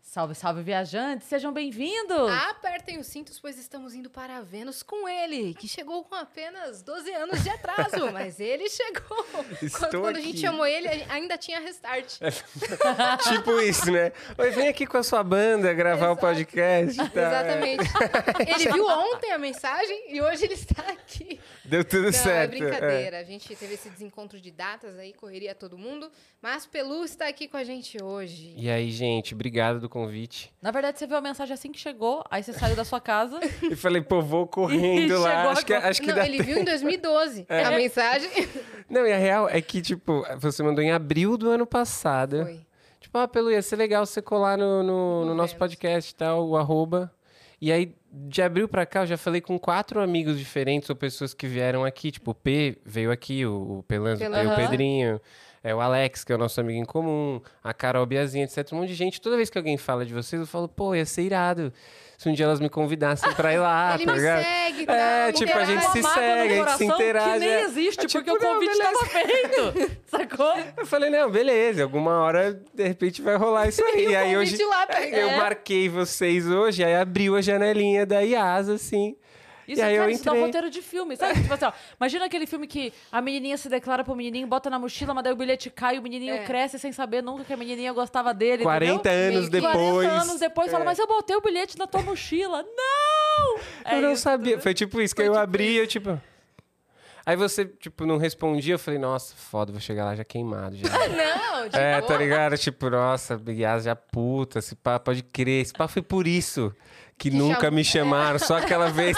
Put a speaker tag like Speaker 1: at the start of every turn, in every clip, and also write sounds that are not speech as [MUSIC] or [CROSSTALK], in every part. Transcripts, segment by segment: Speaker 1: Salve, salve, viajantes! Sejam bem-vindos!
Speaker 2: Ah.
Speaker 3: Hum.
Speaker 2: Apertem os cintos, pois estamos indo para Vênus com ele, que chegou com apenas 12 anos de
Speaker 3: [LAUGHS]
Speaker 2: atraso, mas ele chegou.
Speaker 3: Estou
Speaker 2: quando, quando a
Speaker 3: aqui. É
Speaker 2: gente chamou ele, a- ainda tinha restart.
Speaker 3: tipo isso, né? Oi, vem aqui com a sua banda gravar o
Speaker 2: Exato.
Speaker 3: podcast. Tá?
Speaker 2: Exatamente. Ele
Speaker 3: [LAUGHS]
Speaker 2: viu ontem a mensagem e hoje ele está aqui.
Speaker 3: Deu tudo
Speaker 2: Não, é
Speaker 3: [LAUGHS] certo.
Speaker 2: brincadeira. A gente teve esse desencontro de datas aí, correria todo mundo, mas Pelu está aqui com a gente hoje.
Speaker 3: E aí, gente, obrigado do convite.
Speaker 1: Na verdade, você viu a mensagem assim que chegou, aí você saiu da sua
Speaker 2: [LAUGHS]
Speaker 1: casa.
Speaker 3: E falei, pô, vou correndo lá.
Speaker 1: chegou
Speaker 3: Acho que, é,
Speaker 1: agora.
Speaker 3: acho que
Speaker 2: Não,
Speaker 3: dá. É.
Speaker 2: ele viu em
Speaker 3: [LAUGHS]
Speaker 2: 2012 a mensagem.
Speaker 3: Não, e a real é que, tipo, você mandou em abril do ano passado.
Speaker 2: Foi.
Speaker 3: Tipo, ah, Pelu, ia ser legal você colar no, no, no nosso
Speaker 2: Vênus.
Speaker 3: podcast e tal, o arroba. E aí, de abril pra cá, eu já falei com quatro amigos diferentes ou pessoas que vieram aqui. Tipo, o P veio aqui, o, o Pelanzo,
Speaker 2: Pelan-
Speaker 3: tem o
Speaker 1: Aham.
Speaker 3: Pedrinho, é, o Alex, que é o nosso amigo em comum, a Carol Biazinha, etc. Um monte de gente. Toda vez que alguém fala de vocês, eu falo, pô, ia ser irado se um dia elas me convidassem pra ir
Speaker 2: [LAUGHS]
Speaker 3: lá,
Speaker 2: ele
Speaker 3: tá
Speaker 2: me
Speaker 3: ligado?
Speaker 2: segue, tá?
Speaker 3: É, tipo, a
Speaker 2: interage.
Speaker 3: gente se
Speaker 1: Uma mágoa no
Speaker 3: segue, a gente se
Speaker 1: coração Que
Speaker 3: interage.
Speaker 1: nem
Speaker 3: é.
Speaker 1: existe,
Speaker 3: É
Speaker 1: porque
Speaker 3: tipo,
Speaker 1: o
Speaker 3: não,
Speaker 1: convite
Speaker 3: beleza.
Speaker 1: estava feito.
Speaker 3: [LAUGHS]
Speaker 1: Sacou?
Speaker 3: Eu falei, não, beleza, alguma hora, de repente, vai rolar isso aí.
Speaker 2: E
Speaker 3: E
Speaker 2: o
Speaker 3: aí
Speaker 2: convite
Speaker 3: hoje
Speaker 2: lá pra-
Speaker 3: é, [LAUGHS] eu
Speaker 1: É.
Speaker 3: marquei vocês hoje, aí abriu a janelinha da IASA, assim.
Speaker 1: Isso,
Speaker 3: E aí eu
Speaker 1: cara, isso dá um
Speaker 3: entrei.
Speaker 1: roteiro de filme, sabe? Tipo assim, ó, imagina aquele filme que a menininha se declara pro menininho, bota na mochila, mas daí o bilhete cai, o menininho
Speaker 2: É.
Speaker 1: cresce sem saber nunca que a menininha gostava dele,
Speaker 3: 40
Speaker 1: entendeu?
Speaker 3: anos
Speaker 2: Meio que
Speaker 3: depois.
Speaker 1: 40 anos depois, fala,
Speaker 3: É.
Speaker 1: mas eu botei o bilhete na tua mochila. Não! É
Speaker 3: eu não
Speaker 1: isso,
Speaker 3: sabia.
Speaker 1: tudo.
Speaker 3: Foi tipo isso, que eu abri e eu, tipo. Aí você, tipo, não respondia, eu falei, nossa, foda, vou chegar lá já queimado já.
Speaker 2: Não, tipo,
Speaker 3: É, tá ligado? Tipo, nossa, Iasa já puta, esse pá pode crer. Esse pá foi por isso que,
Speaker 2: Que
Speaker 3: nunca
Speaker 2: chamou-
Speaker 3: me chamaram, só aquela vez.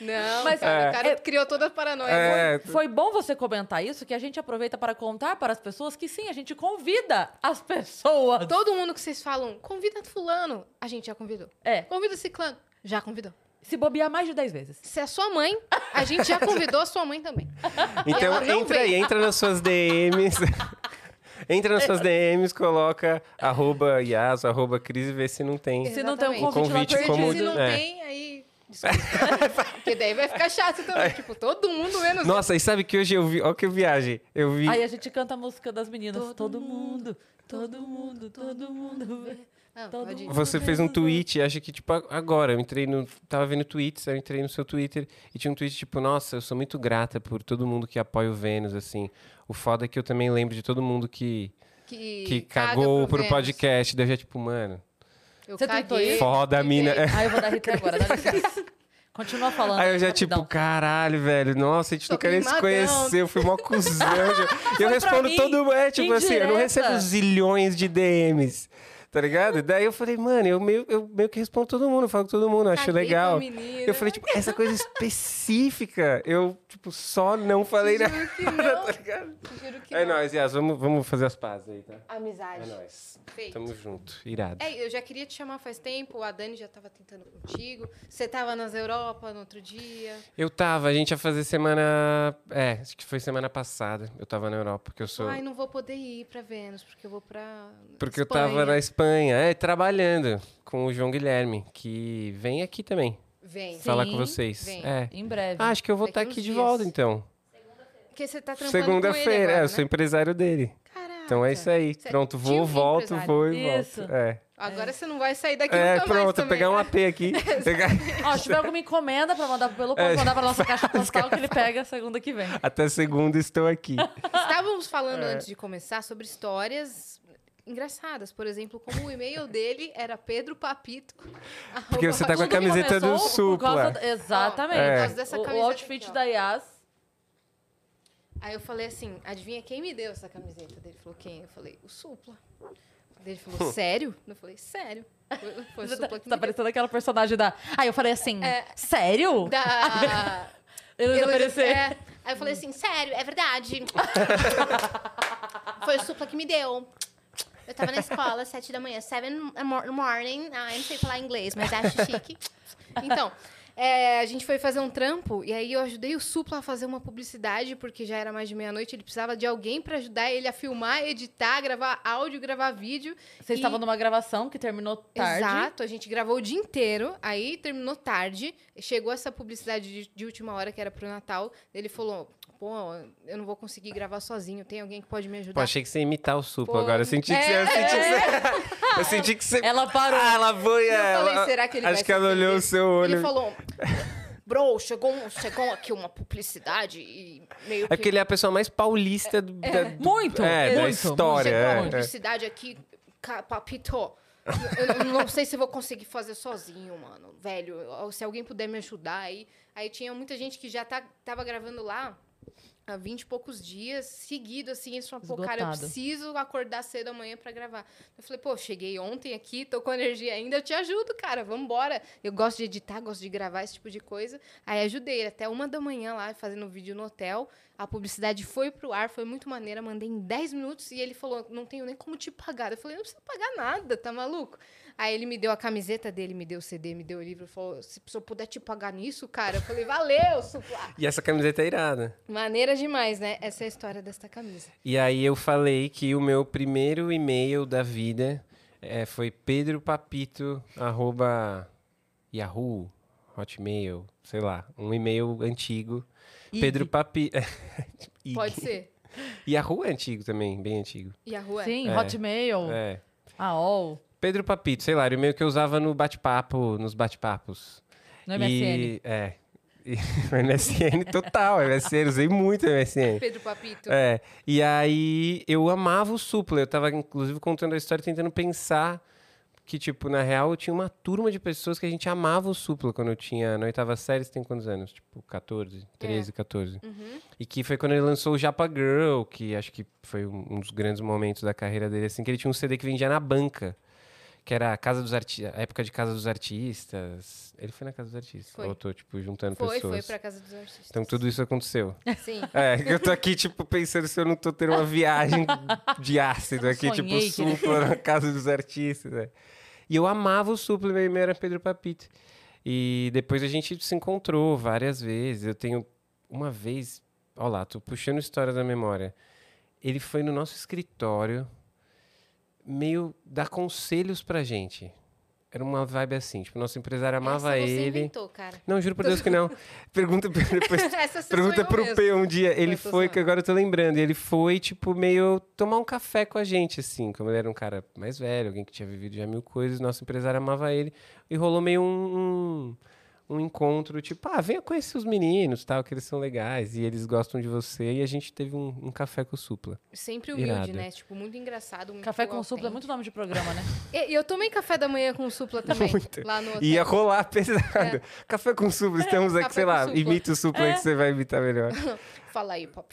Speaker 2: Não,
Speaker 1: Mas,
Speaker 2: mas o cara criou toda a paranoia.
Speaker 3: é,
Speaker 1: Foi bom você comentar isso, que a gente aproveita para contar para as pessoas que sim, a gente convida as [LAUGHS] pessoas.
Speaker 2: Todo mundo que vocês falam, convida fulano, a gente já convidou.
Speaker 1: É,
Speaker 2: Convida ciclano, já convidou.
Speaker 1: se bobear mais de 10 vezes.
Speaker 2: Se é sua mãe, a gente já convidou a sua mãe também.
Speaker 3: Então
Speaker 2: Ela não
Speaker 3: entra aí,
Speaker 2: veio.
Speaker 3: entra nas suas DMs. [LAUGHS] entra nas suas DMs, coloca arroba Yas, arroba Cris e vê se não tem.
Speaker 1: Se não tem um
Speaker 2: Exatamente.
Speaker 1: convite,
Speaker 3: Convite
Speaker 1: lá
Speaker 3: como-
Speaker 1: perdido.
Speaker 2: Se não
Speaker 3: É.
Speaker 2: tem, aí... Desculpa. Porque daí vai ficar chato também. Tipo, todo mundo menos...
Speaker 3: É. Nossa, e sabe que hoje eu vi. Olha que viagem. Eu vi.
Speaker 1: Aí a gente canta a música das meninas. Todo,
Speaker 2: Todo
Speaker 1: mundo, todo mundo, todo mundo. vê.
Speaker 2: Ah,
Speaker 1: todo
Speaker 2: pode ir.
Speaker 1: mundo.
Speaker 3: Você fez um tweet, acho que tipo a- agora. Eu entrei no. Tava vendo tweets, eu entrei no seu Twitter e tinha um tweet tipo: Nossa, eu sou muito grata por todo mundo que apoia o Vênus, assim. O foda é que eu também lembro de todo mundo que,
Speaker 2: que,
Speaker 3: que
Speaker 2: caga
Speaker 3: cagou pro
Speaker 2: Vênus.
Speaker 3: podcast. Daí eu já, tipo, mano.
Speaker 2: Eu
Speaker 1: Você tentou
Speaker 2: caguei,
Speaker 1: isso?
Speaker 3: Foda a mina. é.
Speaker 2: tentei.
Speaker 1: Aí eu vou dar RT agora, dá licença. Continua falando.
Speaker 3: Aí eu já,
Speaker 1: rapidão.
Speaker 3: tipo, caralho, velho, nossa, a gente
Speaker 2: Tô
Speaker 3: não quer nem se
Speaker 2: queimadão.
Speaker 3: conhecer,
Speaker 2: [LAUGHS]
Speaker 3: eu fui mó cuzão. já. eu respondo
Speaker 1: mim,
Speaker 3: todo mundo, é, tipo assim, eu não
Speaker 1: indireta.
Speaker 3: recebo zilhões de DMs, tá ligado? Daí eu falei, mano, eu meio, eu meio que respondo todo mundo, eu falo com todo mundo, eu acho
Speaker 2: Caguei
Speaker 3: legal.
Speaker 2: pra menina. né?
Speaker 3: Eu falei, tipo, essa coisa específica, eu, tipo, só não falei nada,
Speaker 2: Juro
Speaker 3: [LAUGHS]
Speaker 2: que não.
Speaker 3: tá ligado?
Speaker 2: Juro que
Speaker 3: né?" É
Speaker 2: não.
Speaker 3: nóis, Yas, vamos, vamos fazer as pazes aí, tá? É
Speaker 2: Amizade.
Speaker 3: nóis.
Speaker 2: Feito.
Speaker 3: Tamo junto, irado.
Speaker 2: É, eu já queria te chamar faz tempo, a Dani já tava tentando contigo. Você tava nas Europa no outro dia.
Speaker 3: Eu tava, a gente ia fazer semana. É, acho que foi semana passada. Eu tava na Europa, porque eu sou.
Speaker 2: Ai, não vou poder ir pra Vênus, porque eu vou pra.
Speaker 3: Porque eu
Speaker 2: Espanha.
Speaker 3: tava na Espanha, é, trabalhando com o João Guilherme, que vem aqui também
Speaker 2: Vem.
Speaker 1: Sim.
Speaker 3: falar com vocês.
Speaker 2: vem.
Speaker 3: É.
Speaker 1: Em breve.
Speaker 3: Ah, acho que eu vou
Speaker 2: Daqui
Speaker 3: estar
Speaker 2: uns
Speaker 3: aqui de
Speaker 2: dias.
Speaker 3: volta, então.
Speaker 2: Porque você tá trampando com ele
Speaker 3: Segunda-feira,
Speaker 2: agora,
Speaker 3: é,
Speaker 2: né?
Speaker 3: eu sou empresário dele.
Speaker 2: Caraca.
Speaker 3: Então é isso aí.
Speaker 2: Você é
Speaker 3: pronto, vou,
Speaker 2: tio
Speaker 3: volto,
Speaker 2: empresário.
Speaker 3: vou e
Speaker 1: Isso.
Speaker 3: volto. É,
Speaker 2: Agora você não vai sair daqui
Speaker 3: é
Speaker 2: nunca mais
Speaker 3: pronto,
Speaker 2: também,
Speaker 3: pegar um
Speaker 2: né?
Speaker 3: AP
Speaker 2: [LAUGHS]
Speaker 3: aqui. pegar-
Speaker 1: Ó, se tiver alguma encomenda pra mandar pro Pelu, pode
Speaker 3: É. Tá
Speaker 1: mandar pra
Speaker 3: [LAUGHS]
Speaker 1: nossa caixa postal que ele pega segunda que vem.
Speaker 3: Até segunda
Speaker 2: [LAUGHS]
Speaker 3: estou aqui.
Speaker 2: Ah, Estávamos falando
Speaker 3: É.
Speaker 2: antes de começar sobre histórias engraçadas. Por exemplo, como o e-mail dele era Pedro Papito.
Speaker 3: Porque você tá com a
Speaker 1: Tudo
Speaker 3: camiseta do
Speaker 1: começou por causa
Speaker 3: Supla.
Speaker 1: da- Exatamente.
Speaker 3: É.
Speaker 2: Por causa dessa
Speaker 1: o, o
Speaker 2: camiseta
Speaker 1: outfit
Speaker 2: aqui, ó.
Speaker 1: da Yas.
Speaker 2: Aí eu falei assim, adivinha quem me deu essa camiseta? Daí Ele falou, quem? Eu falei, o Supla. Daí Ele
Speaker 3: [LAUGHS]
Speaker 2: falou, sério? Eu falei, sério. Foi- Foi o
Speaker 1: Você tá,
Speaker 2: Supla que
Speaker 1: tá
Speaker 2: me deu.
Speaker 1: parecendo aquela personagem da. Aí eu falei assim,
Speaker 2: É.
Speaker 1: sério? um- [LAUGHS]
Speaker 2: Da...
Speaker 1: Ele vai
Speaker 2: Eu-
Speaker 1: aparecer.
Speaker 2: é. Aí eu falei assim, sério,
Speaker 1: [LAUGHS]
Speaker 2: é verdade. Foi o Supla que me deu. Eu tava na escola, sete da manhã, seven in the mor- morning. Ah, eu não sei falar inglês, mas acho chique. Então, É, a gente foi fazer um trampo e aí eu ajudei o Supla a fazer uma publicidade, porque já era mais de meia-noite, ele precisava de alguém pra ajudar ele a filmar, editar, gravar áudio, gravar vídeo.
Speaker 1: Vocês
Speaker 2: E-
Speaker 1: estavam numa gravação que terminou tarde.
Speaker 2: Exato, a gente gravou o dia inteiro, aí terminou tarde, chegou essa publicidade de, de última hora que era pro Natal, ele falou: "Pô, eu não vou conseguir gravar sozinho, tem alguém que pode me ajudar?"
Speaker 3: Pô, achei que você ia imitar o Supla
Speaker 2: Pô, é.
Speaker 3: agora. Eu senti que você. Eu senti que você. eu senti que você-
Speaker 1: É, tipo, Ela parou.
Speaker 3: Ah, ela foi.
Speaker 2: eu
Speaker 3: ela,
Speaker 2: falei, será que ele
Speaker 3: Acho
Speaker 2: vai
Speaker 3: que ela
Speaker 2: se
Speaker 3: olhou o
Speaker 2: entender?
Speaker 3: seu olho.
Speaker 2: Ele falou: Bro, chegou, um- chegou aqui uma publicidade e meio que.
Speaker 3: É porque ele é a pessoa mais paulista do, da, do-
Speaker 1: Muito,
Speaker 3: é, da
Speaker 1: muito.
Speaker 3: história.
Speaker 2: chegou uma
Speaker 3: é, é.
Speaker 2: publicidade aqui, ca- papito. Eu não- não sei se eu vou conseguir fazer sozinho, mano. Velho, ou se alguém puder me ajudar aí. Aí tinha muita gente que já tá, tava gravando lá há 20 e poucos dias, seguido, assim. Eles falaram, pô, cara, eu
Speaker 1: Esgotado.
Speaker 2: preciso acordar cedo amanhã pra gravar. Eu falei, pô, cheguei ontem aqui, tô com energia ainda, eu te ajudo, cara, vambora. Eu gosto de editar, gosto de gravar, esse tipo de coisa. Aí ajudei, até uma da manhã lá, fazendo um vídeo no hotel. A publicidade foi pro ar, foi muito maneira, mandei em 10 minutos e ele falou, não tenho nem como te pagar. Eu falei, não precisa pagar nada, tá maluco? Aí ele me deu a camiseta dele, me deu o CD, me deu o livro, falou, se se eu puder te pagar nisso, cara. Eu falei, valeu, suplá.
Speaker 3: E essa camiseta é irada.
Speaker 2: Maneira demais, né? Essa é a história desta camisa.
Speaker 3: E aí eu falei que o meu primeiro e-mail da vida é, foi pedropapito, arroba yahoo, hotmail, sei lá, um e-mail antigo.
Speaker 1: Ig.
Speaker 3: Pedro [LAUGHS] Papito.
Speaker 2: Pode ser.
Speaker 3: Yahoo é antigo também, bem antigo.
Speaker 2: E a rua é?
Speaker 1: Sim,
Speaker 3: É.
Speaker 1: Hotmail,
Speaker 3: É.
Speaker 1: AOL,
Speaker 3: Pedro Papito, sei lá, era o e-mail que eu usava no bate-papo, nos bate-papos.
Speaker 1: no MSN.
Speaker 3: E, é. E, [LAUGHS] MSN total, MSN, usei muito MSN.
Speaker 2: Pedro Papito.
Speaker 3: É, e aí eu amava o Supla. Eu tava, inclusive, contando a história, tentando pensar que, tipo, na real, eu tinha uma turma de pessoas que a gente amava o Supla quando eu tinha... Na oitava série, você tem quantos anos? Tipo, 14,
Speaker 2: É.
Speaker 3: 13, 14.
Speaker 2: Uhum.
Speaker 3: E que foi quando ele lançou o Japa Girl, que acho que foi um um dos grandes momentos da carreira dele, assim, que ele tinha um CD que vendia na banca. Que era a Casa dos Artistas, a época de Casa dos Artistas. Ele foi na Casa dos Artistas.
Speaker 2: Foi.
Speaker 3: Ou eu tô, tipo, juntando
Speaker 2: Foi,
Speaker 3: pessoas.
Speaker 2: foi pra casa dos artistas.
Speaker 3: Então tudo isso aconteceu.
Speaker 2: Sim.
Speaker 3: É, que eu tô aqui, tipo, pensando se eu não tô tendo uma viagem de ácido
Speaker 1: Eu
Speaker 3: aqui, tipo,
Speaker 1: sonhei que ele-
Speaker 3: supla na casa dos artistas, né? E eu amava o supla, meu e-mail era Pedro Papito. E depois a gente se encontrou várias vezes. Eu tenho uma vez, ó lá, tô puxando história da memória. Ele foi no nosso escritório meio dar conselhos pra gente. Era uma vibe assim, tipo, nosso empresário [LAUGHS] amava
Speaker 2: Essa você
Speaker 3: ele.
Speaker 2: inventou,
Speaker 3: [LAUGHS]
Speaker 2: cara.
Speaker 3: Não, juro por Deus que não.
Speaker 2: [LAUGHS]
Speaker 3: Pergunta pra- depois
Speaker 2: Essa você
Speaker 3: Pergunta
Speaker 2: sonhou
Speaker 3: pro
Speaker 2: mesmo.
Speaker 3: P um dia. Ele
Speaker 2: Foi, tô
Speaker 3: foi, que
Speaker 2: zoando.
Speaker 3: agora eu tô lembrando. Ele foi, tipo, meio tomar um café com a gente, assim. Como ele era um cara mais velho, alguém que tinha vivido já mil coisas, nosso empresário amava ele. E rolou meio um, um, um encontro, tipo, ah, venha conhecer os meninos, tal, que eles são legais e eles gostam de você. E a gente teve um, um café com o Supla.
Speaker 2: Sempre humilde,
Speaker 3: Irado.
Speaker 2: né? Tipo, muito engraçado. Muito
Speaker 1: Café com supla é muito
Speaker 2: autêntico.
Speaker 1: nome de programa,
Speaker 3: [LAUGHS]
Speaker 1: né?
Speaker 2: E e eu tomei café da manhã com supla também.
Speaker 3: Muito.
Speaker 2: Lá no hotel.
Speaker 3: Ia rolar [LAUGHS] pesado. Café com
Speaker 2: [LAUGHS]
Speaker 3: Supla, estamos aqui,
Speaker 2: é Café
Speaker 3: sei
Speaker 2: com
Speaker 3: lá,
Speaker 2: Supla. É.
Speaker 3: imita o Supla aí que você vai imitar melhor.
Speaker 2: Fala aí,
Speaker 3: [LAUGHS]
Speaker 2: papo.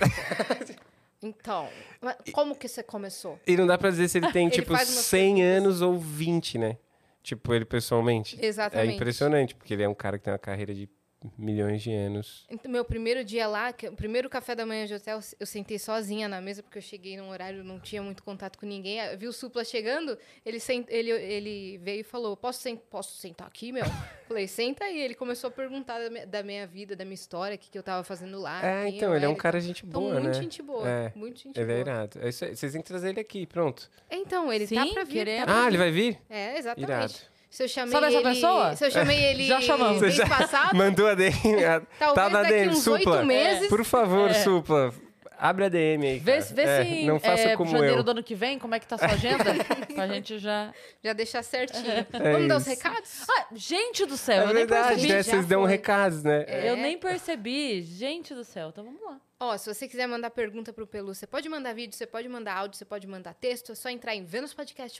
Speaker 2: então, mas como que você começou?
Speaker 3: E não dá pra dizer
Speaker 2: [LAUGHS]
Speaker 3: se ele tem,
Speaker 2: Ele
Speaker 3: tipo,
Speaker 2: faz umas
Speaker 3: 100
Speaker 2: perguntas.
Speaker 3: anos ou 20, né? Tipo, ele pessoalmente.
Speaker 2: Exatamente.
Speaker 3: É impressionante, porque ele é um cara que tem uma carreira de milhões de anos.
Speaker 2: Então, meu primeiro dia lá, que- o primeiro café da manhã de hotel, eu sentei sozinha na mesa, porque eu cheguei num horário, não tinha muito contato com ninguém. Aí Eu vi o Supla chegando, ele, sen- ele, ele veio e falou: posso, sen- posso sentar aqui, meu? Falei, senta aí. Ele começou a perguntar da minha, da minha vida, da minha história, o que, que eu tava fazendo lá.
Speaker 3: é,
Speaker 2: quem
Speaker 3: então,
Speaker 2: eu
Speaker 3: ele é um
Speaker 2: era.
Speaker 3: cara gente
Speaker 2: Então,
Speaker 3: boa,
Speaker 2: muito
Speaker 3: né?
Speaker 2: gente boa.
Speaker 3: É.
Speaker 2: Muito gente
Speaker 3: Ele é
Speaker 2: boa.
Speaker 3: irado. É isso aí, Vocês têm que trazer ele aqui, pronto.
Speaker 2: Então, ele tá
Speaker 1: Sim,
Speaker 2: pra vir. tá
Speaker 1: queremos.
Speaker 2: pra
Speaker 3: ah, ele
Speaker 2: vir.
Speaker 3: vai vir?
Speaker 2: É, exatamente.
Speaker 3: Irado.
Speaker 2: Se eu chamei
Speaker 1: Sabe essa
Speaker 2: ele-
Speaker 1: pessoa?
Speaker 2: Se eu chamei ele
Speaker 1: [LAUGHS] Já chamamos.
Speaker 2: mês
Speaker 3: Você [LAUGHS] já
Speaker 2: passado,
Speaker 3: Mandou a DM. a-
Speaker 2: talvez
Speaker 3: tá na
Speaker 2: daqui
Speaker 3: DM,
Speaker 2: uns
Speaker 3: Supla.
Speaker 1: É.
Speaker 2: oito meses.
Speaker 3: Por favor, Supla, abre a DM aí.
Speaker 1: Vê,
Speaker 3: cara.
Speaker 1: se- vê
Speaker 3: É,
Speaker 1: se
Speaker 3: Não faça
Speaker 1: é,
Speaker 3: como
Speaker 1: janeiro
Speaker 3: eu.
Speaker 1: do ano que vem, como é que tá sua agenda? [LAUGHS] pra gente já...
Speaker 2: Já deixar certinho. Vamos dar os
Speaker 3: isso.
Speaker 2: recados?
Speaker 1: Ah, gente do
Speaker 3: É
Speaker 1: céu, eu nem
Speaker 3: verdade,
Speaker 1: percebi.
Speaker 3: né?
Speaker 2: já
Speaker 3: Vocês dão
Speaker 2: foi.
Speaker 3: recados, né?
Speaker 2: É.
Speaker 1: Eu nem percebi. Gente do céu, então vamos lá.
Speaker 2: Ó, se você quiser mandar pergunta pro Pelu, você pode mandar vídeo, você pode mandar áudio, você pode mandar texto, é só entrar em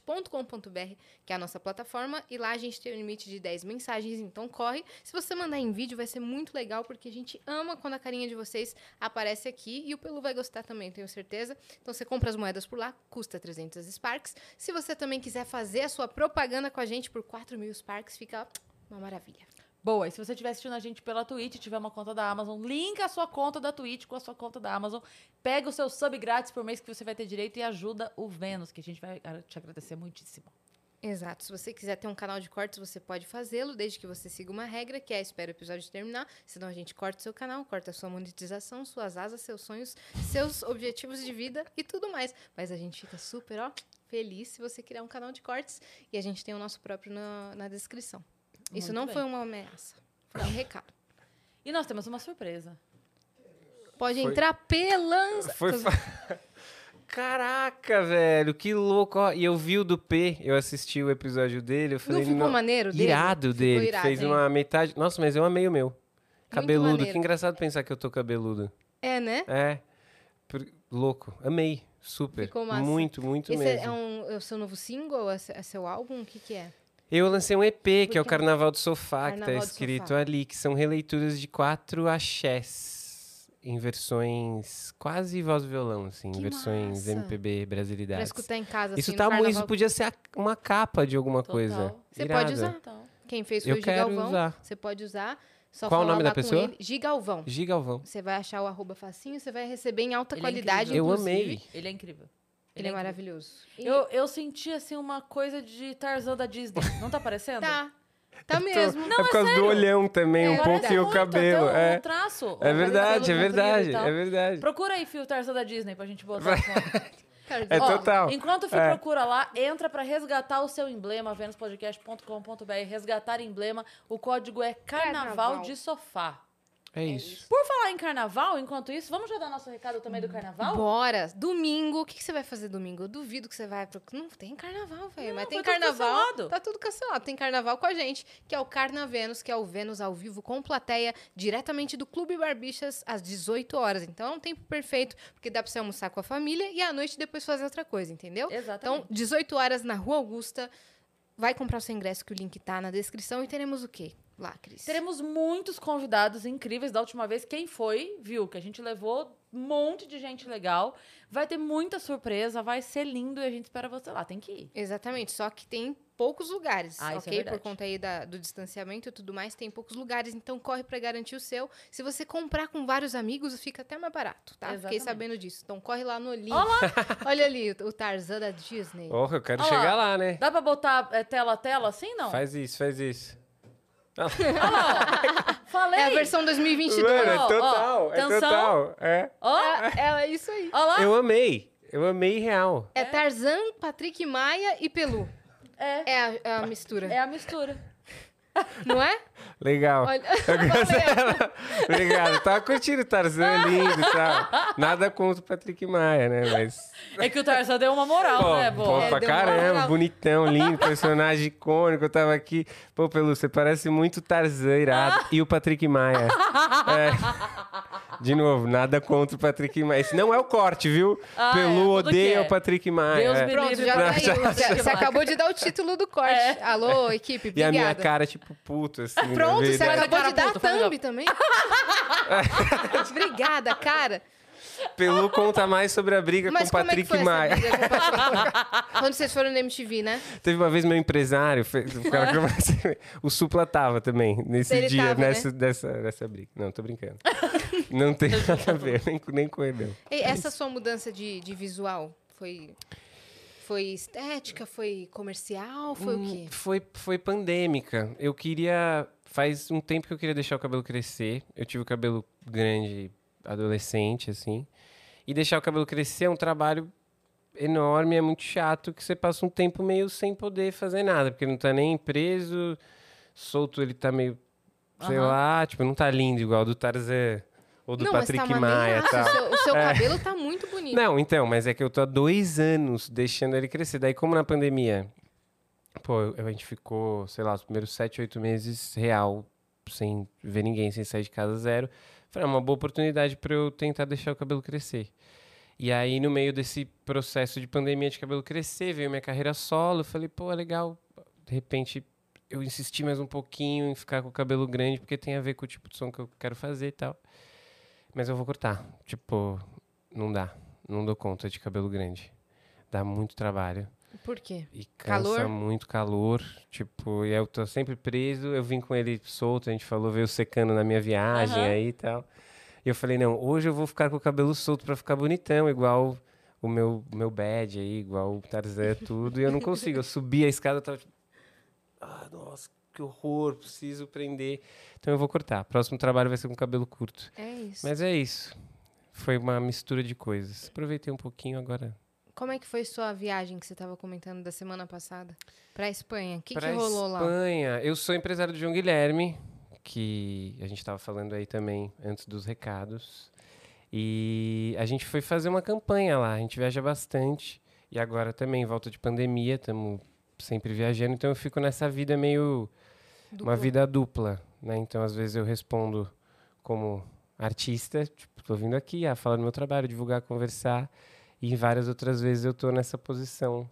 Speaker 2: venuspodcast.com.br, que é a nossa plataforma, e lá a gente tem um limite de 10 mensagens, então corre. Se você mandar em vídeo, vai ser muito legal, porque a gente ama quando a carinha de vocês aparece aqui, e o Pelu vai gostar também, tenho certeza. Então você compra as moedas por lá, custa 300 Sparks. Se você também quiser fazer a sua propaganda com a gente por 4 mil Sparks, fica ó, uma maravilha.
Speaker 1: Boa, e se você estiver assistindo a gente pela Twitch, e tiver uma conta da Amazon, linka a sua conta da Twitch com a sua conta da Amazon. Pega o seu sub grátis por mês que você vai ter direito e ajuda o Vênus, que a gente vai te agradecer muitíssimo.
Speaker 2: Exato. Se você quiser ter um canal de cortes, você pode fazê-lo, desde que você siga uma regra, que é espera o episódio terminar, senão a gente corta o seu canal, corta a sua monetização, suas asas, seus sonhos, seus objetivos de vida e tudo mais. Mas a gente fica super, ó, feliz se você criar um canal de cortes e a gente tem o nosso próprio na, na descrição. Isso
Speaker 1: Muito
Speaker 2: não
Speaker 1: bem.
Speaker 2: foi uma ameaça, foi um recado.
Speaker 1: E nós temos uma surpresa.
Speaker 2: Pode
Speaker 3: Foi-
Speaker 2: entrar pelas...
Speaker 3: Foi fa- [LAUGHS] Caraca, velho, que louco. ó. E eu vi o do P, eu assisti o episódio dele, eu
Speaker 2: Não
Speaker 3: falei...
Speaker 2: ficou maneiro dele?
Speaker 3: Irado dele, que
Speaker 2: irado,
Speaker 3: fez
Speaker 2: hein?
Speaker 3: uma metade... Nossa, mas eu amei o meu. Cabeludo,
Speaker 2: maneiro.
Speaker 3: que engraçado pensar que eu tô cabeludo.
Speaker 2: É, né?
Speaker 3: É, por- louco, amei, super.
Speaker 2: Ficou massa.
Speaker 3: Muito, muito
Speaker 2: Esse
Speaker 3: mesmo.
Speaker 2: é, um, é o seu novo single? É se- é seu álbum? O que, que é?
Speaker 3: Eu lancei um EP, que é o
Speaker 2: Porque-
Speaker 3: Carnaval do Sofá, que
Speaker 2: Carnaval
Speaker 3: tá
Speaker 2: do
Speaker 3: escrito
Speaker 2: Sofá.
Speaker 3: ali, que são releituras de quatro axés, em versões quase voz e violão, assim,
Speaker 2: Que
Speaker 3: versões
Speaker 2: massa.
Speaker 3: MPB
Speaker 2: Pra
Speaker 3: brasilidades.
Speaker 2: escutar em casa,
Speaker 3: Isso,
Speaker 2: assim,
Speaker 3: tá,
Speaker 2: no
Speaker 3: mu-
Speaker 2: carnaval.
Speaker 3: isso podia ser a- uma capa de alguma
Speaker 1: Total.
Speaker 3: coisa.
Speaker 2: Você pode
Speaker 3: Irado.
Speaker 2: usar.
Speaker 1: Então,
Speaker 2: Quem fez foi
Speaker 3: Eu
Speaker 2: o
Speaker 3: quero
Speaker 2: Gigalvão.
Speaker 3: usar.
Speaker 2: Você pode usar. Só
Speaker 3: Qual o
Speaker 2: falar
Speaker 3: nome da
Speaker 2: lá com
Speaker 3: pessoa?
Speaker 2: ele. Gigalvão.
Speaker 3: Gigalvão.
Speaker 2: Você vai achar o arroba facinho, você vai receber em alta
Speaker 1: Ele é
Speaker 2: qualidade.
Speaker 1: incrível.
Speaker 3: Eu
Speaker 2: inclusive.
Speaker 3: amei.
Speaker 1: ele é incrível.
Speaker 2: Ele é
Speaker 1: incrível.
Speaker 2: maravilhoso. E
Speaker 1: Eu, eu senti, assim, uma coisa de Tarzan da Disney. Não tá parecendo?
Speaker 2: [LAUGHS] Tá. Tá mesmo.
Speaker 3: é por causa do olhão também,
Speaker 2: É,
Speaker 3: um pouco,
Speaker 1: Parece
Speaker 3: e o
Speaker 1: muito,
Speaker 3: cabelo.
Speaker 1: até o-
Speaker 3: É,
Speaker 1: o traço.
Speaker 3: é verdade, é
Speaker 1: cabelo comprido e
Speaker 3: verdade,
Speaker 1: tal.
Speaker 3: é verdade.
Speaker 1: Procura aí, fio Tarzan da Disney, pra gente
Speaker 3: [LAUGHS]
Speaker 1: botar. esse nome.
Speaker 2: Cara,
Speaker 3: É
Speaker 1: Ó,
Speaker 3: total.
Speaker 1: Enquanto o Fih
Speaker 3: É.
Speaker 1: procura lá, entra pra resgatar o seu emblema, venuspodcast.com.br, resgatar emblema. O código é carnaval,
Speaker 2: Carnaval.
Speaker 1: de sofá.
Speaker 3: É isso.
Speaker 1: Por falar em carnaval, enquanto isso, vamos já dar nosso recado também do carnaval?
Speaker 2: Bora. Domingo. O que, que você vai fazer domingo? Eu duvido que você vai pro. Não tem carnaval, velho. Mas tem
Speaker 1: foi tudo
Speaker 2: carnaval.
Speaker 1: cancelado.
Speaker 2: Tá tudo cancelado. Tem carnaval com a gente, que é o Carnavenus, que é o Vênus ao vivo com plateia, diretamente do Clube Barbixas, às 18 horas. Então é um tempo perfeito, porque dá pra você almoçar com a família e à noite depois fazer outra coisa, entendeu?
Speaker 1: Exatamente.
Speaker 2: Então, 18 horas na Rua Augusta. Vai comprar o seu ingresso, que o link tá na descrição. E teremos o quê lá, Cris?
Speaker 1: Teremos muitos convidados incríveis da última vez. Quem foi, viu que a gente levou um monte de gente legal. Vai ter muita surpresa, vai ser lindo e a gente espera você lá. Tem que ir.
Speaker 2: Exatamente, só que tem poucos lugares,
Speaker 1: Ah, isso é
Speaker 2: ok? Por
Speaker 1: verdade.
Speaker 2: conta aí da- do distanciamento e tudo mais, tem poucos lugares, então corre pra garantir o seu. Se você comprar com vários amigos, fica até mais barato, tá? Fiquei
Speaker 1: Exatamente.
Speaker 2: sabendo disso. Então corre lá no link. [LAUGHS] Olha ali o o Tarzan da Disney.
Speaker 3: Oh, eu quero
Speaker 1: Ó lá.
Speaker 3: chegar lá, né?
Speaker 1: Dá pra botar é, tela a tela assim, não?
Speaker 3: Faz isso, faz isso.
Speaker 1: Falei!
Speaker 2: É a versão 2022.
Speaker 3: Mano,
Speaker 1: um, ó,
Speaker 3: é
Speaker 1: ó,
Speaker 3: total, é
Speaker 1: canção.
Speaker 3: total. É.
Speaker 1: Ó,
Speaker 2: É, é isso aí.
Speaker 1: ó lá.
Speaker 3: Eu amei. Eu amei real.
Speaker 2: É Tarzan, Patrick Maia e Pelu.
Speaker 1: É.
Speaker 2: É a, é a mistura,
Speaker 1: É a mistura.
Speaker 2: não é?
Speaker 3: Legal. [LAUGHS]
Speaker 2: Olha,
Speaker 3: Obrigado. Tava curtindo
Speaker 1: [LAUGHS]
Speaker 3: o Tarzan lindo e tal. Nada contra o Patrick Maia, né? Mas.
Speaker 1: É que o Tarzan deu uma moral,
Speaker 3: Pô,
Speaker 1: né,
Speaker 3: pô,
Speaker 1: boa?
Speaker 2: É,
Speaker 3: pra
Speaker 2: deu uma
Speaker 3: caramba,
Speaker 2: moral.
Speaker 3: bonitão, lindo, personagem
Speaker 2: [LAUGHS]
Speaker 3: icônico. Eu tava aqui. Pô, Pelu, você parece muito Tarzan irado. E o Patrick Maia. É. De novo, nada contra o Patrick Maia. Esse não é o corte, viu?
Speaker 1: Ah, é,
Speaker 3: Pelu
Speaker 1: tudo que
Speaker 3: odeia
Speaker 1: é.
Speaker 3: o Patrick Maia.
Speaker 1: Deus
Speaker 3: é.
Speaker 1: me
Speaker 2: pronto, já
Speaker 1: Não,
Speaker 2: tá aí.
Speaker 1: já-
Speaker 2: Você, você acabou de dar o título do corte.
Speaker 1: É.
Speaker 2: Alô, equipe,
Speaker 3: E a
Speaker 2: obrigada.
Speaker 3: minha cara, tipo, puto, assim. na
Speaker 2: Pronto, você
Speaker 3: verdade.
Speaker 2: acabou de
Speaker 1: Cara
Speaker 2: dar
Speaker 1: puto, faz
Speaker 2: thumb também?
Speaker 3: [LAUGHS]
Speaker 2: Obrigada, cara.
Speaker 3: Pelu conta mais sobre a briga
Speaker 2: Mas
Speaker 3: com o
Speaker 2: como é que
Speaker 3: Patrick
Speaker 2: foi
Speaker 3: Maia.
Speaker 2: essa
Speaker 3: [LAUGHS]
Speaker 2: briga com o Patrick Maia? Quando vocês foram no MTV, né?
Speaker 3: Teve uma vez meu empresário, fez- o
Speaker 2: [LAUGHS]
Speaker 3: cara que eu mais- o Supla tava também, nesse
Speaker 2: Ele
Speaker 3: dia,
Speaker 2: tava, né?
Speaker 3: nessa, dessa, nessa briga. Não, tô brincando. não
Speaker 2: [LAUGHS]
Speaker 3: tem nada a ver, nem, com- nem com ele. não.
Speaker 2: E essa sua mudança de, de visual foi... Foi estética? Foi comercial? Foi
Speaker 3: Hum,
Speaker 2: o quê?
Speaker 3: Foi, foi pandêmica. Eu queria. Faz um tempo que eu queria deixar o cabelo crescer. Eu tive o cabelo grande, adolescente, assim. E deixar o cabelo crescer é um trabalho enorme, é muito chato, que você passa um tempo meio sem poder fazer nada, porque não tá nem preso, solto ele tá meio. Sei
Speaker 1: Aham.
Speaker 3: lá, tipo, não tá lindo igual do Tarzan ou do
Speaker 2: Não,
Speaker 3: Patrick
Speaker 2: mas tá
Speaker 3: Maia É.
Speaker 2: maneiraço.
Speaker 3: tal.
Speaker 2: O seu, o seu cabelo tá muito bonito.
Speaker 3: Não, então, mas é que eu tô há dois anos deixando ele crescer. Daí, como na pandemia, pô, eu- a gente ficou, sei lá, os primeiros sete, oito meses real, sem ver ninguém, sem sair de casa zero. Falei, é uma boa oportunidade pra eu tentar deixar o cabelo crescer. E aí, no meio desse processo de pandemia de cabelo crescer, veio minha carreira solo. Eu falei, pô, é legal. De repente, eu insisti mais um pouquinho em ficar com o cabelo grande, porque tem a ver com o tipo de som que eu quero fazer e tal. Mas eu vou cortar. Tipo, não dá. Não dou conta de cabelo grande. Dá muito trabalho.
Speaker 2: Por quê?
Speaker 3: E cansa
Speaker 2: Calor?
Speaker 3: muito calor. Tipo, e eu tô sempre preso. Eu vim com ele solto, a gente falou, veio secando na minha viagem
Speaker 1: Aham.
Speaker 3: aí e tal. E eu falei, não, hoje eu vou ficar com o cabelo solto pra ficar bonitão, igual o o meu, meu bad aí, igual o Tarzan, tudo, e eu não consigo. Eu subi a escada, eu tava tipo, ah, nossa, que horror, preciso prender. Então eu vou cortar. Próximo trabalho vai ser com cabelo curto.
Speaker 2: É isso.
Speaker 3: Mas é isso. Foi uma mistura de coisas. Aproveitei um pouquinho agora.
Speaker 2: Como é que foi sua viagem que você estava comentando da semana passada? Pra Espanha. O que, que
Speaker 3: Pra
Speaker 2: rolou lá?
Speaker 3: Espanha, eu sou empresário do João Guilherme, que a gente estava falando aí também antes dos recados. E a gente foi fazer uma campanha lá, a gente viaja bastante. E agora também, volta de pandemia, estamos sempre viajando, então eu fico nessa vida meio.
Speaker 2: Dupla.
Speaker 3: uma vida dupla, né? Então, às vezes eu respondo como artista, tipo, tô vindo aqui a falar do meu trabalho, divulgar, conversar, e várias outras vezes eu tô nessa posição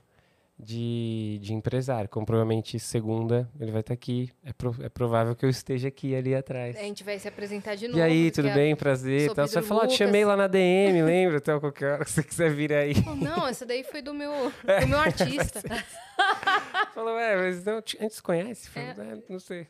Speaker 3: de, de empresário. Como provavelmente segunda ele vai estar aqui, é, pro- é provável que eu esteja aqui ali atrás.
Speaker 2: A gente vai se apresentar de novo.
Speaker 3: E aí,
Speaker 2: É, então, porque
Speaker 3: tudo
Speaker 2: a-
Speaker 3: bem? Prazer.
Speaker 2: sou
Speaker 3: e Tal. Você vai
Speaker 2: Pedro
Speaker 3: falar, "Ó, te
Speaker 2: Lucas."
Speaker 3: chamei lá
Speaker 2: [LAUGHS]
Speaker 3: na DM, lembra? Então, qualquer hora que você quiser vir aí.
Speaker 2: Oh, não, essa daí foi do
Speaker 3: [LAUGHS]
Speaker 2: meu,
Speaker 3: É,
Speaker 2: do meu artista.
Speaker 3: Falou, é, mas não, te- a gente se conhece? Falei,
Speaker 2: É.
Speaker 3: "Ah, não sei.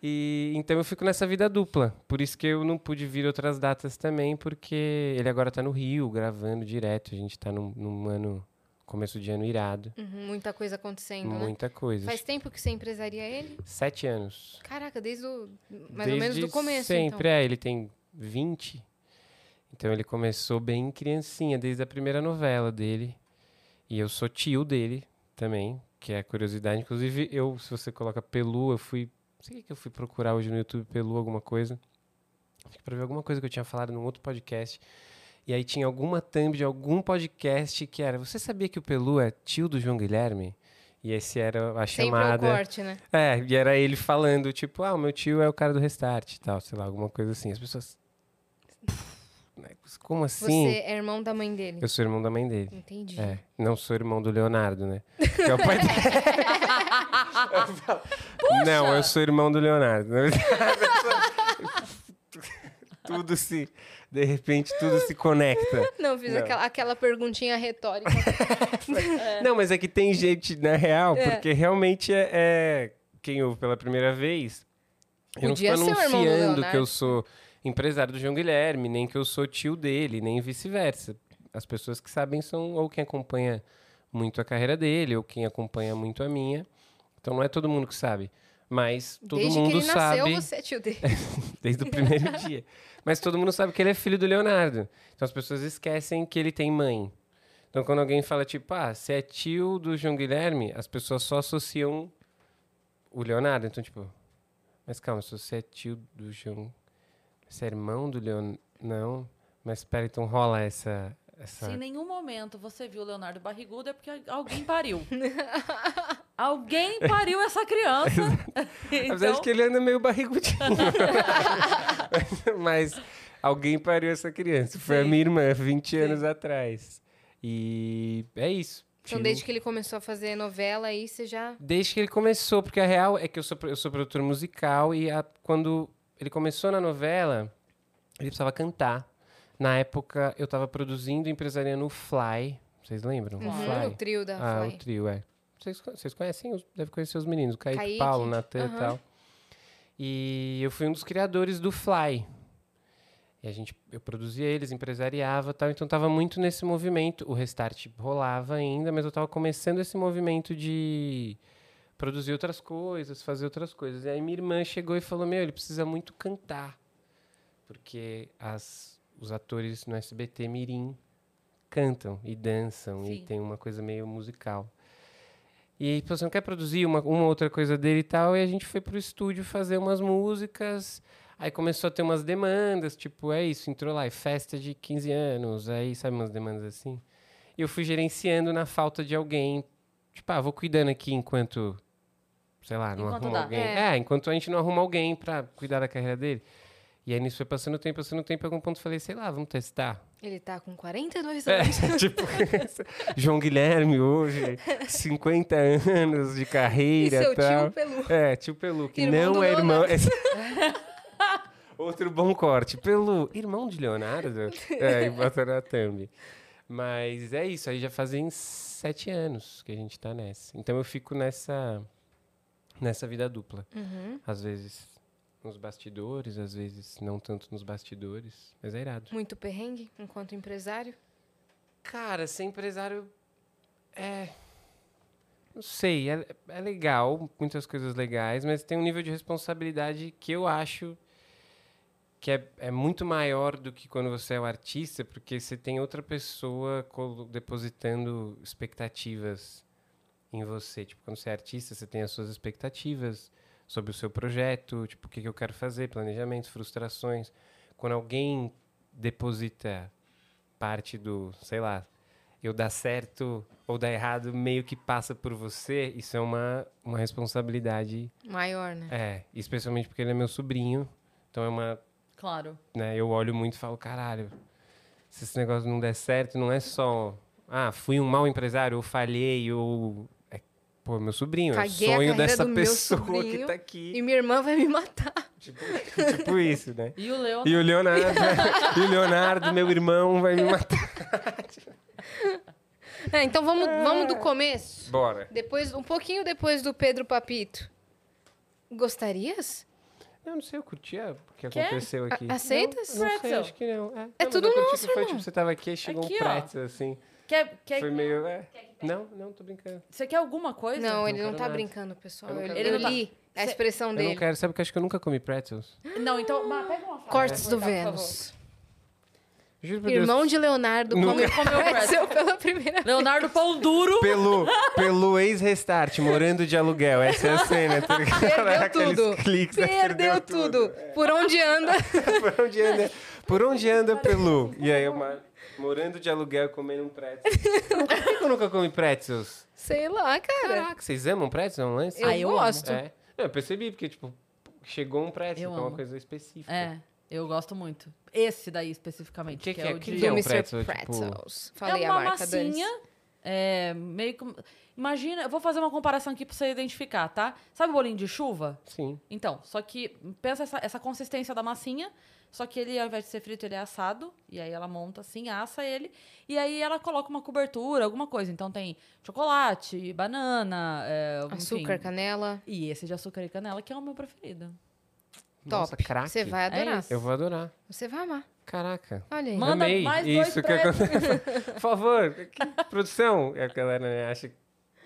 Speaker 3: E, então eu fico nessa vida dupla. Por isso que eu não pude vir outras datas também, porque ele agora tá no Rio, gravando direto. A gente tá num, num ano, começo de ano irado.
Speaker 2: Uhum, muita coisa acontecendo, né?
Speaker 3: Muita coisa.
Speaker 2: Faz tempo que você empresaria ele?
Speaker 3: Sete anos.
Speaker 2: Caraca, desde o. Mais ou
Speaker 3: Desde
Speaker 2: menos do começo.
Speaker 3: Sempre,
Speaker 2: Então.
Speaker 3: é. Ele tem 20. Então ele começou bem criancinha, desde a primeira novela dele. E eu sou tio dele também, que é a curiosidade. Inclusive, eu, se você coloca Pelu, eu fui. Não sei o que que eu fui procurar hoje no YouTube, Pelu, alguma coisa. Acho que pra ver alguma coisa que eu tinha falado num outro podcast. E aí tinha alguma thumb de algum podcast que era. Você sabia que o Pelu é tio do João Guilherme? E esse era a
Speaker 2: Sempre é o
Speaker 3: chamada.
Speaker 2: corte, né?
Speaker 3: É, e era ele falando, tipo, ah, o meu tio é o cara do restart e tal, sei lá, alguma coisa assim. As pessoas. né, Como assim?
Speaker 2: Você é irmão da mãe dele.
Speaker 3: Eu sou irmão da mãe dele.
Speaker 2: Entendi.
Speaker 3: É. Não sou irmão do Leonardo, né? Que é o pai dele. Eu falo, Não, eu sou irmão do Leonardo. [LAUGHS] Na verdade, eu sou- tudo se. De repente, tudo se conecta.
Speaker 2: [LAUGHS] Não, fiz
Speaker 3: Não.
Speaker 2: Aquela, aquela perguntinha retórica.
Speaker 3: Não, mas é que tem gente, na real, porque realmente é, é- Quem ouve pela primeira vez. Eu
Speaker 2: Podia
Speaker 3: não
Speaker 2: ser o é
Speaker 3: estou
Speaker 2: irmão do
Speaker 3: anunciando que
Speaker 2: Leonardo.
Speaker 3: eu sou empresário do João Guilherme, nem que eu sou tio dele, nem vice-versa. As pessoas que sabem são ou quem acompanha muito a carreira dele, ou quem acompanha muito a minha. Então não é todo mundo que sabe. Mas [LAUGHS] todo
Speaker 2: desde
Speaker 3: mundo
Speaker 2: que ele
Speaker 3: sabe.
Speaker 2: nasceu, você é tio dele.
Speaker 3: [LAUGHS] Desde o primeiro dia. Mas todo mundo sabe que ele é filho do Leonardo. Então as pessoas esquecem que ele tem mãe. Então quando alguém fala, tipo, ah, você é tio do João Guilherme, as pessoas só associam o Leonardo. Então, tipo, mas calma, se você é tio do João. Você é irmão do Leonardo. Não. Mas pera, então rola essa. essa...
Speaker 1: Se em nenhum momento você viu o Leonardo barrigudo, é porque alguém pariu. [LAUGHS] alguém pariu essa [LAUGHS] criança.
Speaker 3: Apesar de
Speaker 1: então,
Speaker 3: que ele anda meio barrigudinho. [LAUGHS] Mas alguém pariu essa criança. Foi a
Speaker 1: Sim.
Speaker 3: minha irmã, 20 anos atrás. E é isso.
Speaker 2: Então,
Speaker 3: Tio-
Speaker 2: desde que ele começou a fazer novela, aí você já.
Speaker 3: Desde que ele começou, porque a real é que eu sou, pro- eu sou produtor musical e a- quando ele começou na novela, ele precisava cantar. Na época, eu tava produzindo e empresariando o Fly. Vocês lembram?
Speaker 1: Uhum.
Speaker 3: Fly.
Speaker 2: o trio da
Speaker 3: Ah,
Speaker 2: Fly.
Speaker 3: o trio, é. Vocês, co- vocês conhecem, os- deve conhecer os meninos, o Kaique,
Speaker 2: Kaique,
Speaker 3: Paulo, Natan
Speaker 2: aham.
Speaker 3: e tal. E eu fui um dos criadores do Fly. E a gente, eu produzia eles, empresariava e tal, então tava muito nesse movimento. O Restart rolava ainda, mas eu tava começando esse movimento de produzir outras coisas, fazer outras coisas. E aí minha irmã chegou e falou: Meu, ele precisa muito cantar. Porque as, os atores no SBT Mirim cantam e dançam e
Speaker 1: Sim.
Speaker 3: tem uma coisa meio musical. E aí, pô, você não quer produzir uma, uma outra coisa dele e tal? E a gente foi pro estúdio fazer umas músicas. Aí começou a ter umas demandas, tipo, é isso, entrou lá, é festa de 15 anos, aí sabe umas demandas assim? E eu fui gerenciando na falta de alguém. Tipo, ah, vou cuidando aqui enquanto, sei lá, não
Speaker 1: Enquanto
Speaker 3: arruma
Speaker 1: dá.
Speaker 3: alguém.
Speaker 2: É.
Speaker 3: É. enquanto a gente não arruma alguém pra cuidar da carreira dele. E aí nisso foi passando tempo, passando tempo, em algum ponto eu falei, sei lá, vamos testar. [LAUGHS]
Speaker 2: Ele tá com 42
Speaker 3: É,
Speaker 2: anos. [LAUGHS]
Speaker 3: tipo, João Guilherme hoje, 50 anos
Speaker 2: [LAUGHS]
Speaker 3: de
Speaker 2: e
Speaker 3: carreira
Speaker 2: seu
Speaker 3: e tal.
Speaker 2: tio pelu.
Speaker 3: [LAUGHS] É, tio Pelu, que
Speaker 2: Irmão do
Speaker 3: não é irmão. [LAUGHS] Outro bom corte. Pelu, irmão de Leonardo? É, e botaram a thumb. Mas é isso, aí já fazem sete anos que a gente tá nessa. Então eu fico nessa, nessa vida dupla.
Speaker 2: Uhum.
Speaker 3: Às vezes nos bastidores, às vezes não tanto nos bastidores. Mas é irado.
Speaker 2: Muito perrengue enquanto empresário.
Speaker 3: Cara, ser empresário é. Não sei, é, é legal, muitas coisas legais, mas tem um nível de responsabilidade que eu acho que é, é muito maior do que quando você é o artista, porque você tem outra pessoa colo- depositando expectativas em você. Tipo, quando você é artista, você tem as suas expectativas sobre o seu projeto, tipo, o que, que eu quero fazer, planejamentos, frustrações. Quando alguém deposita parte do, sei lá, eu dar certo ou dar errado, meio que passa por você, isso é uma, uma responsabilidade.
Speaker 2: Maior, né?
Speaker 3: É, especialmente porque ele é meu sobrinho, então é uma
Speaker 1: Claro.
Speaker 3: né? Eu olho muito e falo, caralho, se esse negócio não der certo, não é só, ah, fui um mau empresário, ou falhei, ou. É, pô, meu sobrinho, é o
Speaker 2: Caguei a
Speaker 3: sonho
Speaker 2: carreira
Speaker 3: dessa
Speaker 2: do meu
Speaker 3: pessoa que
Speaker 2: sobrinho.
Speaker 3: tá aqui.
Speaker 2: E minha irmã vai me matar.
Speaker 3: [LAUGHS] Tipo, tipo isso, né?
Speaker 1: E o Leo
Speaker 3: E o Leonardo, [LAUGHS] e o Leonardo, meu irmão, vai me matar.
Speaker 2: É, então vamos, vamos do começo.
Speaker 3: Bora.
Speaker 2: Depois, um pouquinho depois do Pedro Papito. Gostarias?
Speaker 3: Eu não sei, eu curtia o que
Speaker 1: Quê?
Speaker 3: aconteceu aqui.
Speaker 2: A- aceitas?
Speaker 3: Não, não sei,
Speaker 1: Pretzel.
Speaker 3: acho que não. É, não, mas
Speaker 2: tudo
Speaker 3: eu curti
Speaker 2: nosso,
Speaker 3: que foi,
Speaker 2: irmão.
Speaker 3: tipo, você tava aqui, chegou
Speaker 1: Aqui,
Speaker 3: um
Speaker 1: ó.
Speaker 3: pretzel, assim.
Speaker 1: Quer, quer,
Speaker 3: Foi meio, é. Não, não, tô brincando.
Speaker 1: Você quer alguma coisa?
Speaker 2: Não,
Speaker 3: não
Speaker 2: ele não
Speaker 3: quero
Speaker 2: tá
Speaker 3: nada.
Speaker 2: brincando, pessoal.
Speaker 3: Eu não
Speaker 2: Eu,
Speaker 3: quero
Speaker 2: eu
Speaker 1: nada.
Speaker 2: li a
Speaker 1: Cê-
Speaker 2: expressão
Speaker 3: Eu não
Speaker 2: Um dele.
Speaker 3: quero, sabe que eu acho que eu nunca comi pretzels.
Speaker 1: Não, então, mas pega uma frase.
Speaker 2: Cortes do
Speaker 1: pra aproveitar, por
Speaker 2: Vênus.
Speaker 3: Juro por Deus.
Speaker 2: Irmão de Leonardo come
Speaker 3: Nunca-
Speaker 2: comeu pretzel pela primeira
Speaker 3: [LAUGHS]
Speaker 1: favor. Leonardo Pão Duro.
Speaker 3: Pelo, pelo ex-restart, morando de aluguel. Essa é a cena. Tá ligado?
Speaker 2: Perdeu
Speaker 3: Aqueles
Speaker 2: tudo.
Speaker 3: cliques, né?
Speaker 2: Perdeu tudo. Por onde anda?
Speaker 3: Por onde anda, por onde anda Pelu? E aí, eu ma- morando de aluguel, comendo
Speaker 2: [LAUGHS]
Speaker 3: um pretzel. Por que que eu nunca comi pretzels?
Speaker 2: Sei lá, cara.
Speaker 3: Caraca, vocês amam pretzel? Não lance?
Speaker 2: Eu,
Speaker 1: Ah, eu amo.
Speaker 2: gosto.
Speaker 3: É. Não, eu percebi, porque, tipo, chegou um
Speaker 1: Eu
Speaker 3: pretzel, que é
Speaker 1: amo.
Speaker 3: uma coisa específica.
Speaker 1: É, eu gosto muito. Esse daí especificamente.
Speaker 3: O que
Speaker 1: que,
Speaker 3: que
Speaker 1: é,
Speaker 3: é?
Speaker 1: o
Speaker 3: Que
Speaker 1: de...
Speaker 3: que
Speaker 2: Do
Speaker 3: é um
Speaker 2: Mr.
Speaker 3: pretzel, tipo-
Speaker 2: Pretzels.
Speaker 1: É
Speaker 2: Falei
Speaker 1: uma
Speaker 2: a marca Dani.
Speaker 1: massinha. É, meio como. Imagina, eu vou fazer uma comparação aqui pra você identificar, tá? Sabe o bolinho de chuva?
Speaker 3: Sim.
Speaker 1: Então, só que pensa essa, essa consistência da massinha, só que ele, ao invés de ser frito, ele é assado, e aí ela monta assim, assa ele, e aí ela coloca uma cobertura, alguma coisa. Então tem chocolate, banana, é,
Speaker 2: Açúcar,
Speaker 1: enfim.
Speaker 2: canela.
Speaker 1: E esse de açúcar e canela, que é o meu preferido.
Speaker 3: Nossa,
Speaker 2: top.
Speaker 3: craque.
Speaker 2: Você vai adorar.
Speaker 1: É isso.
Speaker 3: Eu vou adorar.
Speaker 2: Você vai amar.
Speaker 3: Caraca.
Speaker 2: Olha aí.
Speaker 1: Manda
Speaker 3: Amei
Speaker 1: mais dois
Speaker 3: isso que aconteceu. Por favor, que- [LAUGHS] produção. E A galera né, acha que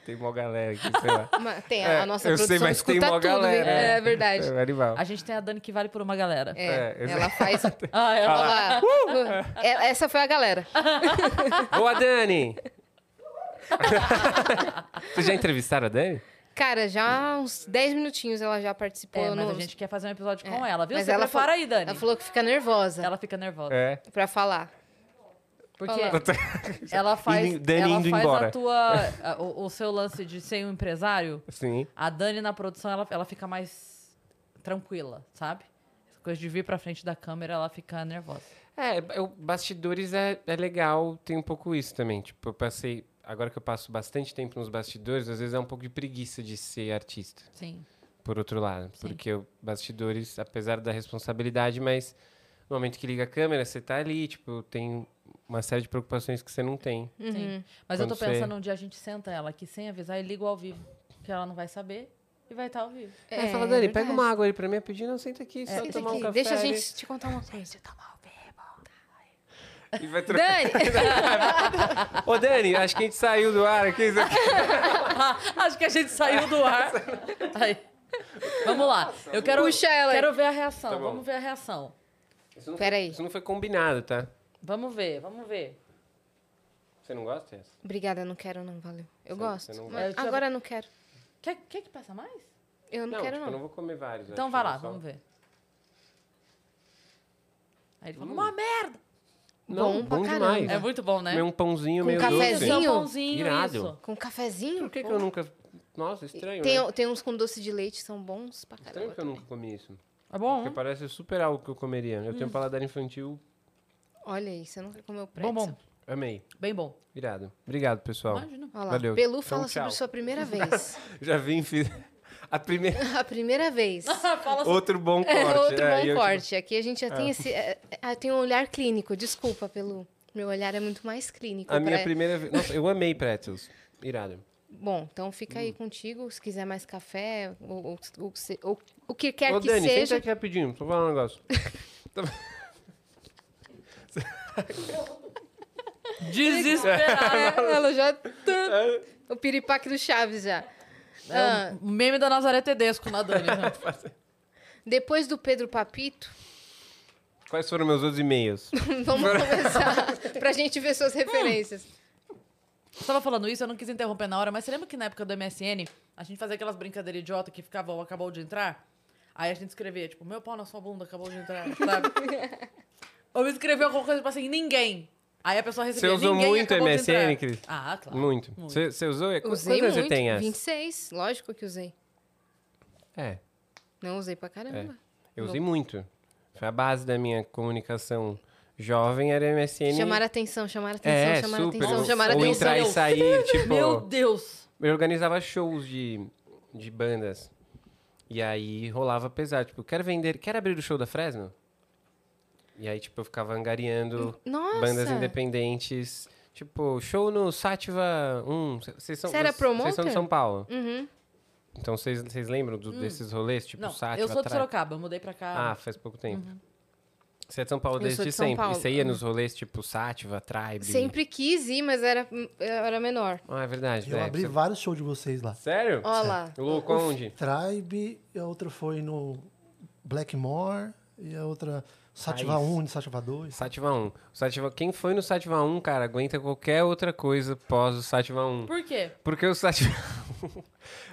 Speaker 3: tem uma galera aqui, sei lá.
Speaker 2: Ma- Tem,
Speaker 3: É,
Speaker 2: a nossa
Speaker 3: eu sei,
Speaker 2: produção
Speaker 3: mas tem
Speaker 2: escuta
Speaker 3: mó
Speaker 2: tudo. viu?
Speaker 3: galera.
Speaker 2: É, verdade.
Speaker 3: É, animal.
Speaker 1: A gente tem a Dani que vale por uma galera.
Speaker 2: É,
Speaker 3: É, [LAUGHS] Tá
Speaker 2: ela faz...
Speaker 1: [LAUGHS] Ah, ela-
Speaker 2: Olha lá. É, Essa foi a galera.
Speaker 3: Boa,
Speaker 2: [LAUGHS]
Speaker 3: Dani! [LAUGHS] Vocês já entrevistaram a Dani?
Speaker 2: Cara, já há uns 10 minutinhos ela já participou.
Speaker 1: É, mas a
Speaker 2: no-
Speaker 1: gente quer fazer um episódio com
Speaker 2: É,
Speaker 1: ela, viu?
Speaker 2: mas
Speaker 1: Você
Speaker 2: ela
Speaker 1: prepara
Speaker 2: falou-
Speaker 1: aí, Dani.
Speaker 2: Ela falou que fica nervosa
Speaker 1: Ela fica nervosa.
Speaker 3: É.
Speaker 2: pra falar.
Speaker 1: Porque
Speaker 2: Olha
Speaker 1: ela faz,
Speaker 3: Indo- Dani
Speaker 1: ela
Speaker 3: indo
Speaker 1: faz
Speaker 3: embora.
Speaker 1: a tua, a- o, o seu lance de ser um empresário.
Speaker 3: Sim.
Speaker 1: A Dani na produção, ela, ela fica mais tranquila, sabe? Essa coisa de vir pra frente da câmera, ela fica nervosa.
Speaker 3: É, eu, bastidores é, é legal, tem um pouco isso também. Tipo, eu passei. Agora que eu passo bastante tempo nos bastidores, às vezes é um pouco de preguiça de ser artista.
Speaker 1: Sim.
Speaker 3: por outro lado.
Speaker 1: Sim.
Speaker 3: Porque o bastidores, apesar da responsabilidade, mas no momento que liga a câmera, você tá ali, tipo, tem uma série de preocupações que você não tem.
Speaker 2: Uhum.
Speaker 1: sim. Mas eu tô
Speaker 3: Quando você-
Speaker 1: pensando um dia a gente senta ela aqui sem avisar e liga ao vivo. Que ela não vai saber e vai estar ao vivo.
Speaker 3: É, Aí fala, Dani, pega uma água ali pra mim, pedir, não, senta aqui, só
Speaker 2: Senta
Speaker 3: tomar um
Speaker 2: aqui,
Speaker 3: café.
Speaker 2: Deixa a
Speaker 3: ali."
Speaker 2: gente te contar uma coisa.
Speaker 3: E vai trocar.
Speaker 2: [LAUGHS] Dani!
Speaker 3: Ô, Dani, acho que a gente saiu do ar aqui. isso aqui.
Speaker 1: [LAUGHS] Acho que a gente saiu do
Speaker 2: [LAUGHS]
Speaker 1: ar. Aí. Vamos lá. Eu quero,
Speaker 2: Puxa ela aí.
Speaker 1: quero ver a reação.
Speaker 3: Tá bom.
Speaker 1: Vamos ver a reação.
Speaker 3: Isso não,
Speaker 2: Peraí.
Speaker 3: isso não foi combinado, tá?
Speaker 1: Vamos ver, vamos ver.
Speaker 3: Você não gosta dessa?
Speaker 2: Obrigada, não quero não, valeu. Eu
Speaker 3: Você-
Speaker 2: gosto.
Speaker 3: você não
Speaker 2: mas
Speaker 1: gosta.
Speaker 2: agora eu não quero.
Speaker 1: Quer, quer que peça mais?
Speaker 2: Eu não, quero
Speaker 3: tipo, eu não
Speaker 2: não.
Speaker 3: vou comer vários.
Speaker 1: Então
Speaker 3: acho
Speaker 1: vai
Speaker 3: que
Speaker 1: lá,
Speaker 3: só-
Speaker 1: vamos ver. Aí ele falou, uma merda!
Speaker 3: Não,
Speaker 2: Bom pra
Speaker 3: bom
Speaker 2: caramba.
Speaker 3: demais.
Speaker 1: É muito bom, né?
Speaker 3: Comer um pãozinho
Speaker 2: Com
Speaker 3: meio
Speaker 1: Isso, é
Speaker 2: cafezinho.
Speaker 3: doce.
Speaker 1: um pãozinho,
Speaker 3: Irado.
Speaker 1: isso.
Speaker 2: Com um
Speaker 3: Por
Speaker 2: cafezinho?
Speaker 3: que, que eu nunca... Nossa, estranho, né?
Speaker 2: Tem, tem uns com doce de leite, são bons pra
Speaker 3: Estranho
Speaker 2: caramba.
Speaker 3: que eu
Speaker 2: também.
Speaker 3: nunca comi isso.
Speaker 1: É bom,
Speaker 3: Porque
Speaker 1: né?
Speaker 3: parece super algo que eu comeria. Eu
Speaker 2: Hum.
Speaker 3: tenho um paladar infantil,
Speaker 2: Olha aí, você nunca comeu pretzel.
Speaker 1: Bom, bom.
Speaker 3: amei.
Speaker 1: Bem bom.
Speaker 3: Virado. Obrigado, pessoal.
Speaker 1: Imagina.
Speaker 2: Olha lá.
Speaker 3: Valeu.
Speaker 2: Pelu
Speaker 3: Então,
Speaker 2: fala
Speaker 3: tchau.
Speaker 2: sobre sua
Speaker 3: [LAUGHS]
Speaker 2: primeira vez.
Speaker 3: Já vim, fiz a primeira...
Speaker 2: a primeira vez.
Speaker 1: [LAUGHS] Fala sobre...
Speaker 3: Outro bom corte.
Speaker 2: [LAUGHS] É, outro
Speaker 3: é, e
Speaker 2: bom
Speaker 3: eu, tipo,
Speaker 2: corte. Aqui a gente já tem esse. é, é, ah, tem um olhar clínico. Desculpa, Pelu. Meu olhar é muito mais clínico.
Speaker 3: a minha
Speaker 2: pra-
Speaker 3: primeira vez... Nossa, eu amei pretzels. Irado.
Speaker 2: Bom, então fica
Speaker 3: Hum.
Speaker 2: aí contigo. Se quiser mais café, ou, ou- ou que se- ou- o que quer
Speaker 3: Ô,
Speaker 2: que
Speaker 3: Dani, senta
Speaker 2: seja.
Speaker 3: aqui rapidinho. Vou falar um negócio. [LAUGHS]
Speaker 1: Desesperada.
Speaker 2: É, ela já.
Speaker 3: É.
Speaker 2: O piripaque do Chaves já.
Speaker 1: [LAUGHS]
Speaker 3: Ah.
Speaker 1: É o meme da Nazaré Tedesco nadando. né?
Speaker 2: Depois do Pedro Papito, [LAUGHS]
Speaker 3: Quais foram meus outros e-mails?
Speaker 2: vamos
Speaker 3: [LAUGHS]
Speaker 2: começar pra gente ver suas referências.
Speaker 1: Você tava falando isso, eu não quis interromper na hora, mas você lembra que na época do MSN a gente fazia aquelas brincadeiras idiota que ficava, "O acabou de entrar? Aí a gente escrevia, tipo, meu pau na sua bunda acabou de entrar,
Speaker 3: [LAUGHS]
Speaker 1: sabe? Ou me escreveu alguma coisa, tipo assim, ninguém. Aí a pessoa recebia,
Speaker 3: Você usou
Speaker 1: ninguém
Speaker 3: muito
Speaker 1: acabou de
Speaker 3: MSN,
Speaker 1: entrar."
Speaker 3: Cris?
Speaker 1: Ah, claro.
Speaker 3: Muito. Você você usou? Quantas
Speaker 2: Usei
Speaker 3: Hum. você
Speaker 2: muito.
Speaker 3: tem essa?
Speaker 2: 26, lógico que usei.
Speaker 3: É,
Speaker 2: Não usei pra caramba.
Speaker 3: eu usei muito. Foi a base da minha comunicação jovem, era MSN.
Speaker 2: Chamar atenção, chamar atenção,
Speaker 3: é,
Speaker 2: chamar
Speaker 3: super.
Speaker 2: atenção,
Speaker 3: ou-
Speaker 2: chamar
Speaker 3: ou
Speaker 2: atenção.
Speaker 3: entrar e
Speaker 2: [LAUGHS]
Speaker 3: sair, tipo...
Speaker 1: Meu Deus!
Speaker 3: Eu organizava shows de, de bandas. E aí rolava pesado. Tipo, quero vender. Quer abrir o show da Fresno? E aí, tipo, eu ficava angariando
Speaker 2: Nossa!
Speaker 3: bandas independentes. Tipo, show no Sátiva 1. Vocês são,
Speaker 2: Você era
Speaker 3: vocês- vocês são
Speaker 2: promoter? Hum.
Speaker 3: de São Paulo.
Speaker 2: Uhum.
Speaker 3: Então vocês vocês lembram do- desses rolês? Tipo,
Speaker 1: não,
Speaker 3: Sátiva.
Speaker 1: eu sou de
Speaker 3: Tra-
Speaker 1: Sorocaba, eu mudei pra cá.
Speaker 3: Ah, faz pouco tempo. Você é de São Paulo
Speaker 2: Uhum. Eu sou
Speaker 3: desde
Speaker 2: de São
Speaker 3: sempre.
Speaker 2: Paulo. é.
Speaker 3: E você ia nos rolês, tipo, Sátiva, Tribe.
Speaker 2: Sempre quis ir, mas era, era menor.
Speaker 3: Ah, é verdade.
Speaker 4: Eu
Speaker 3: né?
Speaker 4: abri
Speaker 3: Você-
Speaker 4: vários shows de vocês lá.
Speaker 3: [LAUGHS] Sério?
Speaker 2: Ó lá.
Speaker 3: Louco, onde?
Speaker 4: Tribe, e a outra foi no Blackmore, e a outra Sativa
Speaker 3: Raiz.
Speaker 4: 1 e Sativa 2.
Speaker 3: Sativa 1. O Sativa- Quem foi no Sativa 1, cara, aguenta qualquer outra coisa pós o Sativa 1.
Speaker 1: Por quê?
Speaker 3: Porque o Sativa 1, [LAUGHS] o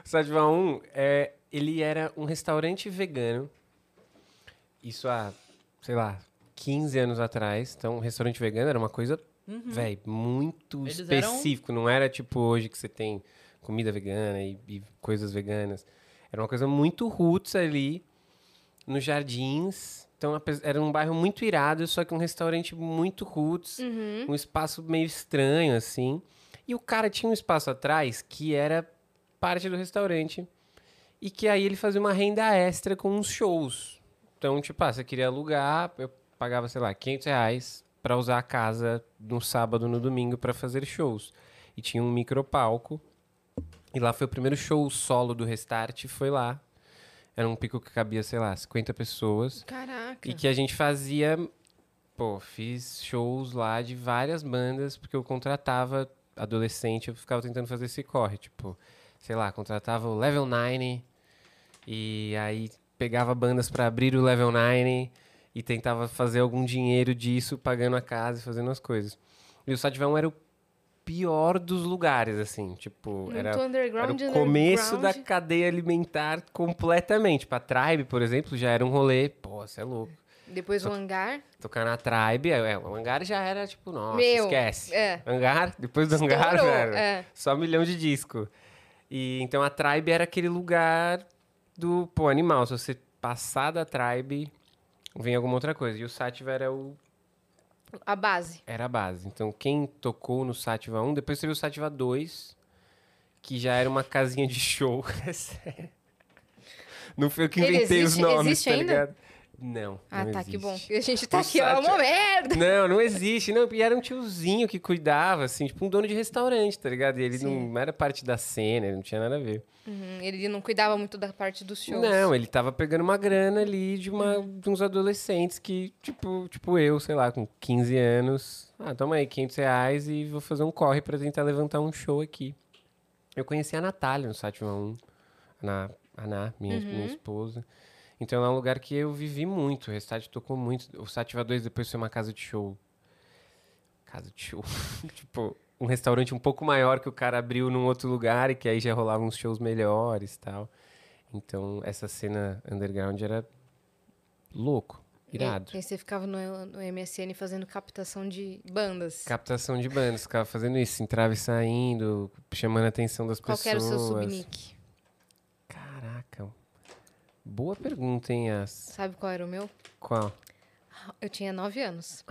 Speaker 3: Sativa 1 é, ele era um restaurante vegano. Isso há, sei lá, 15 anos atrás. Então, um restaurante vegano era uma coisa, velho, muito
Speaker 1: Uhum. Eles eram-
Speaker 3: específico. Não era tipo hoje que você tem comida vegana e, e coisas veganas. Era uma coisa muito roots ali, nos jardins. Então, ape- era um bairro muito irado, só que um restaurante muito roots. Um espaço meio estranho, assim. E o cara tinha um espaço atrás que era parte do restaurante. E que aí ele fazia uma renda extra com uns shows. Então, tipo, ah, você queria alugar, eu pagava, sei lá, 500 reais pra usar a casa no sábado, no domingo, pra fazer shows. E tinha um micropalco. E lá foi o primeiro show solo do Restart, foi lá. Era um pico que cabia, sei lá, 50 pessoas.
Speaker 2: Caraca.
Speaker 3: E que a gente fazia. Pô, fiz shows lá de várias bandas, porque eu contratava adolescente, eu ficava tentando fazer esse corre. Tipo, sei lá, contratava o Level 9 e aí pegava bandas pra abrir o Level 9 e tentava fazer algum dinheiro disso, pagando a casa e fazendo as coisas. E o Sativão era o pior dos lugares, assim. Tipo,
Speaker 2: Muito
Speaker 3: era era
Speaker 2: underground,
Speaker 3: o começo da
Speaker 2: underground.
Speaker 3: cadeia alimentar completamente. Pra Tribe, por exemplo, já era um rolê. Pô, você é louco.
Speaker 2: Depois o hangar.
Speaker 3: Tocar na Tribe, é, é, o hangar já era tipo, nossa,
Speaker 2: Meu,
Speaker 3: esquece.
Speaker 2: é.
Speaker 3: Hangar, depois do hangar,
Speaker 2: Estourou,
Speaker 3: velho.
Speaker 2: é.
Speaker 3: Só um milhão de disco. E então a Tribe era aquele lugar do, pô, animal. Se você passar da Tribe, vem alguma outra coisa. E o Sativa era o
Speaker 2: A base.
Speaker 3: era a base. Então, quem tocou no Sativa 1, depois teve o Sativa 2, que já era uma casinha de show. [LAUGHS] É sério. Não foi eu que
Speaker 2: Ele
Speaker 3: inventei os
Speaker 2: existe-
Speaker 3: nomes,
Speaker 2: existe
Speaker 3: tá
Speaker 2: ainda?
Speaker 3: ligado? Não.
Speaker 2: Ah,
Speaker 3: não
Speaker 2: tá,
Speaker 3: existe.
Speaker 2: que
Speaker 3: é tipo
Speaker 2: bom. E a gente tá
Speaker 3: O
Speaker 2: aqui, ó,
Speaker 3: Sátio-
Speaker 2: uma merda.
Speaker 3: Não, não existe. Não, e era um tiozinho que cuidava, assim, tipo um dono de restaurante, tá ligado? E ele não era parte da cena, ele não tinha nada a ver.
Speaker 2: Uhum, Ele não cuidava muito da parte dos shows. É,
Speaker 3: Não, ele tava pegando uma grana ali de, uma, de uns adolescentes que, tipo, tipo eu, sei lá, com 15 anos. Ah, toma aí, 500 reais e vou fazer um corre pra tentar levantar um show aqui. Eu conheci a Natália no Sátima 1. A Ana, a Ana, minha, minha esposa. Então é um lugar que eu vivi muito. O Restart tocou muito. O Sativa 2 depois foi uma casa de show. Casa de show. [LAUGHS] tipo, um restaurante um pouco maior que o cara abriu num outro lugar e que aí já rolavam uns shows melhores e tal. Então, essa cena underground era louco, irado.
Speaker 2: E, aí você ficava no, no MSN fazendo captação de bandas.
Speaker 3: Captação de bandas, ficava fazendo isso, entrava e saindo, chamando a atenção das
Speaker 2: Qual que era o
Speaker 3: pessoas.
Speaker 2: seu subnick?
Speaker 3: Caraca. Boa pergunta, hein, As?
Speaker 2: Sabe qual era o meu? [LAUGHS]
Speaker 3: Qual?
Speaker 2: Eu tinha nove anos.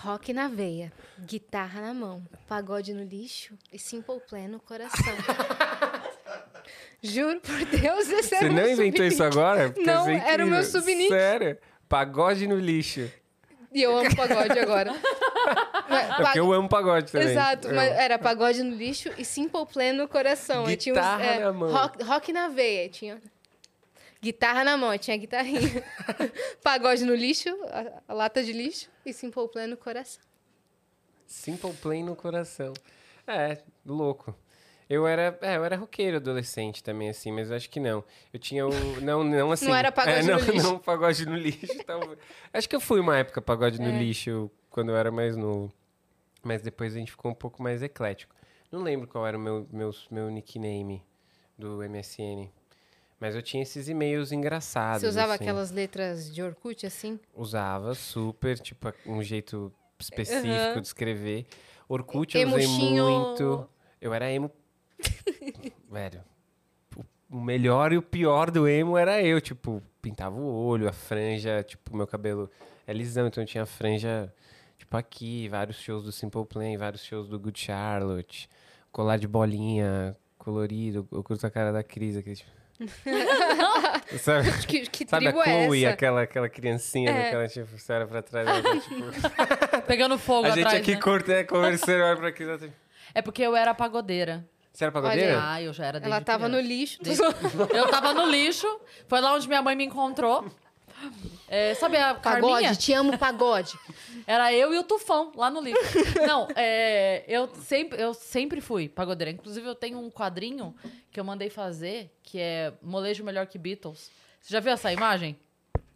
Speaker 2: Rock na veia, guitarra na mão, pagode no lixo e Simple Plan no coração. Juro por Deus, esse
Speaker 3: Você
Speaker 2: era um o
Speaker 3: não
Speaker 2: meu
Speaker 3: inventou isso
Speaker 2: subnick.
Speaker 3: agora? Porque
Speaker 2: Não,
Speaker 3: isso é
Speaker 2: era o meu
Speaker 3: incrível.
Speaker 2: subnick.
Speaker 3: Sério? Pagode no lixo.
Speaker 2: E eu amo pagode
Speaker 3: [LAUGHS]
Speaker 2: agora. Mas,
Speaker 3: É porque eu amo pagode também.
Speaker 2: Exato,
Speaker 3: Eu-
Speaker 2: mas era pagode no lixo e Simple Plan no coração. Aí tinha uns- é,
Speaker 3: Guitarra na mão.
Speaker 2: Rock, rock na veia, aí tinha... Guitarra na mão, aí tinha
Speaker 3: [LAUGHS]
Speaker 2: guitarrinha. pagode no lixo, a, a lata de lixo e Simple Plan no coração.
Speaker 3: Simple Plan no coração. É, louco. Eu era, é, eu era roqueiro adolescente também, assim, mas acho que não. Eu tinha um.
Speaker 2: [LAUGHS]
Speaker 3: Não, não assim.
Speaker 2: Não era pagode
Speaker 3: é,
Speaker 2: no
Speaker 3: não,
Speaker 2: lixo.
Speaker 3: [LAUGHS] Não, pagode no lixo. talvez. acho que eu fui uma época pagode
Speaker 2: É.
Speaker 3: no lixo eu- quando eu era mais novo. Mas depois a gente ficou um pouco mais eclético. Não lembro qual era o meu, meus- meu nickname do MSN. Mas eu tinha esses e-mails engraçados.
Speaker 2: Você usava
Speaker 3: assim.
Speaker 2: aquelas letras de Orkut, assim?
Speaker 3: Usava, super, tipo, um jeito específico
Speaker 2: Aham.
Speaker 3: de escrever. Orkut eu usei
Speaker 2: Emuxinho.
Speaker 3: muito. Eu era emo. Velho. o- O melhor e o pior do emo era eu. Tipo, pintava o olho, a franja, tipo, meu cabelo é lisão, então eu tinha franja, tipo, aqui, vários shows do Simple Plan, vários shows do Good Charlotte, colar de bolinha, colorido, eu curto a cara da Cris aqui, tipo. Sabe?
Speaker 2: [LAUGHS] Que, que
Speaker 3: Sabe
Speaker 2: tribo
Speaker 3: a Chloe,
Speaker 2: é essa?
Speaker 3: aquela, aquela criancinha,
Speaker 1: É.
Speaker 3: daquela tipo, você olha pra trás,
Speaker 1: [LAUGHS]
Speaker 3: ela tá, tipo...
Speaker 1: Pegando fogo
Speaker 3: a gente
Speaker 1: atrás,
Speaker 3: aqui
Speaker 1: né?
Speaker 3: curta, é, conversando, olha pra aqui, ela tá-
Speaker 1: É porque eu era pagodeira.
Speaker 3: Você era
Speaker 2: É.
Speaker 3: pagodeira?
Speaker 1: Ah, eu já era desde
Speaker 2: Ela tava no
Speaker 1: criança.
Speaker 2: lixo.
Speaker 1: Eu tava no lixo, foi lá onde minha mãe me encontrou. É, sabe a Carminha?
Speaker 2: Pagode, te amo, pagode.
Speaker 1: Era eu e o Tufão, lá no livro. Não, é, eu, sempre, eu sempre fui pagodeira. Inclusive, eu tenho um quadrinho que eu mandei fazer, que é Molejo Melhor que Beatles. Você já viu essa imagem?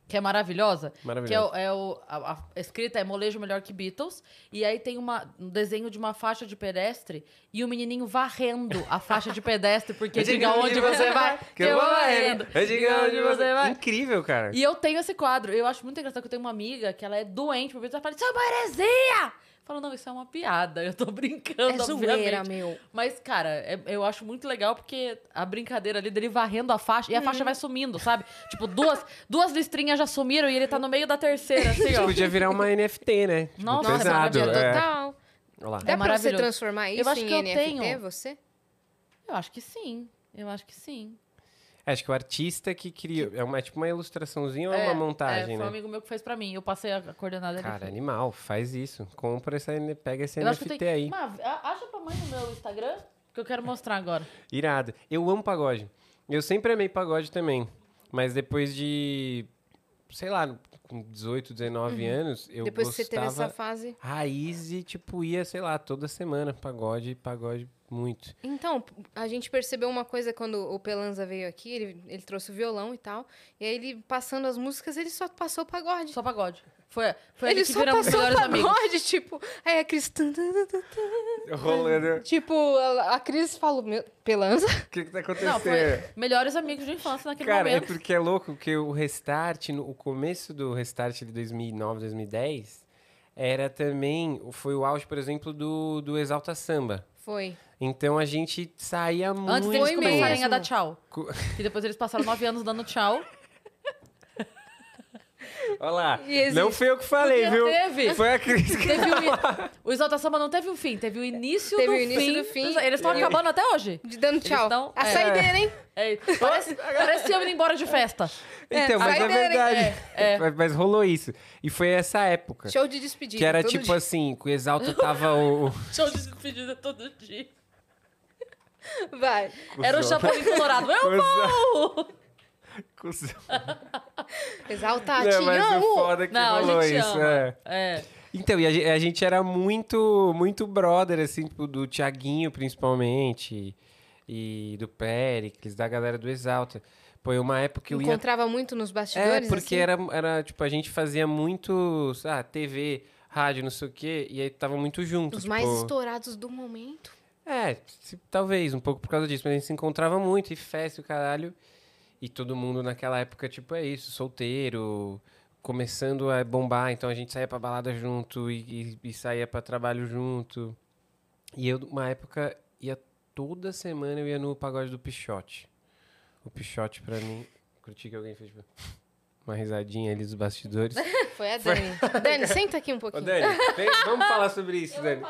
Speaker 1: Que é maravilhosa. Que é,
Speaker 3: Maravilhosa.
Speaker 1: o- é o, a, a escrita é Molejo Melhor que Beatles. E aí tem uma, um desenho de uma faixa de pedestre e o menininho varrendo a faixa de pedestre, porque diga onde você vai, que eu vou varrendo.
Speaker 3: Eu diga onde você vai. Incrível, cara.
Speaker 1: E eu tenho esse quadro. Eu acho muito engraçado que eu tenho uma amiga que ela é doente por Beatles. Ela fala, isso é uma heresia! Eu falo, não, isso é uma piada. Eu tô [LAUGHS] brincando,
Speaker 2: [LAUGHS] É zoeira,
Speaker 1: obviamente.
Speaker 2: meu.
Speaker 1: Mas, cara, é- eu acho muito legal porque a brincadeira ali dele varrendo a faixa e a
Speaker 2: Uhum.
Speaker 1: faixa vai sumindo, sabe? Tipo,
Speaker 2: [LAUGHS]
Speaker 1: duas, duas listrinhas já sumiram e ele tá no meio da terceira, assim, ó.
Speaker 3: Tipo, Podia virar uma NFT, né? Tipo,
Speaker 1: Nossa,
Speaker 3: pesado.
Speaker 2: Dia
Speaker 3: é.
Speaker 2: total.
Speaker 3: Olha lá.
Speaker 2: Dá pra você
Speaker 1: É maravilhoso.
Speaker 2: transformar isso
Speaker 1: acho
Speaker 2: em
Speaker 1: que eu
Speaker 2: NFT,
Speaker 1: tenho.
Speaker 2: você?
Speaker 1: Eu acho que sim. Eu acho que sim.
Speaker 3: Acho que o artista que criou... É, uma, é tipo uma ilustraçãozinha ou
Speaker 1: É,
Speaker 3: uma montagem,
Speaker 1: é, foi um
Speaker 3: né?
Speaker 1: amigo meu que fez pra mim. Eu passei a coordenada dele.
Speaker 3: Cara, animal. Faz isso. Compra essa... N- Pega esse
Speaker 1: eu acho que
Speaker 3: NFT
Speaker 1: eu tenho.
Speaker 3: aí.
Speaker 1: Mas, a- acha pra mãe no meu Instagram? Que eu quero mostrar agora.
Speaker 3: Irado. Eu amo pagode. Eu sempre amei pagode também. Mas depois de, sei lá, com 18, 19
Speaker 1: Uhum.
Speaker 3: anos, eu
Speaker 2: Depois que você teve
Speaker 3: gostava...
Speaker 2: essa fase.
Speaker 3: Raiz e, tipo, ia, sei lá, toda semana, pagode, pagode, muito.
Speaker 2: Então, a gente percebeu uma coisa quando o Pelanza veio aqui, ele, ele trouxe o violão e tal, e aí ele passando as músicas, ele só passou o pagode.
Speaker 1: Só pagode. Foi, foi
Speaker 2: ele
Speaker 1: ali que
Speaker 2: só
Speaker 1: viramos
Speaker 2: passou o
Speaker 1: melhores
Speaker 2: pagode,
Speaker 1: amigos.
Speaker 2: tipo, aí a Cris... tum, tum, tum, tum, tum.
Speaker 3: [LAUGHS] Rolando,
Speaker 2: Tipo, a, a Cris falou, meu, Pelanza?
Speaker 3: o que que tá
Speaker 1: Não, foi melhores amigos de infância naquele
Speaker 3: Cara, é
Speaker 1: momento.
Speaker 3: porque é louco, porque o Restart, no, o começo do Restart de 2009, 2010, era também, foi o auge, por exemplo, do, do Exalta Samba.
Speaker 2: Foi.
Speaker 3: Então a gente saía muito.
Speaker 1: Antes deles
Speaker 2: Foi
Speaker 1: começarem
Speaker 2: mesmo.
Speaker 1: a dar tchau.
Speaker 3: Co-
Speaker 1: E depois eles passaram nove anos dando tchau.
Speaker 3: Olha lá,
Speaker 2: E existe.
Speaker 3: não foi eu que [LAUGHS] falei,
Speaker 1: Porque
Speaker 3: viu?
Speaker 1: teve.
Speaker 3: Foi a Cris que...
Speaker 1: Teve o, i- o Exalta Samba não teve um fim, teve o início
Speaker 2: Teve
Speaker 1: do
Speaker 2: o início
Speaker 1: fim.
Speaker 2: do fim.
Speaker 1: Eles estão acabando até hoje.
Speaker 2: De dando tchau.
Speaker 1: dão-
Speaker 2: A
Speaker 1: é.
Speaker 2: saideira, hein?
Speaker 1: É, parece, parece eu indo embora de festa.
Speaker 3: Então, mas
Speaker 2: sai
Speaker 3: é
Speaker 2: dele,
Speaker 3: verdade.
Speaker 1: é, é.
Speaker 3: Mas- Mas rolou isso. E foi essa época.
Speaker 2: Show de despedida.
Speaker 3: Que era
Speaker 2: todo
Speaker 3: tipo
Speaker 2: dia.
Speaker 3: assim, que o Exalta tava o... o-
Speaker 1: Show de despedida todo dia.
Speaker 2: [LAUGHS] Vai.
Speaker 1: [LAUGHS] Era
Speaker 3: é.
Speaker 1: o
Speaker 3: [LAUGHS]
Speaker 1: Chapolin Colorado. Eu vou!
Speaker 3: Cusão.
Speaker 2: Exaltar,
Speaker 3: Não,
Speaker 2: te
Speaker 3: mas o
Speaker 2: amo.
Speaker 3: foda é que
Speaker 1: Ah, um? Não, a
Speaker 3: rolou
Speaker 1: gente
Speaker 3: isso.
Speaker 1: ama.
Speaker 3: é.
Speaker 1: É.
Speaker 3: Então, e a, ge- a gente era muito, muito brother, assim, tipo, do Tiaguinho, principalmente, e do Péricles, da galera do Exalta. Foi uma época que eu ia
Speaker 2: Encontrava muito nos bastidores,
Speaker 3: É, porque
Speaker 2: assim?
Speaker 3: era, era, tipo, a gente fazia muito, ah, TV, rádio, não sei o quê, e aí tava muito junto.
Speaker 2: Os
Speaker 3: tipo,
Speaker 2: mais estourados do momento.
Speaker 3: É, se- talvez, um pouco por causa disso, mas a gente se encontrava muito, e festa e o caralho, e todo mundo naquela época, tipo, é isso, solteiro, começando a bombar, então a gente saía pra balada junto e, e- e saía pra trabalho junto. E eu, uma época, ia toda semana, eu ia no pagode do Pichote. O Pichote, pra mim, curti que alguém fez, tipo, uma risadinha ali dos bastidores.
Speaker 2: Foi a
Speaker 3: [LAUGHS]
Speaker 2: Dani. Dani, senta aqui um
Speaker 3: Ô,
Speaker 2: pouquinho.
Speaker 3: Dani, vem, vamos falar sobre isso, Dani.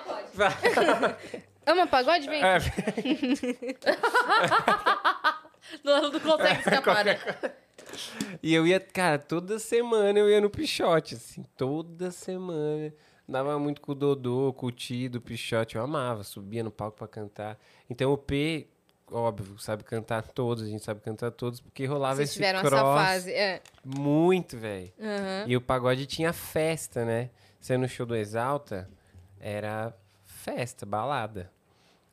Speaker 2: Ama pagode? Vem.
Speaker 3: É,
Speaker 1: Não, não consegue
Speaker 3: [LAUGHS]
Speaker 1: escapar. né?
Speaker 3: E eu ia, cara, toda semana eu ia no Pichote, assim, toda semana. Dava muito com o Dodô, com o Ti do Pichote, eu amava, subia no palco pra cantar. Então o P, óbvio, sabe cantar todos, a gente sabe cantar todos, porque rolava
Speaker 2: Vocês
Speaker 3: esse
Speaker 2: tiveram
Speaker 3: cross
Speaker 2: essa fase. É.
Speaker 3: muito, velho.
Speaker 2: Aham.
Speaker 3: E o pagode tinha festa, né? Você ia no show do Exalta, era festa, balada.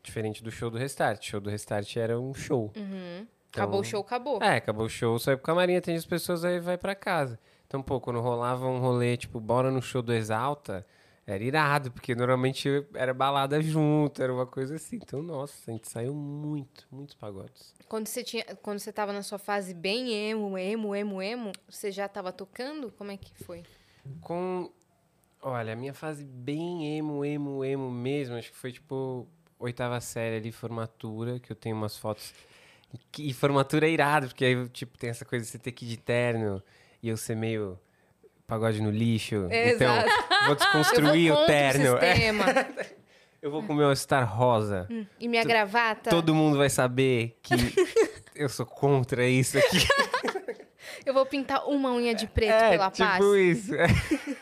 Speaker 3: Diferente do show do Restart. O show do Restart era um show.
Speaker 2: Uhum.
Speaker 3: Então,
Speaker 2: Acabou o show, acabou.
Speaker 3: É, acabou o show, sai pro camarim, atende as pessoas, aí vai pra casa. Então, pô, quando rolava um rolê, tipo, bora no show do Exalta, era irado, porque normalmente era balada junto, era uma coisa assim. Então, nossa, a gente saiu muito, muitos pagodes.
Speaker 2: Quando você tinha, quando você tava na sua fase bem emo, emo, emo, emo, você já tava tocando? Como é que foi?
Speaker 3: Com. Olha, a minha fase bem emo, emo, emo mesmo, acho que foi tipo oitava série ali, formatura, que eu tenho umas fotos. que- E formatura é irado, porque aí, tipo, tem essa coisa de você ter que ir de terno e eu ser meio pagode no lixo.
Speaker 2: É,
Speaker 3: então, vou desconstruir
Speaker 2: eu vou
Speaker 3: o
Speaker 2: contra
Speaker 3: terno.
Speaker 2: O
Speaker 3: É,
Speaker 2: sistema.
Speaker 3: [LAUGHS]
Speaker 2: Hum,
Speaker 3: eu vou com o meu Star Rosa.
Speaker 2: E minha
Speaker 3: Tu-
Speaker 2: gravata.
Speaker 3: Todo mundo vai saber que eu sou contra isso aqui.
Speaker 2: Eu vou pintar uma unha de preto
Speaker 3: [LAUGHS] é,
Speaker 2: pela
Speaker 3: tipo
Speaker 2: paz.
Speaker 3: isso. [LAUGHS]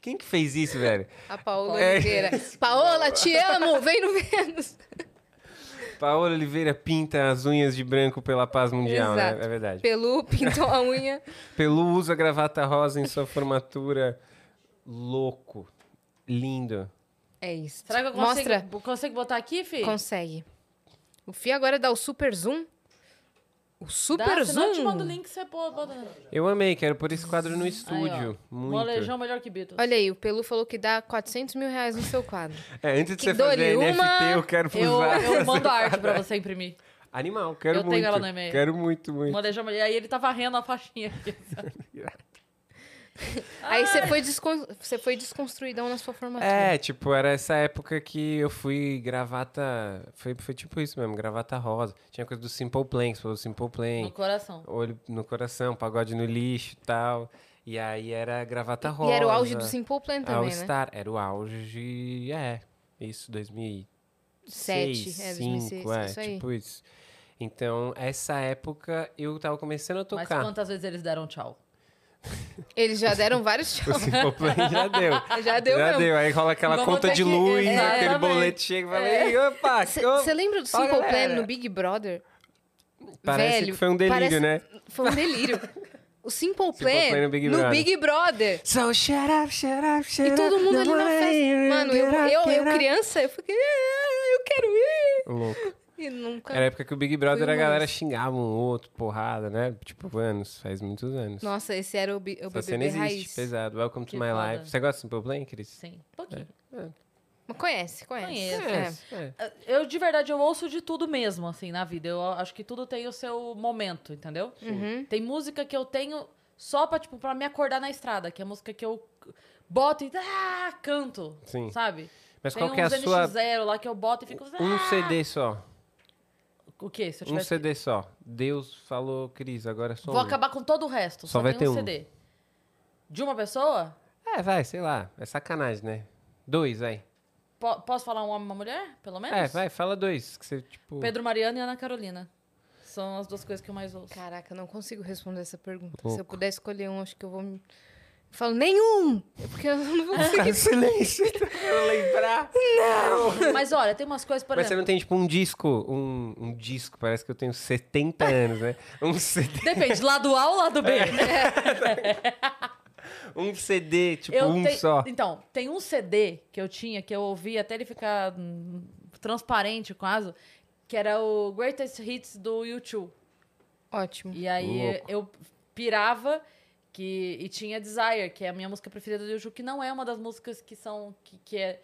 Speaker 3: Quem que fez isso, velho?
Speaker 2: A Paola
Speaker 3: É.
Speaker 2: Oliveira. Paola, te amo! Vem no Vênus!
Speaker 3: [LAUGHS] Paola Oliveira pinta as unhas de branco pela paz mundial, né?
Speaker 2: Exato.
Speaker 3: É verdade.
Speaker 2: Pelu pintou então, a unha.
Speaker 3: Pelu usa gravata rosa em sua formatura. Louco. Lindo.
Speaker 2: É isso.
Speaker 1: Será que eu consigo,
Speaker 2: Mostra.
Speaker 1: consigo botar aqui, fi?
Speaker 2: Consegue. O Fih agora dá o super zoom. O
Speaker 1: Dá?
Speaker 2: super
Speaker 1: Senão eu te mando o
Speaker 2: zoom.
Speaker 1: link que você pô. bota-
Speaker 3: Eu amei, quero pôr esse quadro no estúdio.
Speaker 1: Aí, ó.
Speaker 3: Muito.
Speaker 1: Molejão melhor que Beatles.
Speaker 2: Olha aí, o Pelu falou que dá 400 mil reais no seu quadro.
Speaker 3: É, antes de
Speaker 2: Que
Speaker 3: você
Speaker 2: dole
Speaker 3: fazer NFT,
Speaker 2: uma,
Speaker 3: eu quero
Speaker 1: Eu,
Speaker 3: usar.
Speaker 1: eu mando a arte pra você imprimir.
Speaker 3: Animal, quero
Speaker 1: Eu tenho
Speaker 3: muito.
Speaker 1: ela no e-mail.
Speaker 3: Quero muito, muito.
Speaker 1: Molejão melhor. E aí ele tá varrendo a faixinha aqui. assim, Ah.
Speaker 2: Aí você foi, descon... você foi desconstruidão na sua formatura.
Speaker 3: É, tipo, era essa época que eu fui gravata. Foi, foi tipo isso mesmo, gravata rosa. Tinha coisa do Simple Plan, que você falou do Simple Plan.
Speaker 1: No coração.
Speaker 3: Olho no coração, pagode no lixo e tal. E aí era gravata rosa.
Speaker 2: E era o auge do Simple Plan também,
Speaker 3: All
Speaker 2: né?
Speaker 3: Star. Era o auge. É, isso, 2000.
Speaker 2: Sete,
Speaker 3: 6,
Speaker 2: é, 2006,
Speaker 3: 5, é,
Speaker 2: isso aí.
Speaker 3: tipo isso. Então, essa época eu tava começando a
Speaker 1: Mas
Speaker 3: [LAUGHS] tocar.
Speaker 1: quantas vezes eles deram tchau?
Speaker 2: Eles já deram
Speaker 3: [LAUGHS]
Speaker 2: vários [LAUGHS] tchau.
Speaker 3: O Simple Plan já deu.
Speaker 2: [LAUGHS] Já deu
Speaker 3: já
Speaker 2: mesmo.
Speaker 3: deu. Aí rola aquela
Speaker 1: Vamos
Speaker 3: conta
Speaker 1: ter
Speaker 3: de
Speaker 1: que-
Speaker 3: luz,
Speaker 2: É,
Speaker 1: Exatamente.
Speaker 3: aquele boleto chega e fala, "Ei, opa, ô,
Speaker 2: Você lembra do
Speaker 3: Ó,
Speaker 2: Simple Plan
Speaker 3: galera.
Speaker 2: no Big Brother?
Speaker 3: Parece
Speaker 2: Velho,
Speaker 3: que foi um delírio,
Speaker 2: parece-
Speaker 3: né?
Speaker 2: Foi um delírio. O Simple Plan,
Speaker 3: Plan
Speaker 2: no,
Speaker 3: no
Speaker 2: Big,
Speaker 3: Big
Speaker 2: Brother.
Speaker 3: Brother.
Speaker 2: So shut up, shut up, shut up. E todo mundo ali na festa. Mano, eu, eu, eu criança, eu fiquei, "Ah, eu quero ir.
Speaker 3: Louco.
Speaker 2: E nunca.
Speaker 3: Era a época que o Big Brother,
Speaker 2: Foi
Speaker 3: a
Speaker 2: uma
Speaker 3: galera
Speaker 2: vez.
Speaker 3: xingava um outro, porrada, né? Tipo, anos, faz muitos anos.
Speaker 2: Nossa, esse era o, bi- o
Speaker 3: Essa cena
Speaker 2: BBB
Speaker 3: existe,
Speaker 2: raiz.
Speaker 3: pesado. Welcome to
Speaker 1: Que
Speaker 3: my
Speaker 1: foda.
Speaker 3: life. Você gosta de Simple Plan, Cris?
Speaker 1: Sim, um pouquinho.
Speaker 2: Mas conhece, conhece.
Speaker 1: Conheço.
Speaker 2: É.
Speaker 3: É.
Speaker 1: Eu, de verdade, eu ouço de tudo mesmo, assim, na vida. Eu acho que tudo tem o seu momento, entendeu? Tem música que eu tenho só pra, tipo, pra me acordar na estrada, que é música que eu boto e ah, canto,
Speaker 3: Sim.
Speaker 1: sabe?
Speaker 3: Mas
Speaker 1: tem
Speaker 3: qual que é a
Speaker 1: uns
Speaker 3: sua...
Speaker 1: NX0 lá que eu boto e fico...
Speaker 3: Um
Speaker 1: ah!
Speaker 3: CD só.
Speaker 1: O quê? Se eu
Speaker 3: Um
Speaker 1: tivesse...
Speaker 3: CD só. Deus falou, Cris, agora é só
Speaker 1: Vou
Speaker 3: um.
Speaker 1: acabar com todo o resto. Só,
Speaker 3: Só vai
Speaker 1: tem
Speaker 3: ter
Speaker 1: um
Speaker 3: um.
Speaker 1: CD. De uma pessoa?
Speaker 3: É, vai, sei lá. É sacanagem, né? Dois, vai.
Speaker 1: Po- posso falar um homem e uma mulher, pelo menos?
Speaker 3: É, vai, fala dois. Que você, tipo... [LAUGHS]
Speaker 1: Pedro Mariano e Ana Carolina. São as duas coisas que eu mais ouço.
Speaker 2: É. Caraca, eu não consigo responder essa pergunta. Se eu
Speaker 3: Pouco.
Speaker 2: puder escolher um, acho que eu vou. me- Eu falo, nenhum! É Porque eu não vou conseguir.
Speaker 1: [LAUGHS]
Speaker 3: Cara, silêncio. Eu lembrar.
Speaker 1: Mas olha, tem umas coisas, por
Speaker 3: Mas você
Speaker 1: exemplo...
Speaker 3: não tem, tipo, um disco, um, um disco, parece que eu tenho 70 anos, né? Um [LAUGHS] CD,
Speaker 1: Depende, lado A ou lado B?
Speaker 3: É,
Speaker 1: [LAUGHS]
Speaker 3: um CD tipo,
Speaker 1: Eu
Speaker 3: um
Speaker 1: te-
Speaker 3: só.
Speaker 1: Então, tem um CD que eu tinha, que eu ouvi até ele ficar hum, transparente quase, que era o Greatest Hits do YouTube.
Speaker 3: Então
Speaker 2: Ótimo.
Speaker 1: E aí
Speaker 3: Louco.
Speaker 1: eu pirava que, e tinha Desire, que é a minha música preferida do YouTube, que não é uma das músicas que são. que, que, é,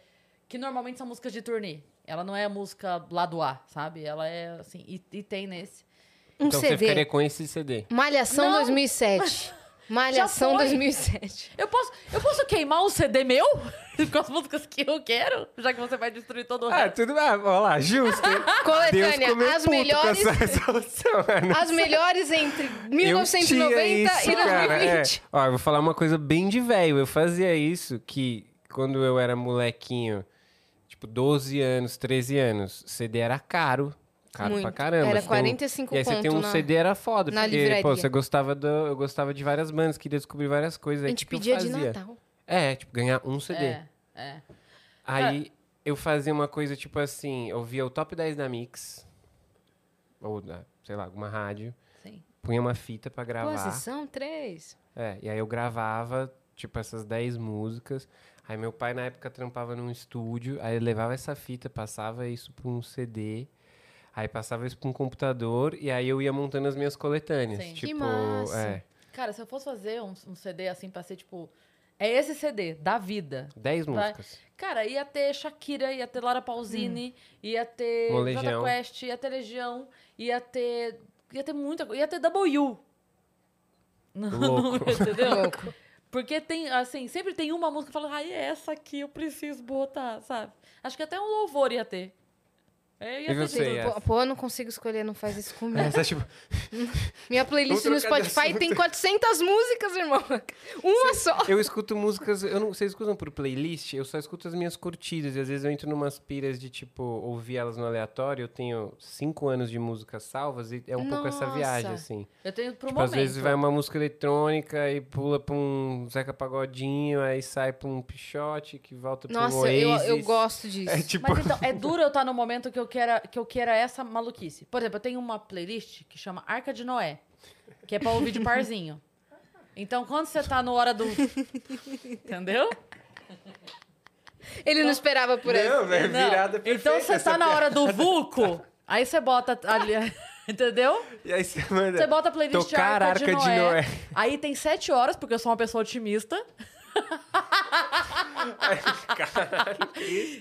Speaker 1: que normalmente são músicas de turnê. Ela não é música lado A, sabe? Ela é assim, e, e tem nesse.
Speaker 2: Um
Speaker 3: então
Speaker 2: CD.
Speaker 3: você ficaria com esse CD.
Speaker 2: Malhação
Speaker 1: Não.
Speaker 3: [LAUGHS]
Speaker 2: 2007. Malhação
Speaker 1: Já foi.
Speaker 2: 2007.
Speaker 1: Eu posso, eu posso queimar um CD meu [LAUGHS] com as músicas que eu quero, já que você vai destruir todo o
Speaker 3: Ah,
Speaker 1: resto.
Speaker 3: tudo bem. Ah, Olha lá,
Speaker 2: [LAUGHS]
Speaker 3: justo. Deus
Speaker 2: Coletânea,
Speaker 3: comeu
Speaker 2: Uhum. as
Speaker 3: puto
Speaker 2: melhores,
Speaker 3: com essa [LAUGHS] resolução, né? mano.
Speaker 2: as melhores entre
Speaker 3: eu
Speaker 2: 1990
Speaker 3: tinha isso,
Speaker 2: e 2020.
Speaker 3: Cara, é. Ó, eu vou falar uma coisa bem de velho. Eu fazia isso que quando eu era molequinho, tipo 12 anos, 13 anos, CD era caro. Caro pra
Speaker 2: Muito.
Speaker 3: caramba.
Speaker 2: Era
Speaker 3: Você tem um-
Speaker 2: 45
Speaker 3: E aí você tem
Speaker 2: conto
Speaker 3: um
Speaker 2: na-
Speaker 3: CD era foda,
Speaker 2: na
Speaker 3: porque
Speaker 2: livraria.
Speaker 3: pô, você gostava do, eu gostava de várias bandas, queria descobrir várias coisas.
Speaker 2: A
Speaker 3: aí
Speaker 2: gente
Speaker 3: o que que
Speaker 2: pedia
Speaker 3: eu
Speaker 2: de
Speaker 3: fazia?
Speaker 2: Natal.
Speaker 3: É, tipo, ganhar um CD.
Speaker 1: É, é.
Speaker 3: Aí eu fazia uma coisa tipo assim, eu via o top 10 da Mix, ou da, sei lá, alguma rádio,
Speaker 1: Sim.
Speaker 3: punha uma fita pra gravar.
Speaker 2: Posição 3.
Speaker 3: É, e aí eu gravava tipo, essas 10 músicas. Aí meu pai, na época, trampava num estúdio, aí ele levava essa fita, passava isso pra um CD, aí passava isso pra um computador, e aí eu ia montando as minhas coletâneas.
Speaker 1: Sim. Que
Speaker 3: Tipo,
Speaker 2: massa.
Speaker 3: é,
Speaker 1: Cara, se eu fosse fazer um, um CD assim pra ser, tipo. É esse CD, da vida.
Speaker 3: 10
Speaker 1: Vai.
Speaker 3: músicas. [LAUGHS]
Speaker 1: Cara, ia ter Shakira, ia ter Laura Pausini, ia ter
Speaker 3: Uma
Speaker 1: Jota
Speaker 3: Hum. Legião.
Speaker 1: Quest, ia ter Legião, ia ter. Ia ter muita coisa. Ia ter Double U. Não, [LAUGHS]
Speaker 3: Louco.
Speaker 1: entendeu? Porque tem, assim, sempre tem uma música que fala, ai, é essa aqui eu preciso botar, sabe? Acho que até um louvor ia ter. É, ia
Speaker 3: E
Speaker 1: ter
Speaker 3: você,
Speaker 1: de-
Speaker 3: Yas?
Speaker 2: Pô, pô, eu não consigo escolher, não faz isso comigo.
Speaker 3: Essa, tipo,
Speaker 2: Minha playlist
Speaker 3: Vamos
Speaker 2: no
Speaker 3: trocar de
Speaker 2: Spotify
Speaker 3: assunto. Tipo
Speaker 2: tem 400 músicas, irmão. [LAUGHS] Uma só.
Speaker 3: eu escuto músicas, eu não, vocês escutam por playlist? Eu só escuto as minhas curtidas, e às vezes eu entro numas piras de, tipo, ouvir elas no aleatório, eu tenho 5 anos de músicas salvas, e é um pouco essa viagem,
Speaker 2: Nossa.
Speaker 3: assim.
Speaker 1: Eu tenho pro
Speaker 3: Tipo,
Speaker 1: momento.
Speaker 3: às vezes vai uma música eletrônica e pula pra um Zeca Pagodinho, aí sai pra um Pichote, que volta pra um
Speaker 2: Nossa, eu,
Speaker 3: Oasis.
Speaker 2: eu gosto disso.
Speaker 3: [LAUGHS] É tipo...
Speaker 1: Mas
Speaker 3: [LAUGHS]
Speaker 1: então, é duro eu estar no momento que eu, queira, que eu queira essa maluquice. Por exemplo, eu tenho uma playlist que chama Arca de Noé, que é pra ouvir de parzinho. Então, quando você tá no hora
Speaker 3: [LAUGHS]
Speaker 1: do. Entendeu?
Speaker 2: Ele não esperava por essa.
Speaker 3: velho,
Speaker 1: Não. Então, você tá na hora do vulco, aí você bota ali. [LAUGHS] Entendeu?
Speaker 3: [LAUGHS] E aí você manda...
Speaker 1: Você bota a playlist
Speaker 3: Tocar
Speaker 1: Arca, de,
Speaker 3: Arca de
Speaker 1: Noé,
Speaker 3: Noé.
Speaker 1: Aí tem sete horas, porque eu sou uma pessoa otimista.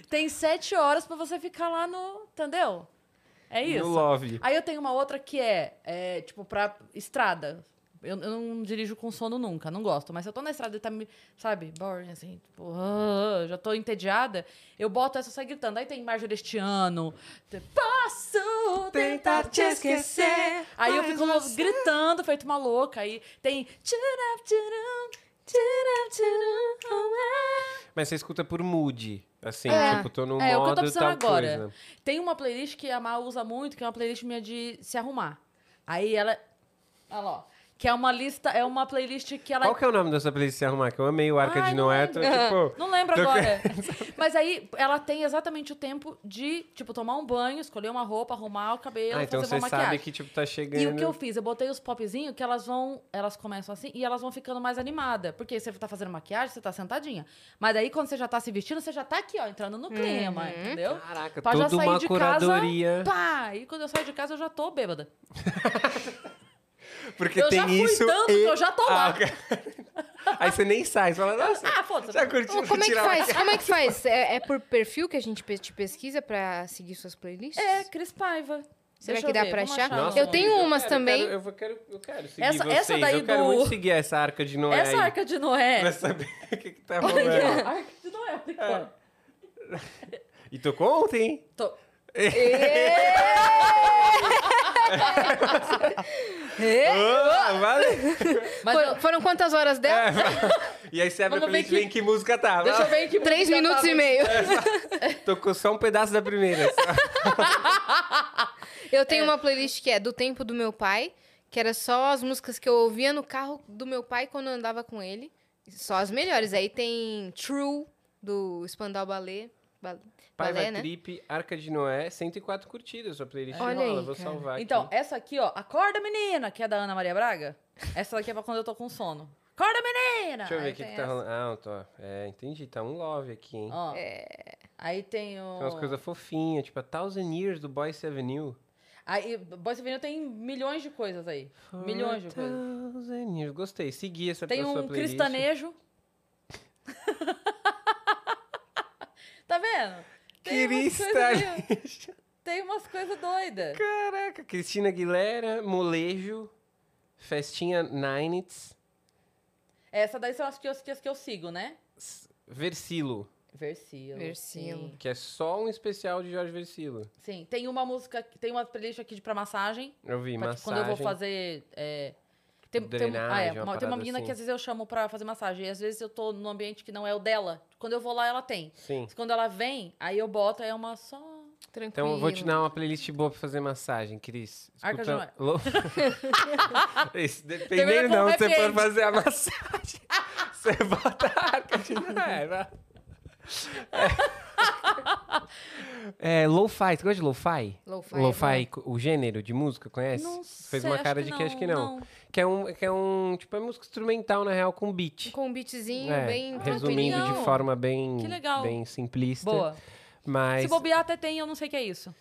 Speaker 1: tem sete horas pra você ficar lá no. Entendeu? É isso.
Speaker 3: No Love.
Speaker 1: Aí eu tenho uma outra que é, é, tipo, pra estrada. Eu, eu não dirijo com sono nunca, não gosto. Mas se eu tô na estrada e tá me, sabe, boring, assim, tipo, ah, já tô entediada, eu boto essa e sai gritando. Aí tem Marjorie este ano. tem, Posso tentar te esquecer. Aí eu
Speaker 3: mas
Speaker 1: fico gritando, feito uma louca. Aí tem. tcharam, tcharam, tcharam, tcharam, ah.
Speaker 3: Mas você escuta por mood, assim,
Speaker 2: É.
Speaker 3: tipo, tô no
Speaker 1: É, o que eu tô
Speaker 3: modo
Speaker 1: precisando
Speaker 3: tal
Speaker 1: agora.
Speaker 3: coisa.
Speaker 1: Tem uma playlist que a Má usa muito, que é uma playlist minha de se arrumar. Aí ela. Olha lá, ó. Que é uma lista, é uma playlist que ela.
Speaker 3: Qual que é o nome dessa playlist que você arrumar? Que eu amei o Arca
Speaker 1: Ai,
Speaker 3: de
Speaker 1: não
Speaker 3: Noé, tô,
Speaker 1: lembro.
Speaker 3: tipo...
Speaker 1: Não lembro
Speaker 3: tô- [LAUGHS]
Speaker 1: agora. Mas aí ela tem exatamente o tempo de, tipo, tomar um banho, escolher uma roupa, arrumar o cabelo,
Speaker 3: Ah, então
Speaker 1: fazer
Speaker 3: você
Speaker 1: uma maquiagem.
Speaker 3: sabe que, tipo, tá chegando...
Speaker 1: E o que eu fiz? Eu botei os popzinhos que elas vão. Elas começam assim e elas vão ficando mais animadas. Porque você tá fazendo maquiagem, você tá sentadinha. Mas daí quando você já tá se vestindo, você já tá aqui, ó, entrando no clima, entendeu?
Speaker 3: Caraca,
Speaker 1: Pra já
Speaker 3: toda
Speaker 1: sair
Speaker 3: uma
Speaker 1: de
Speaker 3: curadoria.
Speaker 1: casa. Pá! E quando eu saio de casa, eu já tô bêbada.
Speaker 3: Porque
Speaker 1: eu
Speaker 3: tem
Speaker 1: já fui
Speaker 3: isso
Speaker 1: tanto
Speaker 3: e...
Speaker 1: que eu já tô lá.
Speaker 3: Ah, ok. [LAUGHS] Aí você nem sai, você fala, nossa,
Speaker 1: Ah, foda-se.
Speaker 3: já curtiu,
Speaker 2: Ô, Como é que
Speaker 3: tira a
Speaker 2: faz? Como é que faz? É, é por perfil que a gente pe- te pesquisa pra seguir suas playlists?
Speaker 1: É, Cris Paiva.
Speaker 2: Será
Speaker 1: Deixa
Speaker 2: que
Speaker 1: eu
Speaker 2: dá
Speaker 1: ver,
Speaker 2: pra
Speaker 1: vamos
Speaker 2: achar?
Speaker 1: um
Speaker 2: Nossa,
Speaker 1: nome.
Speaker 2: eu tenho umas
Speaker 3: quero,
Speaker 2: também.
Speaker 3: Eu, quero, eu quero, eu quero seguir
Speaker 1: Essa-
Speaker 3: vocês.
Speaker 1: essa daí
Speaker 3: eu quero
Speaker 1: do-
Speaker 3: muito seguir É essa arca de Noé
Speaker 1: Essa
Speaker 3: aí,
Speaker 1: arca é. de Noé.
Speaker 3: pra saber [LAUGHS] o que, que tá rolando.
Speaker 1: [LAUGHS] Arca de Noé.
Speaker 3: É. E tocou ontem, hein?
Speaker 1: Tô- É?
Speaker 3: Ah, vale. [LAUGHS]
Speaker 1: Mas
Speaker 2: For-
Speaker 1: eu-
Speaker 2: Foram quantas horas
Speaker 3: É.
Speaker 2: dela?
Speaker 3: E aí você abre
Speaker 1: Vamos
Speaker 3: a
Speaker 1: ver
Speaker 3: playlist e vem que música tá.
Speaker 1: Deixa eu ver que
Speaker 2: Três
Speaker 1: música
Speaker 2: minutos
Speaker 1: tava.
Speaker 2: e meio.
Speaker 3: assim. Tocou só um pedaço da primeira.
Speaker 2: [LAUGHS]
Speaker 1: [LAUGHS]
Speaker 2: Eu tenho uma playlist que é do tempo do meu pai, que era só as músicas que eu ouvia no carro do meu pai quando eu andava com ele. Só as melhores. Aí tem True, do Spandau Ballet. Bal-
Speaker 3: Pai
Speaker 2: Ballet,
Speaker 3: vai
Speaker 2: né?
Speaker 3: Trip, Arca de Noé, 104 curtidas. Sua playlist
Speaker 2: Olha
Speaker 3: rola,
Speaker 2: aí,
Speaker 3: vou
Speaker 2: cara.
Speaker 3: salvar aqui.
Speaker 1: Então, essa aqui, ó. Acorda, menina, que é da Ana Maria Braga. Essa daqui é pra quando eu tô com sono. Acorda, menina!
Speaker 3: Deixa eu ver
Speaker 1: Aí
Speaker 3: o que,
Speaker 1: tem
Speaker 3: que tá
Speaker 1: essa.
Speaker 3: rolando. Ah, eu tô. É, entendi. Tá um love aqui, hein?
Speaker 1: Ó.
Speaker 2: É.
Speaker 1: Aí tem o...
Speaker 3: Tem umas coisas fofinhas, tipo a Thousand Years do Boy Avenue.
Speaker 1: Aí, Boys Avenue tem milhões de coisas aí. Milhões de coisas.
Speaker 3: Thousand Years. Gostei. Segui essa
Speaker 1: Tem
Speaker 3: tá. a sua
Speaker 1: um
Speaker 3: playlist.
Speaker 1: cristanejo. [LAUGHS] tá vendo? Tem umas coisas meio-
Speaker 3: Cristanejo.
Speaker 1: Tem umas coisas doidas.
Speaker 3: Caraca, Cristina Aguilera, Molejo, Festinha Ninets,
Speaker 1: Essa daí são as que eu, que as que eu sigo, né?
Speaker 3: Versilo,
Speaker 1: Versilo.
Speaker 2: Versilo.
Speaker 1: Sim.
Speaker 3: que é só um especial de Jorge Versilo.
Speaker 1: Sim, Tem uma música, tem uma playlist aqui de pra massagem.
Speaker 3: Eu vi,
Speaker 1: pra, tipo, quando eu
Speaker 3: massagem.
Speaker 1: vou fazer. é, tem, tem, um- ah, é, uma, tem
Speaker 3: drenagem, uma
Speaker 1: uma
Speaker 3: parada
Speaker 1: menina
Speaker 3: assim.
Speaker 1: que às vezes eu chamo pra fazer massagem. E às vezes eu tô num ambiente que não é o dela. Quando eu vou lá, ela tem.
Speaker 3: Sim.
Speaker 1: Quando ela vem, aí eu boto, aí é uma só.
Speaker 2: Tranquilo.
Speaker 3: Então eu vou te dar uma playlist boa pra fazer massagem, Cris.
Speaker 1: Arca de Noé.
Speaker 3: Lo-
Speaker 1: [LAUGHS]
Speaker 3: Isso,
Speaker 1: Termina
Speaker 3: dependendo
Speaker 1: com
Speaker 3: não,
Speaker 1: happy
Speaker 3: você for
Speaker 1: end.
Speaker 3: fazer
Speaker 1: [LAUGHS]
Speaker 3: a massagem, É, você bota a Arca de Noé. né? É, lo-fi, você gosta de lo-fi?
Speaker 2: Lo-fi é
Speaker 3: um Lo-fi, o gênero de música, conhece?
Speaker 1: Não
Speaker 3: É, Fez
Speaker 1: sei,
Speaker 3: uma
Speaker 1: acho
Speaker 3: cara
Speaker 1: que
Speaker 3: de que
Speaker 1: não,
Speaker 3: acho que não.
Speaker 1: não.
Speaker 3: Que é um, que é um, tipo, é música instrumental, na real, com beat.
Speaker 2: Com um beatzinho
Speaker 3: É,
Speaker 2: bem
Speaker 3: resumindo
Speaker 2: tranquilinho.
Speaker 3: de forma bem,
Speaker 1: Que legal.
Speaker 3: bem simplista.
Speaker 1: Boa.
Speaker 3: Mas
Speaker 1: Se bobear até tem, eu não sei o que é isso.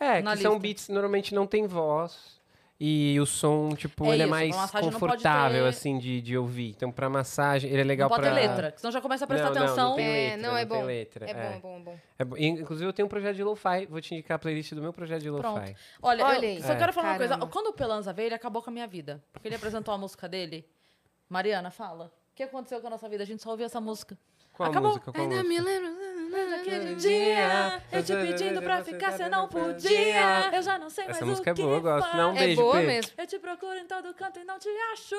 Speaker 3: é, que
Speaker 1: na
Speaker 3: são
Speaker 1: lista.
Speaker 3: beats que normalmente não tem voz. E o som, tipo,
Speaker 1: É
Speaker 3: ele é
Speaker 1: isso, pra
Speaker 3: mais
Speaker 1: massagem não pode
Speaker 3: confortável,
Speaker 1: ter-
Speaker 3: assim, de, de ouvir. Então, pra massagem, ele é legal
Speaker 1: não pode
Speaker 3: pra...
Speaker 1: ter letra, que senão já começa a prestar
Speaker 3: não,
Speaker 1: atenção.
Speaker 3: Não, não tem
Speaker 2: É,
Speaker 3: letra,
Speaker 2: não, é
Speaker 3: tem
Speaker 2: bom.
Speaker 3: letra,
Speaker 2: É bom,
Speaker 3: é.
Speaker 2: é bom, é
Speaker 3: [LAUGHS]
Speaker 2: bom.
Speaker 3: É bo- e, Inclusive, eu tenho um projeto de lo-fi. Vou te indicar a playlist do meu projeto de lo-fi.
Speaker 1: Pronto. Olha,
Speaker 2: Olha
Speaker 1: eu
Speaker 2: aí.
Speaker 1: só
Speaker 2: É.
Speaker 1: quero falar uma
Speaker 2: Caramba.
Speaker 1: coisa. Quando o Pelanza veio, ele acabou com a minha vida. Porque ele apresentou a música dele. Mariana, fala. O que aconteceu com a nossa vida? A gente só ouvia essa música.
Speaker 3: Qual
Speaker 1: Acabou.
Speaker 3: a música? Qual a
Speaker 2: Ainda
Speaker 3: música?
Speaker 2: me lembro.
Speaker 1: Aquele dia, eu te pedindo pra ficar, você não podia. Eu já não sei mais
Speaker 3: Essa
Speaker 1: o
Speaker 3: música é
Speaker 1: que
Speaker 3: boa, eu é gosto. Não, um
Speaker 1: faz.
Speaker 3: beijo,
Speaker 2: boa
Speaker 3: Pedro.
Speaker 2: mesmo.
Speaker 1: Eu te procuro em todo canto e não te acho.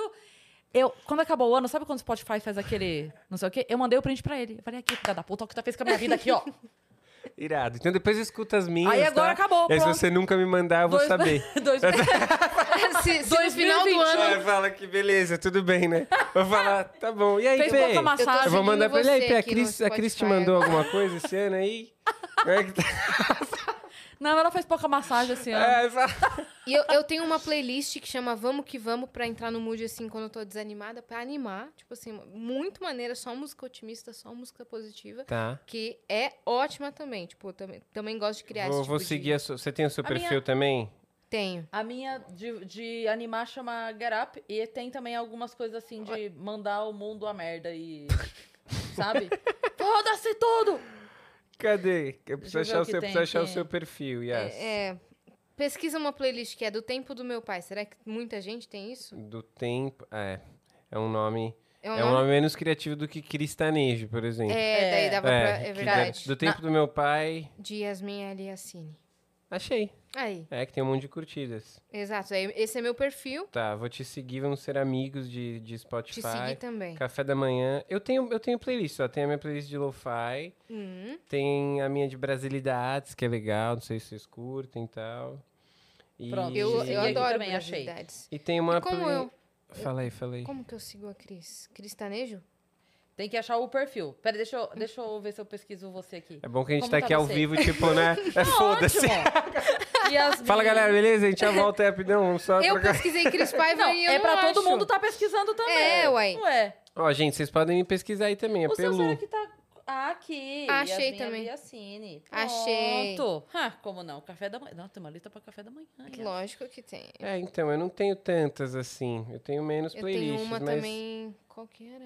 Speaker 1: Eu, quando acabou o ano, sabe quando o Spotify faz aquele não sei o quê? Eu mandei o print pra ele. Eu falei, aqui, filha da puta, olha o que tu fez com a
Speaker 3: [LAUGHS]
Speaker 1: minha vida aqui, ó.
Speaker 3: Irado. Então depois escuta as minhas.
Speaker 1: Aí agora
Speaker 3: tá?
Speaker 1: acabou,
Speaker 3: E aí, se
Speaker 1: pronto.
Speaker 3: você nunca me mandar, eu vou
Speaker 1: Dois-
Speaker 3: saber.
Speaker 1: [LAUGHS]
Speaker 3: [LAUGHS]
Speaker 1: Dois...
Speaker 2: Se, se no final do
Speaker 1: 2020.
Speaker 2: ano.
Speaker 3: Aí fala que beleza, tudo bem, né? Vou falar, tá bom. E aí,
Speaker 1: Fez
Speaker 2: um
Speaker 3: Pê?
Speaker 1: pouca massagem.
Speaker 3: Eu vou mandar pra ele aí,
Speaker 2: Seguindo
Speaker 3: Pê. A
Speaker 2: você aqui
Speaker 3: Cris,
Speaker 2: no
Speaker 3: a Cris te
Speaker 2: Spotify
Speaker 3: mandou
Speaker 2: agora.
Speaker 3: alguma coisa esse ano aí? Como é que tá?
Speaker 1: Não, ela fez pouca massagem
Speaker 2: Tá.
Speaker 1: esse ano.
Speaker 3: É, fala-
Speaker 2: E eu, eu tenho uma playlist que chama Vamos Que Vamos pra entrar no mood assim quando eu tô desanimada, pra animar. Tipo assim, muito maneira, só música otimista, só música positiva.
Speaker 3: Tá.
Speaker 2: Que é ótima também. Tipo, eu também, também gosto de criar esse
Speaker 3: Vou,
Speaker 2: tipo
Speaker 3: vou
Speaker 2: de-
Speaker 3: seguir. a sua- Você tem o seu
Speaker 1: A
Speaker 3: perfil
Speaker 1: minha-
Speaker 3: também?
Speaker 2: Tenho.
Speaker 1: A minha de, de animar chama Get Up e tem também algumas coisas assim de mandar o mundo a merda
Speaker 3: [LAUGHS]
Speaker 1: e. Sabe? Foda-se tudo!
Speaker 3: Cadê? Eu preciso
Speaker 1: eu ver
Speaker 3: achar,
Speaker 1: o
Speaker 3: o
Speaker 1: que
Speaker 3: seu,
Speaker 1: tem
Speaker 3: preciso achar o
Speaker 1: aqui.
Speaker 3: seu perfil, yes.
Speaker 2: É, é, pesquisa uma playlist que é do tempo do meu pai. Será que muita gente tem isso?
Speaker 3: Do tempo. É. É um nome.
Speaker 2: É
Speaker 3: É um nome menos criativo do que Cristanejo, por exemplo.
Speaker 2: É, daí dava
Speaker 3: É,
Speaker 2: pra.
Speaker 3: que
Speaker 2: É
Speaker 3: do-
Speaker 2: verdade. Ah,
Speaker 3: Do tempo do meu pai.
Speaker 2: De Yasmin Aliassine.
Speaker 3: Achei.
Speaker 2: Aí,
Speaker 3: É que tem um monte de curtidas.
Speaker 2: exato. Aí, Esse é meu perfil.
Speaker 3: Tá, vou te seguir, vamos ser amigos de, de
Speaker 2: Te
Speaker 3: Spotify.
Speaker 2: seguir também.
Speaker 3: Café da manhã. Eu tenho, eu tenho playlist, ó. Tem a minha playlist de lo-fi,
Speaker 2: Hum,
Speaker 3: tem a minha de Brasilidades, que é legal, não sei se vocês curtem e tal. E...
Speaker 1: Pronto.
Speaker 2: eu,
Speaker 1: E
Speaker 2: eu
Speaker 1: aqui
Speaker 2: adoro
Speaker 1: também, achei.
Speaker 2: brasilidades.
Speaker 3: E tem uma.
Speaker 2: E como
Speaker 3: play-
Speaker 2: eu-
Speaker 3: Fala aí, fala aí.
Speaker 2: Como que eu sigo a Cris? Cristanejo?
Speaker 1: Tem que achar o perfil. Pera, deixa eu, deixa eu ver se eu pesquiso você aqui.
Speaker 3: É bom que a gente
Speaker 1: Como
Speaker 3: tá
Speaker 1: tá
Speaker 3: aqui ao
Speaker 1: você?
Speaker 3: vivo, tipo,
Speaker 2: [LAUGHS]
Speaker 3: né?
Speaker 2: Tá
Speaker 3: É [LAUGHS] foda-se.
Speaker 1: E as
Speaker 3: Fala galera, beleza? A gente já volta rapidão, vamos só
Speaker 2: Eu
Speaker 3: trocar.
Speaker 2: pesquisei
Speaker 3: [LAUGHS]
Speaker 2: Cris Paiva
Speaker 1: Não,
Speaker 2: e eu
Speaker 1: é
Speaker 2: não
Speaker 1: pra todo
Speaker 2: acho.
Speaker 1: mundo tá pesquisando também.
Speaker 2: É, uai.
Speaker 1: Ué.
Speaker 3: Ó, gente, vocês podem me pesquisar aí também, é
Speaker 1: o seu
Speaker 3: pelo.
Speaker 1: será que tá. Ah, aqui.
Speaker 2: Achei
Speaker 1: Yasmin
Speaker 2: também.
Speaker 1: Aliassine.
Speaker 2: Achei.
Speaker 1: Pronto. Ah, como não? Café da manhã. Não, tem uma lista pra café da manhã. Yas.
Speaker 2: Lógico que tem.
Speaker 3: É, então, eu não tenho tantas assim. Eu tenho menos
Speaker 2: Eu
Speaker 3: playlists,
Speaker 2: tenho uma
Speaker 3: mas
Speaker 2: também. Qual que era?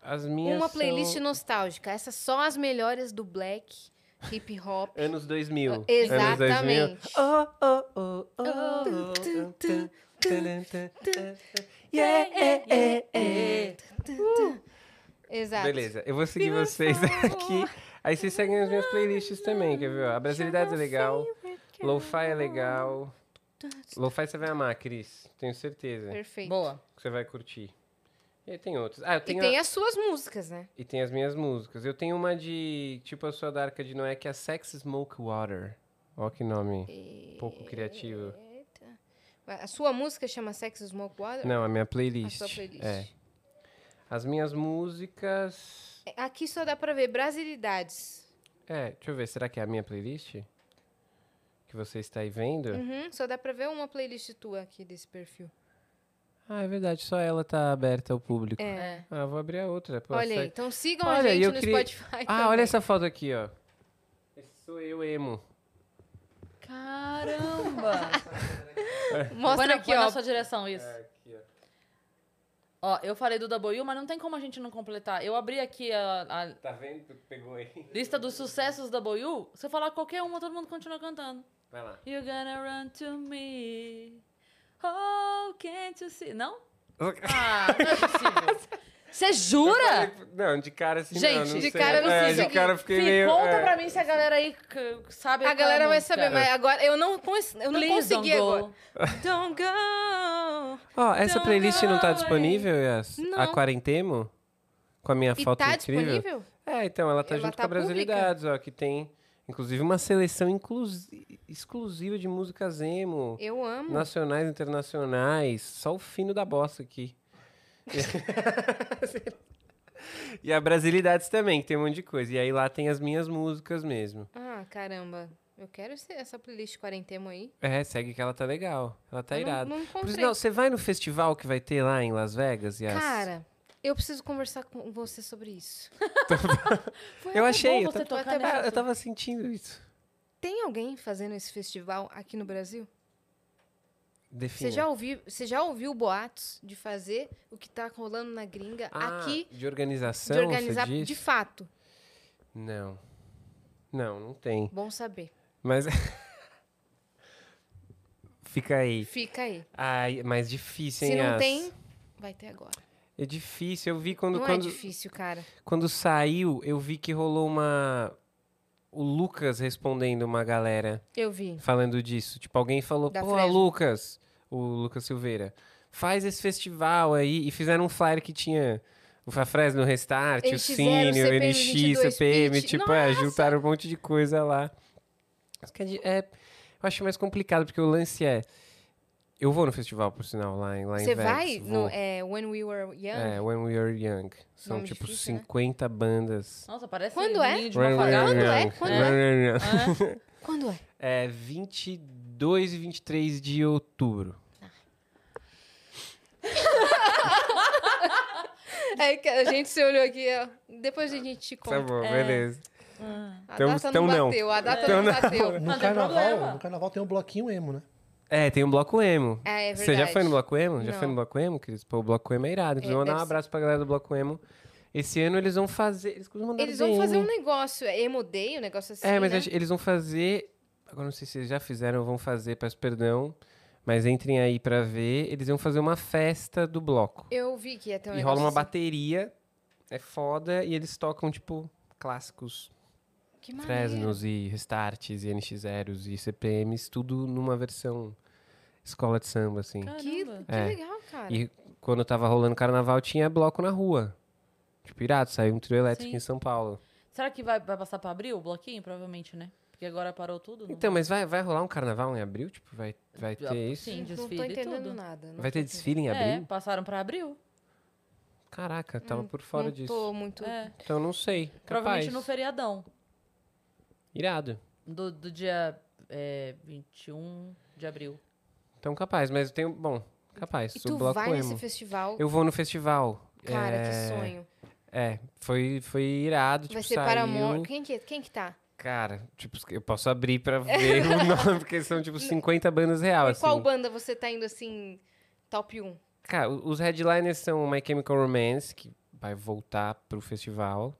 Speaker 3: as minhas
Speaker 2: uma playlist
Speaker 3: são
Speaker 2: nostálgica. Essas só as melhores do black, hip
Speaker 3: [LAUGHS]
Speaker 2: hop.
Speaker 3: anos 2000. Anos 2000.
Speaker 2: Exatamente.
Speaker 3: Oh, oh, oh, oh, oh, tum, tum, tum, tum, tum.
Speaker 1: É,
Speaker 3: Yeah, yeah, yeah, yeah.
Speaker 2: Exato.
Speaker 3: Beleza, eu vou seguir vocês [LAUGHS] aqui. Aí vocês seguem as minhas playlists também, quer ver? ó? A Brasilidade é legal, Lo-Fi é legal. Lo-Fi você vai amar, Cris. Tenho certeza
Speaker 2: Perfeito.
Speaker 1: Boa.
Speaker 3: que você vai curtir. E aí tem outros. Ah, eu
Speaker 2: E
Speaker 3: tenho...
Speaker 2: tem as suas músicas, né?
Speaker 3: E tem as minhas músicas. Eu tenho uma de, tipo a sua da Arca de Noé, que é Sex Smoke Water. Olha que nome Um pouco criativo.
Speaker 2: Eita. A sua música chama Sex Smoke Water?
Speaker 3: Não, a minha
Speaker 2: É. A
Speaker 3: playlist.
Speaker 2: sua playlist.
Speaker 3: É. As minhas músicas.
Speaker 2: É, Aqui só dá pra ver brasilidades.
Speaker 3: É, deixa eu ver, será que é a minha playlist? Que você está aí vendo?
Speaker 2: Uhum, só dá pra ver uma playlist tua aqui desse perfil.
Speaker 3: Ah, é verdade, só ela tá aberta ao público.
Speaker 2: É.
Speaker 3: Ah, vou abrir a outra. Pô,
Speaker 2: Olha aí,
Speaker 3: Sex-
Speaker 2: então sigam
Speaker 3: Olha,
Speaker 2: a gente
Speaker 3: eu
Speaker 2: no
Speaker 3: queria-
Speaker 2: Spotify. também.
Speaker 3: Ah, olha essa foto aqui, ó. Esse sou eu, emo.
Speaker 1: Caramba!
Speaker 2: Mostra
Speaker 1: põe na,
Speaker 2: aqui,
Speaker 1: põe na
Speaker 2: ó. É.
Speaker 1: sua direção isso.
Speaker 3: É, Aqui, ó.
Speaker 1: Ó, eu falei do Double U, mas não tem como a gente não completar. Eu abri aqui a, a
Speaker 3: Tá vendo? que Pegou aí.
Speaker 1: lista dos sucessos da Double U. Se eu falar qualquer uma, todo mundo continua cantando.
Speaker 3: Vai lá.
Speaker 1: You're gonna run to me. Oh, can't you see? Não? Ah, não é
Speaker 2: [LAUGHS]
Speaker 1: possível. Você jura?
Speaker 3: Não, de cara assim
Speaker 1: Gente,
Speaker 3: não, não
Speaker 2: de
Speaker 3: sei.
Speaker 2: cara eu não
Speaker 3: É,
Speaker 2: sei,
Speaker 3: De
Speaker 2: gente.
Speaker 3: cara eu fiquei
Speaker 1: Fih,
Speaker 3: meio...
Speaker 1: conta
Speaker 3: é.
Speaker 1: pra mim se a galera aí c- sabe
Speaker 2: A
Speaker 1: qual
Speaker 2: galera vai
Speaker 1: música.
Speaker 2: saber, mas agora eu não, cons- eu não
Speaker 1: Please don't
Speaker 2: consegui
Speaker 1: go.
Speaker 2: agora. Don't go.
Speaker 3: Ó, essa
Speaker 2: Don't
Speaker 3: playlist não tá
Speaker 2: go
Speaker 3: disponível, Yas?
Speaker 2: é. Não.
Speaker 3: A Quarentemo? Com a minha
Speaker 2: E
Speaker 3: foto
Speaker 2: tá
Speaker 3: incrível?
Speaker 2: disponível?
Speaker 3: É, então, ela tá
Speaker 2: Ela
Speaker 3: junto
Speaker 2: tá
Speaker 3: com a Brasilidades, ó, que tem, inclusive, uma seleção inclusi- exclusiva de músicas emo,
Speaker 2: Eu amo.
Speaker 3: nacionais e
Speaker 2: [LAUGHS]
Speaker 3: internacionais, só o fino da bossa aqui. E a Brasilidades também, que tem um monte de coisa. E aí lá tem as minhas músicas mesmo.
Speaker 2: Ah, caramba. Eu quero esse- essa playlist quarentema aí.
Speaker 3: É, segue que ela tá legal. Ela tá
Speaker 2: Eu não-
Speaker 3: irada.
Speaker 2: não
Speaker 3: Por isso,
Speaker 2: encontrei.
Speaker 3: não, você vai no festival que vai ter lá em Las Vegas? E as-
Speaker 2: Cara, eu preciso conversar com você sobre
Speaker 3: [LAUGHS]
Speaker 2: isso. [LAUGHS]
Speaker 1: Foi
Speaker 3: Eu
Speaker 1: até
Speaker 3: achei, tá
Speaker 1: bom
Speaker 3: eu
Speaker 1: você
Speaker 3: tô-
Speaker 1: tocar
Speaker 3: eu tava-
Speaker 1: nessa-
Speaker 3: eu tava sentindo isso.
Speaker 2: Tem alguém fazendo esse festival aqui no Brasil? Você
Speaker 3: Defina.
Speaker 2: já, ouviu, você já ouviu boatos de fazer o que tá rolando na gringa
Speaker 3: Ah,
Speaker 2: aqui?
Speaker 3: De organização,
Speaker 2: De organizar
Speaker 3: você diz?
Speaker 2: de fato.
Speaker 3: Não. Não, não tem.
Speaker 2: Bom saber.
Speaker 3: Mas. [LAUGHS] Fica aí.
Speaker 2: Fica aí.
Speaker 3: Ai, mas difícil, hein,
Speaker 2: Se não
Speaker 3: As?
Speaker 2: tem, vai ter agora.
Speaker 3: É difícil. Eu vi quando,
Speaker 2: não
Speaker 3: quando,
Speaker 2: é difícil, cara.
Speaker 3: quando saiu, eu vi que rolou uma. O Lucas respondendo uma galera
Speaker 2: Eu vi.
Speaker 3: falando disso. Tipo, alguém falou,
Speaker 2: Da
Speaker 3: pô,
Speaker 2: Fresno."
Speaker 3: Lucas, o Lucas Silveira, faz esse festival aí. E fizeram um flyer que tinha o Fafres no Restart,
Speaker 2: Eles
Speaker 3: o
Speaker 2: fizeram
Speaker 3: Cine,
Speaker 2: o
Speaker 3: o
Speaker 2: CPM,
Speaker 3: NX,
Speaker 2: 22
Speaker 3: CPM,
Speaker 2: pitch.
Speaker 3: tipo, é, juntaram um monte de coisa lá. Mas que é de- É, eu acho mais complicado, porque o lance é. Eu vou no festival, por sinal, lá em, lá em
Speaker 2: Você
Speaker 3: Vegas,
Speaker 2: vai
Speaker 3: vou.
Speaker 2: no é, When We Were Young?
Speaker 3: É, When We Are Young. São
Speaker 2: Nome
Speaker 3: tipo
Speaker 2: difícil, né?
Speaker 3: 50 bandas.
Speaker 1: Nossa, parece
Speaker 2: Quando
Speaker 1: um
Speaker 2: é?
Speaker 1: ninho de
Speaker 3: When We Are
Speaker 1: mafagata.
Speaker 2: Quando é?
Speaker 3: Young.
Speaker 2: Quando
Speaker 3: When
Speaker 2: é?
Speaker 3: We Are Young.
Speaker 2: Quando é?
Speaker 3: É 22 e 23 de outubro.
Speaker 2: É que a gente se olhou aqui, ó. Depois a gente te conta.
Speaker 3: Tá bom, beleza.
Speaker 2: A
Speaker 3: Então-
Speaker 2: data
Speaker 3: então
Speaker 2: não
Speaker 3: não.
Speaker 2: bateu, a data
Speaker 3: Então
Speaker 2: não
Speaker 3: não.
Speaker 2: bateu.
Speaker 3: [LAUGHS]
Speaker 4: No
Speaker 1: Não tem
Speaker 4: carnaval,
Speaker 1: problema.
Speaker 4: no carnaval tem um bloquinho emo, né?
Speaker 3: É, tem um bloco emo.
Speaker 2: É, é
Speaker 3: Você já
Speaker 2: verdade.
Speaker 3: foi no bloco emo? Já foi
Speaker 2: Não.
Speaker 3: no bloco emo, Cris? Pô, o bloco emo é irado.
Speaker 2: É,
Speaker 3: Inclusive, vou mandar
Speaker 2: deve
Speaker 3: um
Speaker 2: ser.
Speaker 3: abraço pra galera do bloco emo. Esse ano eles vão fazer. Eles, costumam mandar
Speaker 2: Eles vão
Speaker 3: DM.
Speaker 2: fazer um negócio, é emo day, um negócio assim,
Speaker 3: assim? É, mas
Speaker 2: né?
Speaker 3: acho- eles vão fazer. Agora não sei se eles já fizeram ou vão fazer, peço perdão. Mas entrem aí pra ver. Eles vão fazer uma festa do bloco.
Speaker 2: Eu vi que ia ter um
Speaker 3: e
Speaker 2: negócio
Speaker 3: rola uma
Speaker 2: assim.
Speaker 3: bateria, é foda, e eles tocam, tipo, clássicos.
Speaker 2: assim. Que maneiro.
Speaker 3: Fresnos e Restarts e NX Zeros e CPMs, tudo numa versão escola de samba, assim.
Speaker 2: Que,
Speaker 1: Caramba.
Speaker 2: que
Speaker 3: É.
Speaker 2: legal, cara.
Speaker 3: E quando tava rolando carnaval, tinha bloco na rua. Tipo, irado, saiu um trio elétrico
Speaker 1: Sim.
Speaker 3: em São Paulo.
Speaker 1: Será que vai, vai passar pra abril o bloquinho? Provavelmente, né? Porque agora parou tudo. né? não?
Speaker 3: Então, mas vai, vai rolar um carnaval em abril? Tipo, vai, vai
Speaker 1: Ah,
Speaker 3: ter isso?
Speaker 1: Sim,
Speaker 2: não
Speaker 1: desfile
Speaker 2: tô
Speaker 1: e
Speaker 2: entendendo
Speaker 1: tudo.
Speaker 2: nada. não
Speaker 3: Vai
Speaker 2: tô
Speaker 3: ter
Speaker 2: entendendo.
Speaker 3: desfile em
Speaker 1: É,
Speaker 3: abril?
Speaker 1: passaram pra abril.
Speaker 3: Caraca, tava
Speaker 2: Um
Speaker 3: por fora
Speaker 2: não
Speaker 3: disso.
Speaker 2: tô muito...
Speaker 1: É.
Speaker 3: Então não sei.
Speaker 1: Provavelmente
Speaker 3: Capaz.
Speaker 1: no feriadão.
Speaker 3: Irado.
Speaker 1: Do, do dia é, 21 de abril.
Speaker 3: Então capaz, mas tem. Bom, capaz.
Speaker 2: E
Speaker 3: o
Speaker 2: tu
Speaker 3: bloco
Speaker 2: vai
Speaker 3: emo.
Speaker 2: nesse festival?
Speaker 3: Eu vou no festival.
Speaker 2: Cara,
Speaker 3: É,
Speaker 2: que sonho.
Speaker 3: É, foi, foi irado.
Speaker 2: Vai
Speaker 3: tipo,
Speaker 2: ser
Speaker 3: saiu...
Speaker 2: para amor. Quem que, quem que tá?
Speaker 3: Cara, tipo, eu posso abrir pra ver o nome, porque são, tipo, 50 bandas real,
Speaker 2: E
Speaker 3: assim.
Speaker 2: qual banda você tá indo assim, top 1?
Speaker 3: Cara, o- os headliners são My Chemical Romance, que vai voltar pro festival.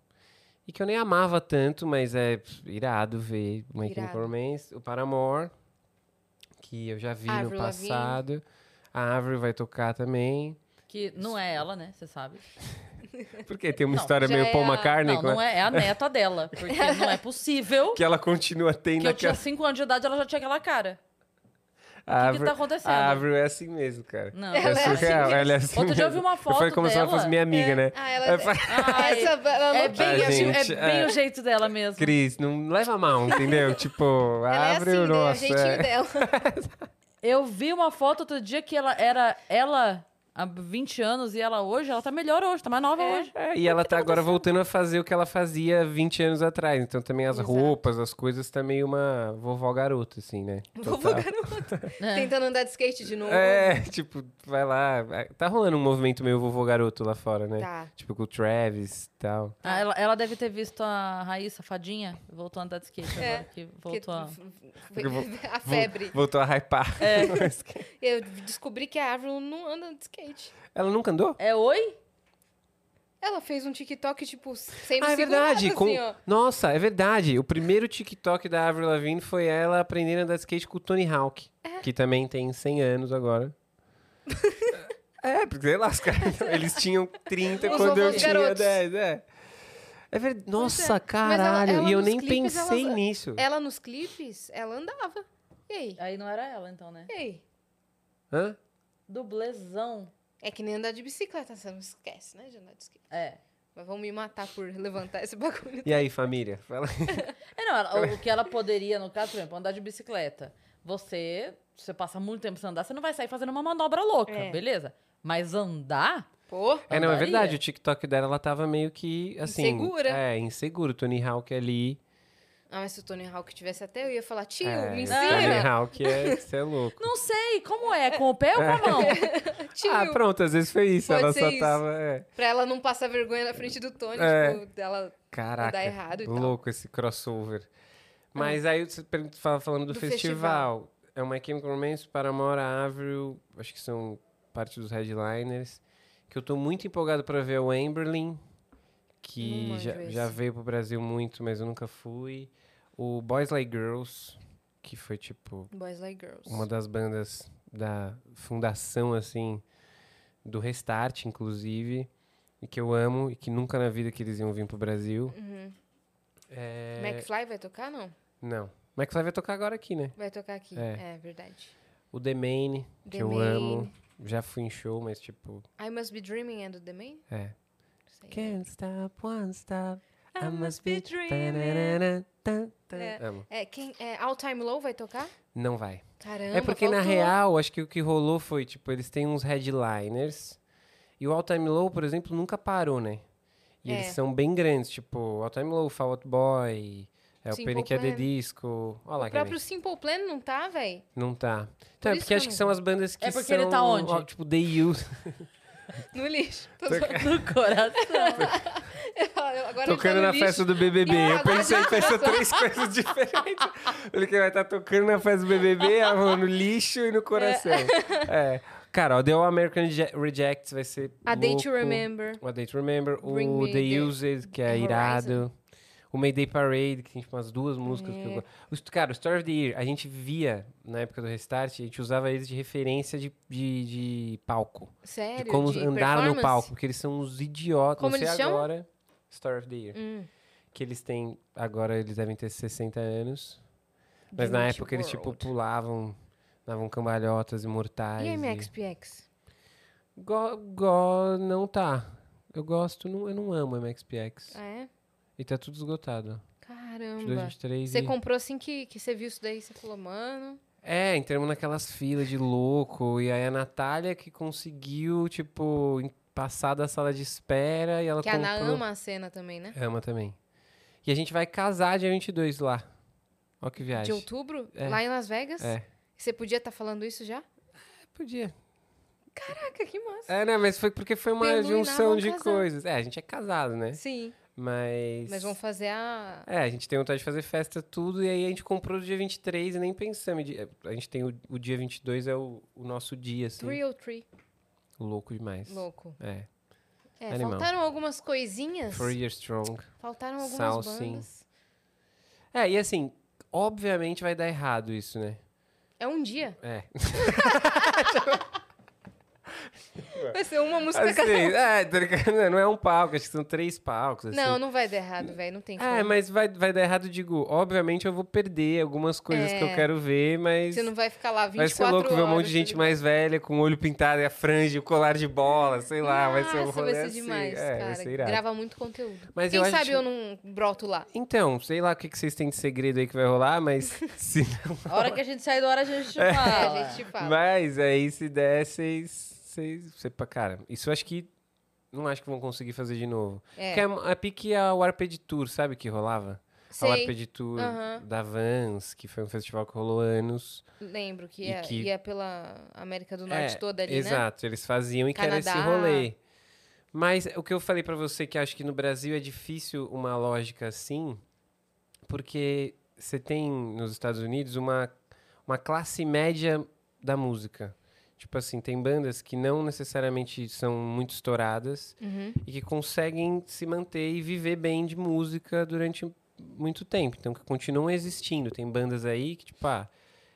Speaker 3: E que eu nem amava tanto, mas é irado ver My
Speaker 2: Irado.
Speaker 3: Chemical Romance. O Paramore, que eu já vi no
Speaker 2: Avril Lavigne.
Speaker 3: passado. A Avril vai tocar também.
Speaker 1: Que não é ela, né? Você sabe.
Speaker 3: Porque tem uma
Speaker 1: Não,
Speaker 3: história
Speaker 2: já
Speaker 3: meio Paul
Speaker 2: é a-
Speaker 3: McCartney,
Speaker 1: Não, não é, é a neta dela.
Speaker 3: [LAUGHS]
Speaker 1: Porque não é possível
Speaker 3: né? que ela continua tendo
Speaker 1: que eu
Speaker 3: aquela...
Speaker 1: tinha 5 anos de idade e ela já tinha aquela
Speaker 3: [LAUGHS]
Speaker 1: cara.
Speaker 3: A
Speaker 1: O que que tá acontecendo?
Speaker 3: A Avril é assim mesmo, cara.
Speaker 1: Não.
Speaker 3: É
Speaker 2: Ela é assim
Speaker 3: surreal, ela é assim
Speaker 1: Outro dia eu vi
Speaker 3: mesmo.
Speaker 1: uma foto
Speaker 3: Eu falei como se ela
Speaker 1: dela.
Speaker 3: fosse minha amiga, né?
Speaker 2: Ah, ela...
Speaker 3: Eu falei,
Speaker 1: Ai,
Speaker 2: Essa, ela assim,
Speaker 1: é
Speaker 2: não-
Speaker 1: bem,
Speaker 3: Ah,
Speaker 1: o, je- é
Speaker 3: gente,
Speaker 1: bem
Speaker 3: é.
Speaker 1: o jeito dela mesmo.
Speaker 3: Cris, não leva a
Speaker 2: [LAUGHS]
Speaker 3: mão, entendeu? tipo,
Speaker 2: ela é
Speaker 3: abre
Speaker 2: assim,
Speaker 3: o
Speaker 2: né? O
Speaker 3: nosso.
Speaker 2: jeitinho
Speaker 3: [LAUGHS]
Speaker 2: dela.
Speaker 1: Eu vi uma foto outro dia que ela era ela há 20 anos e ela hoje, ela tá melhor hoje, tá mais nova hoje.
Speaker 3: e ela tá agora voltando a fazer o que ela fazia 20 anos atrás. Então também as
Speaker 2: Exato.
Speaker 3: roupas, as coisas, tá meio uma vovó garota, assim, né?
Speaker 2: Vovó
Speaker 3: Total.
Speaker 1: [LAUGHS] É.
Speaker 2: Tentando andar de skate de novo.
Speaker 3: É, [LAUGHS] tipo, vai lá. Tá rolando um movimento meio vovô garoto lá fora, né?
Speaker 2: Tá.
Speaker 3: Tipo, com o Travis e tal.
Speaker 1: Ah, ela, ela deve ter visto a Raíssa Fadinha, voltou a andar de skate agora,
Speaker 2: É,
Speaker 1: que
Speaker 2: Porque
Speaker 1: voltou a...
Speaker 2: foi-
Speaker 3: Eu vou-
Speaker 2: [LAUGHS] a febre.
Speaker 3: Vol- Voltou a hypar.
Speaker 1: É.
Speaker 3: [LAUGHS]
Speaker 2: Eu descobri que a Avril não anda de skate.
Speaker 3: Ela nunca andou?
Speaker 1: É oi?
Speaker 2: Ela fez um TikTok, tipo, sendo
Speaker 3: Ah,
Speaker 2: segurada,
Speaker 3: é verdade.
Speaker 2: assim,
Speaker 3: com-
Speaker 2: ó.
Speaker 3: Nossa, é verdade. O primeiro TikTok da Avril Lavigne foi ela aprendendo a andar de skate com o Tony Hawk,
Speaker 2: É.
Speaker 3: que também tem 100
Speaker 2: [LAUGHS]
Speaker 3: anos agora. é, porque sei lá, os caras, eles tinham 30
Speaker 2: Os
Speaker 3: quando eu
Speaker 2: vovôs
Speaker 3: tinha
Speaker 2: garotos.
Speaker 3: 10, é. É verdade. Nossa,
Speaker 2: ela-
Speaker 3: caralho.
Speaker 2: ela
Speaker 3: e eu
Speaker 2: nos
Speaker 3: nem
Speaker 2: clipes, ela- É.
Speaker 3: pensei nisso.
Speaker 2: Ela nos clipes, ela andava. E aí?
Speaker 1: Aí não era ela então, né?
Speaker 2: E aí?
Speaker 3: Hã?
Speaker 1: Dublezão.
Speaker 2: É que nem andar de bicicleta, você não esquece, né, de andar de skate.
Speaker 1: É.
Speaker 2: Mas vão me matar por levantar esse [LAUGHS] bagulho.
Speaker 3: E aí, família? Fala.
Speaker 1: É, não, ela- o- o que ela poderia, no caso, por exemplo, andar de bicicleta. Você, você passa muito tempo sem andar, você não vai sair fazendo uma manobra louca,
Speaker 2: É.
Speaker 1: beleza? Mas andar,
Speaker 2: Pô.
Speaker 3: É, não, é
Speaker 1: Andaria.
Speaker 3: verdade. O TikTok dela, ela tava meio que, assim...
Speaker 2: Insegura.
Speaker 3: É, insegura. O Tony Hawk é ali...
Speaker 2: Ah, mas se o Tony Hawk tivesse até, eu ia falar, tio,
Speaker 3: é,
Speaker 2: me
Speaker 3: o Tony
Speaker 2: ensina.
Speaker 3: Hawk é... Você é louco.
Speaker 1: Não sei, como é? Com o pé ou com a mão?
Speaker 2: [LAUGHS] Tio.
Speaker 3: Ah, pronto. Às vezes foi isso.
Speaker 2: Pode
Speaker 3: ela
Speaker 2: ser
Speaker 3: só
Speaker 2: isso.
Speaker 3: tava... é.
Speaker 2: Pra ela não passar vergonha na frente do Tony,
Speaker 3: É.
Speaker 2: tipo, dela
Speaker 3: Caraca.
Speaker 2: errado e tal. É.
Speaker 3: louco esse crossover. Mas aí você pergunta- fala- falando do,
Speaker 2: Do
Speaker 3: festival. É uma Chemical Romance, Paramora, Avril, acho que são parte dos headliners. Que eu tô muito empolgado pra ver o Amberlin,
Speaker 2: Não
Speaker 3: que
Speaker 2: manjo
Speaker 3: já,
Speaker 2: Hum, esse.
Speaker 3: já veio pro Brasil muito, mas eu nunca fui. O Boys Like Girls, que foi tipo
Speaker 2: Boys Like Girls.
Speaker 3: uma das bandas da fundação, assim, do Restart, inclusive, e que eu amo, e que nunca na vida que eles iam vir pro Brasil.
Speaker 1: Uhum.
Speaker 3: É...
Speaker 2: McFly vai tocar, não?
Speaker 3: Não. McFly vai tocar agora aqui, né?
Speaker 2: Vai tocar aqui. É,
Speaker 3: É.
Speaker 2: verdade.
Speaker 3: O The Main, que
Speaker 2: The
Speaker 3: eu
Speaker 2: Main.
Speaker 3: amo. Já fui em show, mas tipo...
Speaker 2: I Must Be Dreaming é do The Main?
Speaker 3: É.
Speaker 2: Sei.
Speaker 3: Can't stop, won't stop,
Speaker 1: I must be dreaming.
Speaker 2: É.
Speaker 3: Amo.
Speaker 2: É, quem, é, All Time Low vai tocar?
Speaker 3: Não vai.
Speaker 2: Caramba,
Speaker 3: É porque, na
Speaker 2: faltou.
Speaker 3: real, acho que o que rolou foi, tipo, eles têm uns headliners. E o All Time Low, por exemplo, nunca parou, né? E eles
Speaker 2: É.
Speaker 3: são bem grandes, tipo, All Time Low, Fall Out Boy, é o
Speaker 2: Simple
Speaker 3: Panic! at the
Speaker 2: Plan.
Speaker 3: Disco. Olha
Speaker 2: O
Speaker 3: lá, quer ver?
Speaker 2: próprio Simple Plan não tá, véi?
Speaker 3: Não tá. Então, é
Speaker 2: isso
Speaker 3: porque
Speaker 2: que eu
Speaker 3: acho que
Speaker 2: não
Speaker 3: são as bandas que
Speaker 1: É porque
Speaker 3: são...
Speaker 1: ele tá onde?
Speaker 3: ó, Tipo, The
Speaker 2: [LAUGHS]
Speaker 3: Used.
Speaker 2: No lixo. [LAUGHS] Tô zoando.
Speaker 1: No coração.
Speaker 2: Eu- Agora
Speaker 3: tocando na festa do BBB. Eu
Speaker 2: Agora
Speaker 3: pensei É, que pensou três coisas [LAUGHS] diferentes. Porque vai estar tocando na festa
Speaker 2: [LAUGHS]
Speaker 3: do BBB, a mão no é, lixo e no coração. É. Cara, ó, The All American Je- Rejects vai ser
Speaker 2: A Day to
Speaker 3: louco.
Speaker 2: Remember.
Speaker 3: O A Day to Remember,
Speaker 2: Bring
Speaker 3: o
Speaker 2: Me
Speaker 3: The
Speaker 2: the
Speaker 3: Used, que é
Speaker 2: Horizon.
Speaker 3: irado. O Mayday Parade, que tem tipo, umas duas músicas
Speaker 2: É.
Speaker 3: que eu gosto. Os- Cara, o Story of the Year, a gente via na época do Restart, a gente usava eles de referência de, de, de palco.
Speaker 2: Sério?
Speaker 3: de como
Speaker 2: De
Speaker 3: andar no
Speaker 2: performance?
Speaker 3: palco, porque eles são uns idiotas.
Speaker 2: Como
Speaker 3: não sei
Speaker 2: eles chamam?
Speaker 3: agora. Story of the Year.
Speaker 2: Hum.
Speaker 3: Que eles têm. Agora eles devem ter 60 anos. Mas na
Speaker 2: Beauty
Speaker 3: época eles, tipo,
Speaker 2: World.
Speaker 3: pulavam, davam cambalhotas imortais.
Speaker 2: E a MXPX?
Speaker 3: Go, go, não tá. Eu gosto, não, eu não amo MXPX.
Speaker 2: Ah, é?
Speaker 3: E tá tudo esgotado. 22,
Speaker 2: Caramba.
Speaker 3: 23
Speaker 2: Você
Speaker 3: e...
Speaker 2: comprou assim que, que você viu isso daí, você falou, mano.
Speaker 3: É, entramos naquelas filas de louco. E aí a Natália que conseguiu, tipo, em- passar da sala de espera e ela
Speaker 2: que a
Speaker 3: comprou...
Speaker 2: Ana ama a cena também, né?
Speaker 3: Ama também. E a gente vai casar dia 22 lá. Ó que viagem.
Speaker 2: De outubro,
Speaker 3: É.
Speaker 2: lá em Las Vegas.
Speaker 3: É.
Speaker 2: Você podia estar falando isso já?
Speaker 3: Podia.
Speaker 2: Caraca, que massa.
Speaker 3: É, né? Mas foi porque foi uma
Speaker 2: Pelu e Ná
Speaker 3: junção
Speaker 2: vão
Speaker 3: de
Speaker 2: casar.
Speaker 3: coisas. É, a gente é casado, né?
Speaker 2: Sim.
Speaker 3: Mas...
Speaker 2: Mas vão fazer a.
Speaker 3: É, a gente tem vontade de fazer festa tudo, e aí a gente comprou o dia 23 e nem pensamos. em dia- A gente tem o, o dia 22 é o, o nosso dia, assim.
Speaker 2: Real Tree.
Speaker 3: Louco demais.
Speaker 2: Louco.
Speaker 3: É.
Speaker 2: É,
Speaker 3: Animal.
Speaker 2: faltaram algumas coisinhas.
Speaker 3: For Year Strong.
Speaker 2: Faltaram algumas
Speaker 3: Sal, sim.
Speaker 2: bandas.
Speaker 3: É, e assim, obviamente vai dar errado isso, né?
Speaker 2: É um dia.
Speaker 3: É.
Speaker 2: Vai ser uma música
Speaker 3: [LAUGHS] Assim,
Speaker 2: cada um.
Speaker 3: é, tá ligado? não é um palco, acho que são três palcos, assim.
Speaker 2: Não, não vai dar errado, velho. Não tem
Speaker 3: É,
Speaker 2: como.
Speaker 3: mas vai, vai dar errado, digo, obviamente eu vou perder algumas coisas que eu
Speaker 2: É.
Speaker 3: quero ver, mas...
Speaker 2: Você não vai ficar lá 24
Speaker 3: Vai ser louco ver um monte
Speaker 2: horas,
Speaker 3: de
Speaker 2: tá
Speaker 3: gente mais velha, com o olho pintado e a franja e o colar de bola, sei lá, vai ser um
Speaker 2: Nossa,
Speaker 3: rolê
Speaker 2: vai ser
Speaker 3: assim.
Speaker 2: demais,
Speaker 3: é,
Speaker 2: cara.
Speaker 3: vai ser irado.
Speaker 2: Grava muito conteúdo.
Speaker 3: Mas
Speaker 2: Quem
Speaker 3: eu acho
Speaker 2: sabe
Speaker 3: que-
Speaker 2: eu não broto
Speaker 3: [LAUGHS]
Speaker 2: lá.
Speaker 3: Então, sei lá o que, que vocês têm de segredo aí que vai rolar,
Speaker 2: [LAUGHS]
Speaker 3: mas se não...
Speaker 1: A hora que a gente sair do hora, a gente
Speaker 2: É,
Speaker 1: fala.
Speaker 2: a gente fala.
Speaker 3: Ah, Mas aí se der, vocês... vocês- você- pá, Cara, isso eu acho que... Não acho que vão conseguir fazer de novo.
Speaker 2: É,
Speaker 3: Porque a, a pique é o Arped Tour, sabe que rolava?
Speaker 2: sei,
Speaker 3: A Arped Tour
Speaker 2: Aham.
Speaker 3: da Vans, que foi um festival que rolou anos.
Speaker 2: lembro que
Speaker 3: E
Speaker 2: ia,
Speaker 3: que-
Speaker 2: ia pela América do Norte
Speaker 3: É,
Speaker 2: toda ali, né?
Speaker 3: Exato, eles faziam e que era esse
Speaker 2: Canadá.
Speaker 3: rolê. Mas o que eu falei pra você que acho que no Brasil é difícil uma lógica assim, porque você tem nos Estados Unidos uma, uma classe média da música. Tipo assim, tem bandas que não necessariamente são muito estouradas
Speaker 2: Uhum.
Speaker 3: e que conseguem se manter e viver bem de música durante muito tempo. Então, que continuam existindo. Tem bandas aí que, tipo, ah,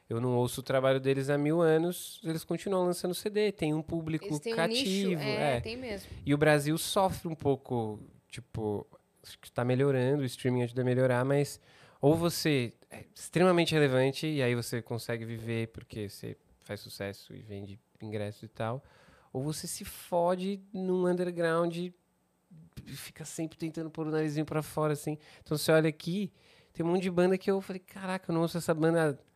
Speaker 3: eu não ouço o trabalho deles há mil anos, eles continuam lançando CD, tem um público
Speaker 2: Eles têm um
Speaker 3: cativo.
Speaker 2: nicho. É,
Speaker 3: é.
Speaker 2: tem mesmo.
Speaker 3: E o Brasil sofre um pouco, tipo, acho que tá melhorando, o streaming ajuda a melhorar, mas ou você é extremamente relevante e aí você consegue viver porque você faz sucesso e vende ingressos e tal, ou você se fode num underground e fica sempre tentando pôr o narizinho pra fora, assim. Então você olha aqui, tem um monte de banda que eu falei, caraca, eu não ouço essa banda há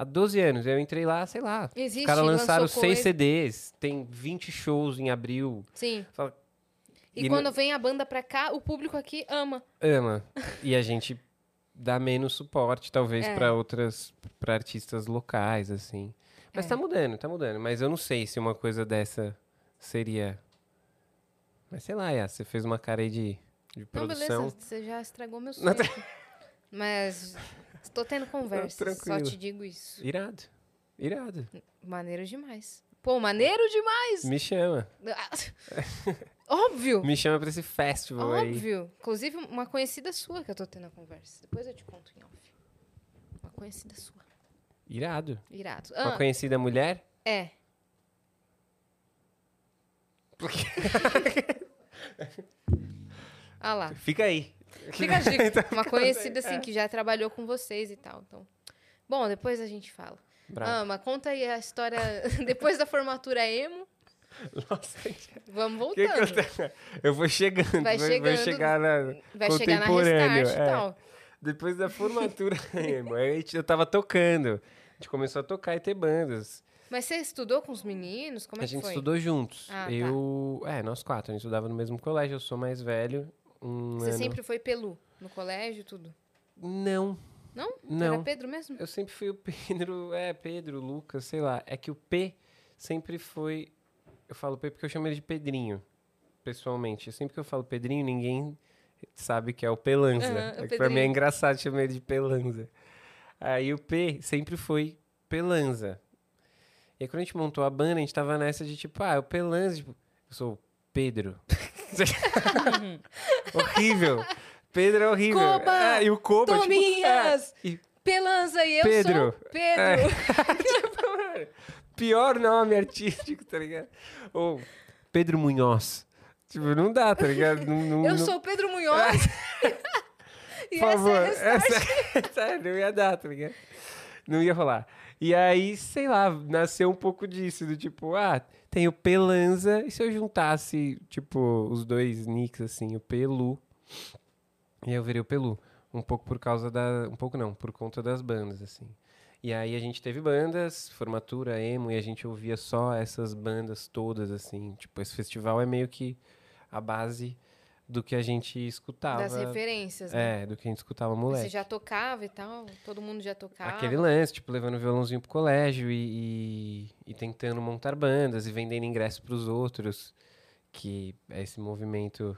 Speaker 3: há 12 anos. Eu entrei lá, sei lá.
Speaker 2: Existe,
Speaker 3: os caras lançaram
Speaker 2: lançou
Speaker 3: seis
Speaker 2: coisa.
Speaker 3: CDs, tem 20 shows em abril.
Speaker 2: Sim.
Speaker 3: Fala-
Speaker 2: E,
Speaker 3: E
Speaker 2: quando vem a banda pra cá, o público aqui ama.
Speaker 3: Ama. E a gente dá menos suporte, talvez,
Speaker 2: É.
Speaker 3: pra outras. para artistas locais, assim. Mas
Speaker 2: É.
Speaker 3: tá mudando, tá mudando. Mas eu não sei se uma coisa dessa seria. Mas sei lá, Yas, você fez uma cara aí de, de
Speaker 2: Não,
Speaker 3: produção.
Speaker 2: beleza, você já estragou meu sonho.
Speaker 3: [LAUGHS] Não, tá-
Speaker 2: Mas estou tendo conversas, só
Speaker 3: tranquilo.
Speaker 2: te digo isso.
Speaker 3: Irado. Irado.
Speaker 2: Maneiro demais. Pô, maneiro demais!
Speaker 3: Me chama. [LAUGHS]
Speaker 2: Óbvio!
Speaker 3: Me chama pra esse festival aí.
Speaker 2: Óbvio. Inclusive, uma conhecida sua que eu tô tendo a conversa. Depois eu te conto em off. Uma conhecida sua.
Speaker 3: Irado.
Speaker 2: Irado.
Speaker 3: Uma
Speaker 2: Ah,
Speaker 3: conhecida mulher?
Speaker 2: É.
Speaker 3: [LAUGHS]
Speaker 2: ah lá.
Speaker 3: Fica aí.
Speaker 2: Fica a
Speaker 3: [LAUGHS]
Speaker 2: dica.
Speaker 3: Então, tá
Speaker 2: uma conhecida,
Speaker 3: É.
Speaker 2: assim, que já trabalhou com vocês e tal. Então. Bom, depois a gente fala.
Speaker 3: Bravo.
Speaker 2: Ah, mas conta aí a história [LAUGHS] depois da formatura emo.
Speaker 3: [LAUGHS] Nossa,
Speaker 2: Vamos
Speaker 3: o que que
Speaker 2: voltando.
Speaker 3: eu, tava- eu vou chegando.
Speaker 2: Vai
Speaker 3: vou-
Speaker 2: chegando.
Speaker 3: Vou chegar na...
Speaker 2: Vai chegar na
Speaker 3: Contemporâneo,
Speaker 2: restart e
Speaker 3: é.
Speaker 2: tal. [LAUGHS]
Speaker 3: Depois da formatura, [LAUGHS] emo, aí a gente- eu tava tocando. A gente começou a tocar e ter bandas.
Speaker 2: Mas você estudou com os meninos? Como é
Speaker 3: a
Speaker 2: que
Speaker 3: gente
Speaker 2: foi?
Speaker 3: estudou juntos.
Speaker 2: Ah, tá.
Speaker 3: eu. É, nós quatro. A gente estudava no mesmo colégio. Eu sou mais velho. Um
Speaker 2: Você
Speaker 3: ano.
Speaker 2: sempre foi pelu no colégio, tudo?
Speaker 3: Não.
Speaker 2: Não?
Speaker 3: Não.
Speaker 2: Era Pedro mesmo?
Speaker 3: Eu sempre fui o [LAUGHS] Pedro, é, Pedro, Lucas, sei lá. É que o P sempre foi. Eu falo P porque eu chamo ele de Pedrinho, pessoalmente. Sempre que eu falo Pedrinho, ninguém sabe que é o Pelanza.
Speaker 2: Aham, o
Speaker 3: é que pra mim é
Speaker 2: Pedrinho.
Speaker 3: engraçado chamar ele de Pelanza. Aí o P sempre foi Pelanza. E aí quando a gente montou a banda, a gente tava nessa de tipo, ah, é o Pelanza, tipo, eu sou o
Speaker 2: [LAUGHS]
Speaker 3: Pedro. [LAUGHS] horrível. Pedro é horrível.
Speaker 2: Coba!
Speaker 3: Ah, e o Coba, tipo,
Speaker 2: Tominhas!
Speaker 3: ah, e-
Speaker 2: Pelanza e eu
Speaker 3: Pedro.
Speaker 2: sou Pedro.
Speaker 3: Tipo, mano, Pior nome artístico, tá ligado? Ou Pedro Munhoz. Tipo, não dá, tá ligado? Não, não-
Speaker 2: Eu
Speaker 3: não-
Speaker 2: sou Pedro Munhoz. [LAUGHS] e
Speaker 3: É. Por
Speaker 2: essa
Speaker 3: favor,
Speaker 2: é a restart.
Speaker 3: [LAUGHS] essa- essa não ia dar, tá ligado? Não ia rolar. E aí, sei lá, nasceu um pouco disso, do tipo, ah, tem o Pelanza, e se eu juntasse, tipo, os dois nicks, assim, o Pelu, e aí eu virei o Pelu. Um pouco por causa da... Um pouco não, por conta das bandas, assim. E aí a gente teve bandas, formatura, emo, e a gente ouvia só essas bandas todas, assim. Tipo, esse festival é meio que a base do que a gente escutava.
Speaker 2: Das referências, né?
Speaker 3: Ah, É, do que a gente escutava
Speaker 2: Você
Speaker 3: moleque.
Speaker 2: já tocava e tal? Todo mundo já tocava?
Speaker 3: Aquele lance, tipo, levando violãozinho pro colégio e, e, e tentando montar bandas e vendendo ingressos pros outros, que é esse movimento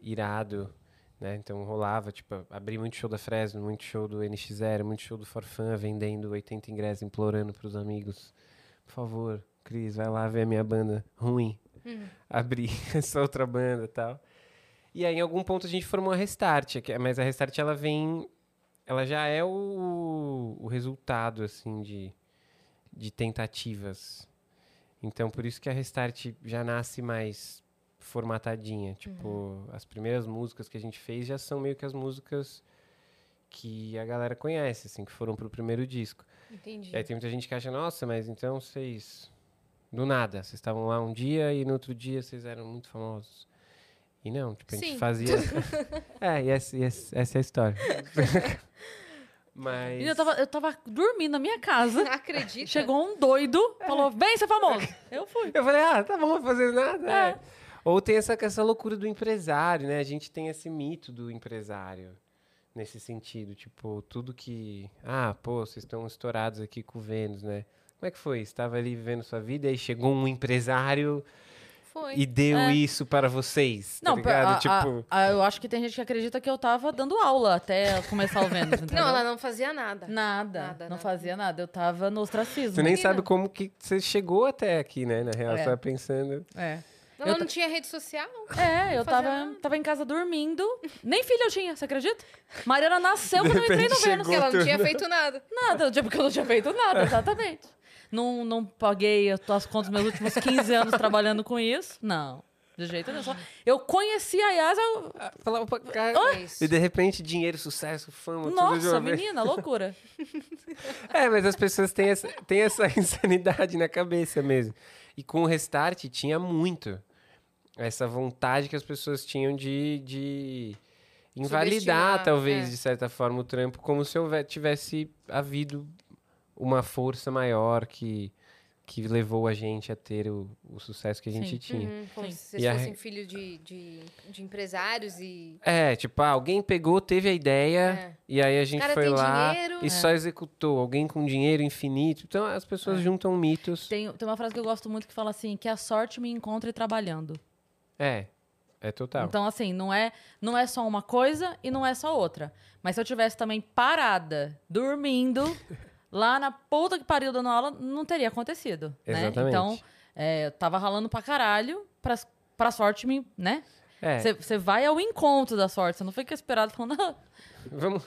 Speaker 3: irado, né? Então rolava, tipo, abri muito show da Fresno, muito show do NX0, muito show do Forfã, vendendo 80 ingressos, implorando pros amigos, por favor, Cris, vai lá ver a minha banda ruim,
Speaker 2: Hum.
Speaker 3: abrir [LAUGHS] essa outra banda e tal. E aí, em algum ponto, a gente formou a Restart, que- é, mas a Restart, ela vem ela já é o, o resultado, assim, de, de tentativas. Então, por isso que a Restart já nasce mais formatadinha. Tipo, as primeiras músicas que a gente fez já são meio que as músicas que a galera conhece, assim, que foram pro primeiro disco.
Speaker 2: Entendi. [LAUGHS]
Speaker 3: E aí tem muita gente que acha, nossa, mas então vocês. Do nada, vocês estavam lá um dia e no outro dia vocês eram muito famosos. E não, tipo, a gente
Speaker 2: Sim.
Speaker 3: fazia. é, e essa, e essa- essa é a história. mas.
Speaker 1: E eu tava, eu tava dormindo na minha casa.
Speaker 2: Não acredito.
Speaker 1: Chegou um doido,
Speaker 2: É.
Speaker 1: falou: vem ser famoso. Eu fui.
Speaker 3: Eu falei, ah, tá bom, fazer nada. é. Ou tem essa, essa loucura do empresário, né? A gente tem esse mito do empresário nesse sentido. Tipo, tudo que. Ah, pô, vocês estão estourados aqui com o Vênus, né? Como é que foi? Você estava ali vivendo sua vida e chegou um empresário
Speaker 2: Foi.
Speaker 3: e deu
Speaker 1: É.
Speaker 3: isso para vocês. Não,
Speaker 1: Não,
Speaker 3: tá ligado?
Speaker 1: a- a-
Speaker 3: tipo,
Speaker 1: a- eu acho que tem gente que acredita que eu tava dando aula até começar o
Speaker 2: [LAUGHS]
Speaker 1: Vênus. entendeu?
Speaker 2: Não, ela não fazia nada.
Speaker 1: Nada,
Speaker 2: Nada,
Speaker 1: não
Speaker 2: nada.
Speaker 1: fazia nada. Eu tava no ostracismo.
Speaker 3: você nem
Speaker 2: menina.
Speaker 3: sabe como que você chegou até aqui, né? Na real,
Speaker 1: É.
Speaker 3: você vai pensando.
Speaker 2: [LAUGHS]
Speaker 1: É,
Speaker 2: Ela
Speaker 1: Eu
Speaker 2: não tinha rede social.
Speaker 1: é eu
Speaker 2: fazia
Speaker 1: tava,
Speaker 2: nada.
Speaker 1: tava em casa dormindo. Nem filha eu tinha, você acredita? Mariana nasceu quando eu entrei no
Speaker 3: repente
Speaker 1: Vênus.
Speaker 2: Porque ela não tinha
Speaker 3: Gotando.
Speaker 2: feito nada.
Speaker 1: Nada, eu tinha- porque eu não tinha feito
Speaker 3: É.
Speaker 1: nada, exatamente. não, não paguei as tuas contas meus últimos 15 anos trabalhando com isso. Não, de jeito nenhum. Só- Eu conheci a Yasa, eu-
Speaker 3: Falava [LAUGHS] pra cara.
Speaker 2: É isso.
Speaker 3: E de repente, dinheiro, sucesso, fama, tudo de
Speaker 1: nossa,
Speaker 3: uma vez.
Speaker 1: menina, loucura.
Speaker 3: É, mas as pessoas têm essa, têm essa [LAUGHS] insanidade na cabeça mesmo. E com o restart tinha muito. Essa vontade que as pessoas tinham de, de invalidar,
Speaker 2: Subestimar,
Speaker 3: talvez,
Speaker 2: é.
Speaker 3: de certa forma, o trampo, como se houver- tivesse havido uma força maior que, que levou a gente a ter o, o sucesso que a gente
Speaker 1: Sim.
Speaker 3: tinha.
Speaker 2: Uhum, como
Speaker 1: Sim.
Speaker 2: se vocês
Speaker 3: E a re-
Speaker 2: fossem filhos de, de, de empresários e.
Speaker 3: É, tipo, ah, alguém pegou, teve a ideia, e aí a gente
Speaker 2: É. cara
Speaker 3: foi
Speaker 2: tem
Speaker 3: lá
Speaker 2: dinheiro. é.
Speaker 3: e só executou. Alguém com dinheiro infinito. Então as pessoas
Speaker 2: É.
Speaker 3: juntam mitos.
Speaker 1: Tem, tem uma frase que eu gosto muito que fala assim: que a sorte me encontre trabalhando.
Speaker 3: É, é total.
Speaker 1: Então, assim, não é, não é só uma coisa e não é só outra. Mas se eu tivesse também parada,
Speaker 3: [LAUGHS]
Speaker 1: dormindo, lá na puta que pariu dando aula, não teria acontecido. né?
Speaker 3: Exatamente.
Speaker 1: Então, é, eu tava ralando pra caralho, pra, pra sorte me, né?
Speaker 3: é,
Speaker 1: Você vai ao encontro da sorte, você não fica esperado falando, [LAUGHS] "Ah,
Speaker 3: vamos.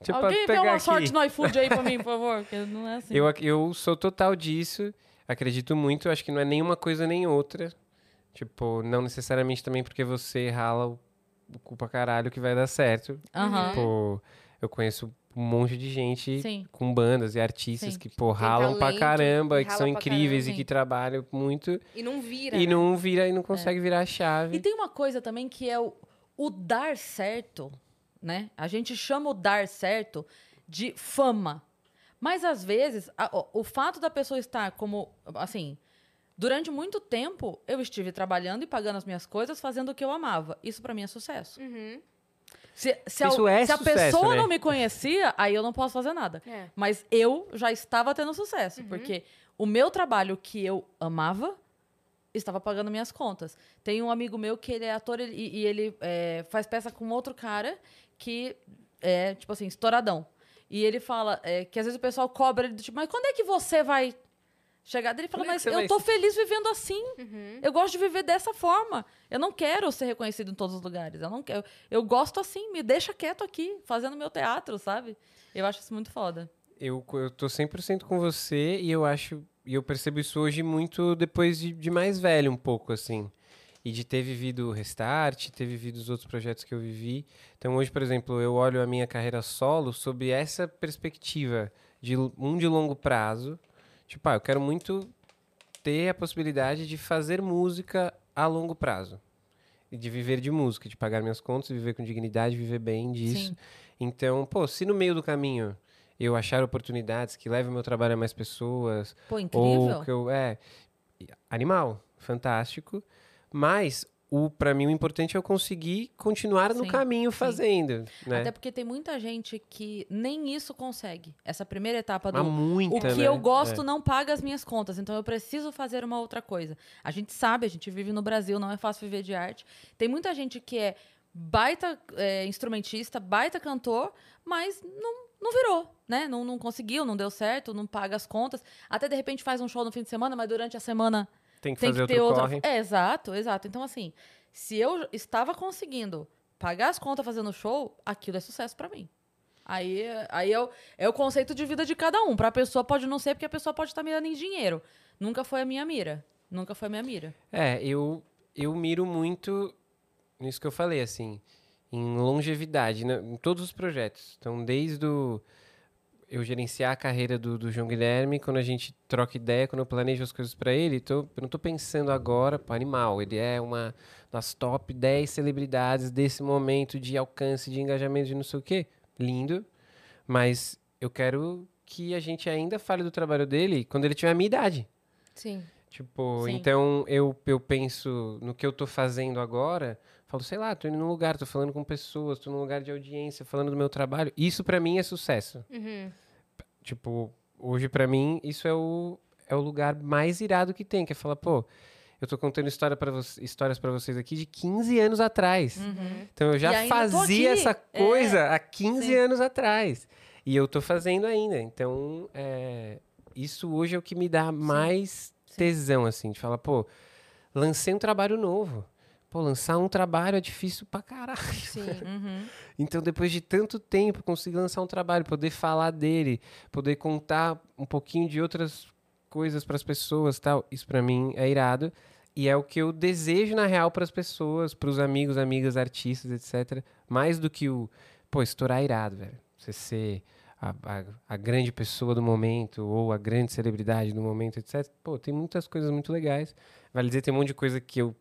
Speaker 3: Deixa eu pa-
Speaker 1: alguém vê
Speaker 3: Tipo, pegar
Speaker 1: uma
Speaker 3: aqui.
Speaker 1: sorte no iFood aí pra mim, por
Speaker 3: [LAUGHS]
Speaker 1: favor. Porque não é assim.
Speaker 3: Eu, ac- eu sou total disso, acredito muito, acho que não é nenhuma coisa nem outra. Tipo, não necessariamente também porque você rala o, o cu pra caralho que vai dar certo.
Speaker 1: Aham.
Speaker 3: Tipo, eu conheço um monte de gente
Speaker 1: Sim.
Speaker 3: com bandas e artistas
Speaker 1: Sim.
Speaker 3: que, pô, ralam pra
Speaker 2: talento,
Speaker 3: caramba, e que
Speaker 2: rala
Speaker 3: são
Speaker 2: pra
Speaker 3: incríveis
Speaker 1: caramba,
Speaker 3: e que
Speaker 1: sim. É.
Speaker 3: trabalham muito
Speaker 2: E não vira.
Speaker 3: e
Speaker 2: né?
Speaker 3: não vira e não consegue virar a chave.
Speaker 1: E tem uma coisa também que é o, o dar certo, né? A gente chama o dar certo de fama. Mas às vezes, a- o, o fato da pessoa estar como. Assim, durante muito tempo eu estive trabalhando e pagando as minhas coisas, fazendo o que eu amava. Isso pra mim é sucesso.
Speaker 2: Uhum.
Speaker 1: Se, se a,
Speaker 3: Isso é
Speaker 1: se a
Speaker 3: sucesso,
Speaker 1: pessoa
Speaker 3: né?
Speaker 1: não me conhecia, aí eu não posso fazer nada.
Speaker 2: É. Uhum.
Speaker 1: Mas eu já estava tendo sucesso, porque o meu trabalho que eu amava estava pagando minhas contas. Tem um amigo meu que ele é ator ele- e, e ele é, faz peça com outro cara que é, tipo assim, estouradão. E ele fala é, que às vezes o pessoal cobra ele do tipo, mas quando é que você vai chegar? Daí Ele fala,
Speaker 3: Quando é que
Speaker 1: mas
Speaker 3: você
Speaker 1: eu
Speaker 3: vai-
Speaker 1: tô feliz vivendo assim.
Speaker 2: Uhum.
Speaker 1: Eu gosto de viver dessa forma. Eu não quero ser reconhecido em todos os lugares. Eu não quero. Eu gosto assim, me deixa quieto aqui, fazendo meu teatro, sabe? Eu acho isso muito foda.
Speaker 3: Eu, co- eu tô 100% com você e eu acho. E eu percebo isso hoje muito depois de, de mais velho, um pouco, assim. E de ter vivido o Restart, ter vivido os outros projetos que eu vivi. Então, hoje, por exemplo, eu olho a minha carreira solo sob essa perspectiva de l- um de longo prazo. Tipo, ah, eu quero muito ter a possibilidade de fazer música a longo prazo. E de viver de música, de pagar minhas contas, viver com dignidade, viver bem disso.
Speaker 1: Sim.
Speaker 3: Então, pô, se no meio do caminho eu achar oportunidades que levem meu trabalho a mais pessoas,
Speaker 1: Pô, incrível.
Speaker 3: ou que eu. É. Animal, fantástico. Mas, o para mim, o importante é eu conseguir continuar no
Speaker 1: Sim,
Speaker 3: caminho
Speaker 1: sim.
Speaker 3: fazendo. Né?
Speaker 1: Até porque tem muita gente que nem isso consegue. Essa primeira etapa do
Speaker 3: Mas muita,
Speaker 1: o que
Speaker 3: né?
Speaker 1: eu gosto
Speaker 3: É.
Speaker 1: não paga as minhas contas, então eu preciso fazer uma outra coisa. A gente sabe, a gente vive no Brasil, não é fácil viver de arte. Tem muita gente que é baita é, instrumentista, baita cantor, mas não, não virou, né? Não, não conseguiu, não deu certo, não paga as contas. Até de repente faz um show no fim de semana, mas durante a semana
Speaker 3: Tem que
Speaker 1: tem
Speaker 3: fazer
Speaker 1: que ter
Speaker 3: outro
Speaker 1: outra.
Speaker 3: corre.
Speaker 1: É, exato, exato. Então, assim, se eu estava conseguindo pagar as contas fazendo show, aquilo é sucesso pra mim. Aí, aí eu, é o conceito de vida de cada um. Pra pessoa pode não ser, porque a pessoa pode estar mirando em dinheiro. Nunca foi a minha mira. Nunca foi a minha mira.
Speaker 3: É, eu, eu miro muito nisso que eu falei, assim, em longevidade, né, em todos os projetos. Então, desde o, eu gerenciar a carreira do, do João Guilherme, quando a gente troca ideia, quando eu planejo as coisas para ele, tô, eu não tô pensando agora, pô, animal, ele é uma das top 10 celebridades desse momento de alcance, de engajamento, de não sei o quê. Lindo, mas eu quero que a gente ainda fale do trabalho dele quando ele tiver a minha idade.
Speaker 2: Sim.
Speaker 3: Tipo,
Speaker 1: Sim.
Speaker 3: então eu, eu penso no que eu tô fazendo agora, falo, sei lá, tô indo num lugar, tô falando com pessoas, tô num lugar de audiência, falando do meu trabalho. Isso pra mim é sucesso.
Speaker 2: Uhum.
Speaker 3: Tipo, hoje pra mim isso é o, é o lugar mais irado que tem, que é falar, pô, eu tô contando história pra vo- histórias pra vocês aqui de 15 anos atrás.
Speaker 2: Uhum.
Speaker 3: Então eu
Speaker 1: E
Speaker 3: já
Speaker 1: ainda tô
Speaker 3: fazia
Speaker 1: aqui. É.
Speaker 3: essa coisa há 15
Speaker 1: Sim.
Speaker 3: anos atrás. E eu tô fazendo ainda. Então, é, isso hoje é o que me dá mais tesão, assim, de falar, pô, lancei um trabalho novo. Pô, lançar um trabalho é difícil pra caralho. [LAUGHS]
Speaker 2: Sim.
Speaker 1: Uhum.
Speaker 3: Então, depois de tanto tempo, conseguir lançar um trabalho, poder falar dele, poder contar um pouquinho de outras coisas pras pessoas, tal, isso pra mim é irado e é o que eu desejo na real pras pessoas, pros amigos, amigas, artistas, etc, mais do que o, pô, estourar é irado, velho. Você ser a, a- a grande pessoa do momento ou a grande celebridade do momento, etc. Pô, tem muitas coisas muito legais. Vale dizer, tem um monte de coisa que eu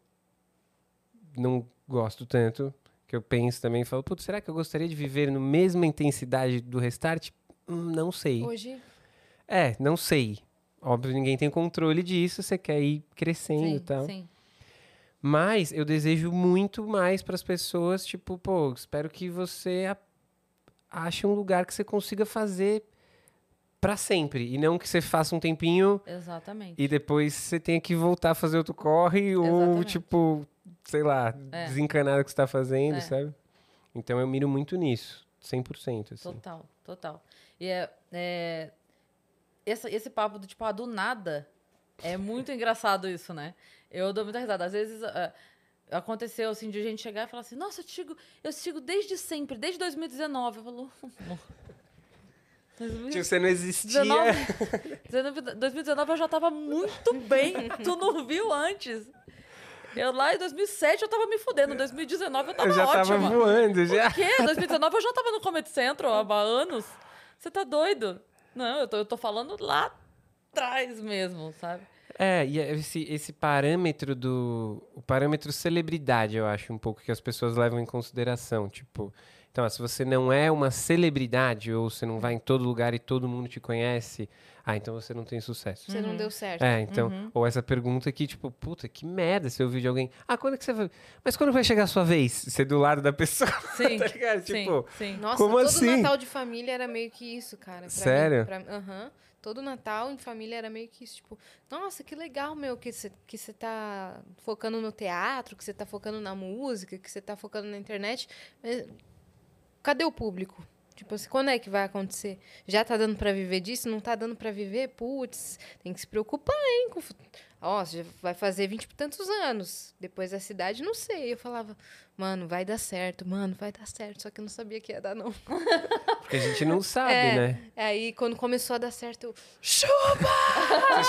Speaker 3: não gosto tanto, que eu penso também e falo, putz, será que eu gostaria de viver na mesma intensidade do Restart? Hum, Não sei.
Speaker 2: Hoje.
Speaker 3: É, não sei. Óbvio, ninguém tem controle disso, você quer ir crescendo e
Speaker 1: Sim,
Speaker 3: tal.
Speaker 1: sim.
Speaker 3: Mas eu desejo muito mais para as pessoas, tipo, pô, espero que você a- ache um lugar que você consiga fazer para sempre e não que você faça um tempinho
Speaker 1: Exatamente.
Speaker 3: e depois você tenha que voltar a fazer outro corre ou
Speaker 1: Exatamente.
Speaker 3: tipo, sei lá,
Speaker 1: É.
Speaker 3: desencanar o que você tá fazendo,
Speaker 1: É.
Speaker 3: sabe? Então eu miro muito nisso, 100%, assim.
Speaker 1: Total, total. E é, é, essa- esse papo do tipo, ah, do nada, é [LAUGHS] muito engraçado isso, né? Eu dou muita risada. Às vezes ah, aconteceu assim de gente chegar e falar assim: "Nossa, eu te sigo, eu te sigo desde sempre, desde 2019". Eu falo: "Amor".
Speaker 3: Tipo, você não existia.
Speaker 1: 19, 19, 2019 eu já tava muito [LAUGHS] bem. Tu não viu antes? Eu lá em 2007 eu tava me fudendo. Em 2019 eu tava
Speaker 3: eu já
Speaker 1: ótima.
Speaker 3: tava voando já.
Speaker 1: Por [LAUGHS] quê? 2019 eu já tava no Comedy Central há anos. Você tá doido? Não, eu tô, eu tô falando lá atrás mesmo, sabe?
Speaker 3: É, e esse, esse parâmetro do. O parâmetro celebridade, eu acho, um pouco que as pessoas levam em consideração. Tipo, então, ah, se você não é uma celebridade, ou você não vai em todo lugar e todo mundo te conhece, ah, então você não tem sucesso.
Speaker 2: Você não deu certo.
Speaker 3: É, então. Ou essa pergunta aqui, tipo, puta, que merda se eu ouvir de alguém. Ah, quando que você vai. Mas quando vai chegar a sua vez? Ser do lado da pessoa,
Speaker 1: Sim.
Speaker 3: tá ligado?
Speaker 1: sim,
Speaker 3: Tipo,
Speaker 1: sim.
Speaker 2: Nossa,
Speaker 3: Como
Speaker 2: todo
Speaker 3: assim?
Speaker 2: Natal de família era meio que isso, cara. pra mim,
Speaker 3: Sério?
Speaker 2: pra- Aham. Todo Natal em família era meio que isso, tipo, nossa, que legal, meu, que você que cê tá focando no teatro, que você tá focando na música, que você tá focando na internet. Mas cadê o público? Tipo assim, quando é que vai acontecer? Já tá dando pra viver disso? Não tá dando pra viver? Putz, tem que se preocupar, hein? Com... o fu- Ó, você já vai fazer vinte e tantos anos. Depois da cidade, não sei. Eu falava, mano, vai dar certo, mano, vai dar certo. Só que eu não sabia que ia dar, não.
Speaker 3: porque a gente não sabe,
Speaker 2: É.
Speaker 3: né?
Speaker 2: Aí, quando começou a dar certo, eu,
Speaker 3: Você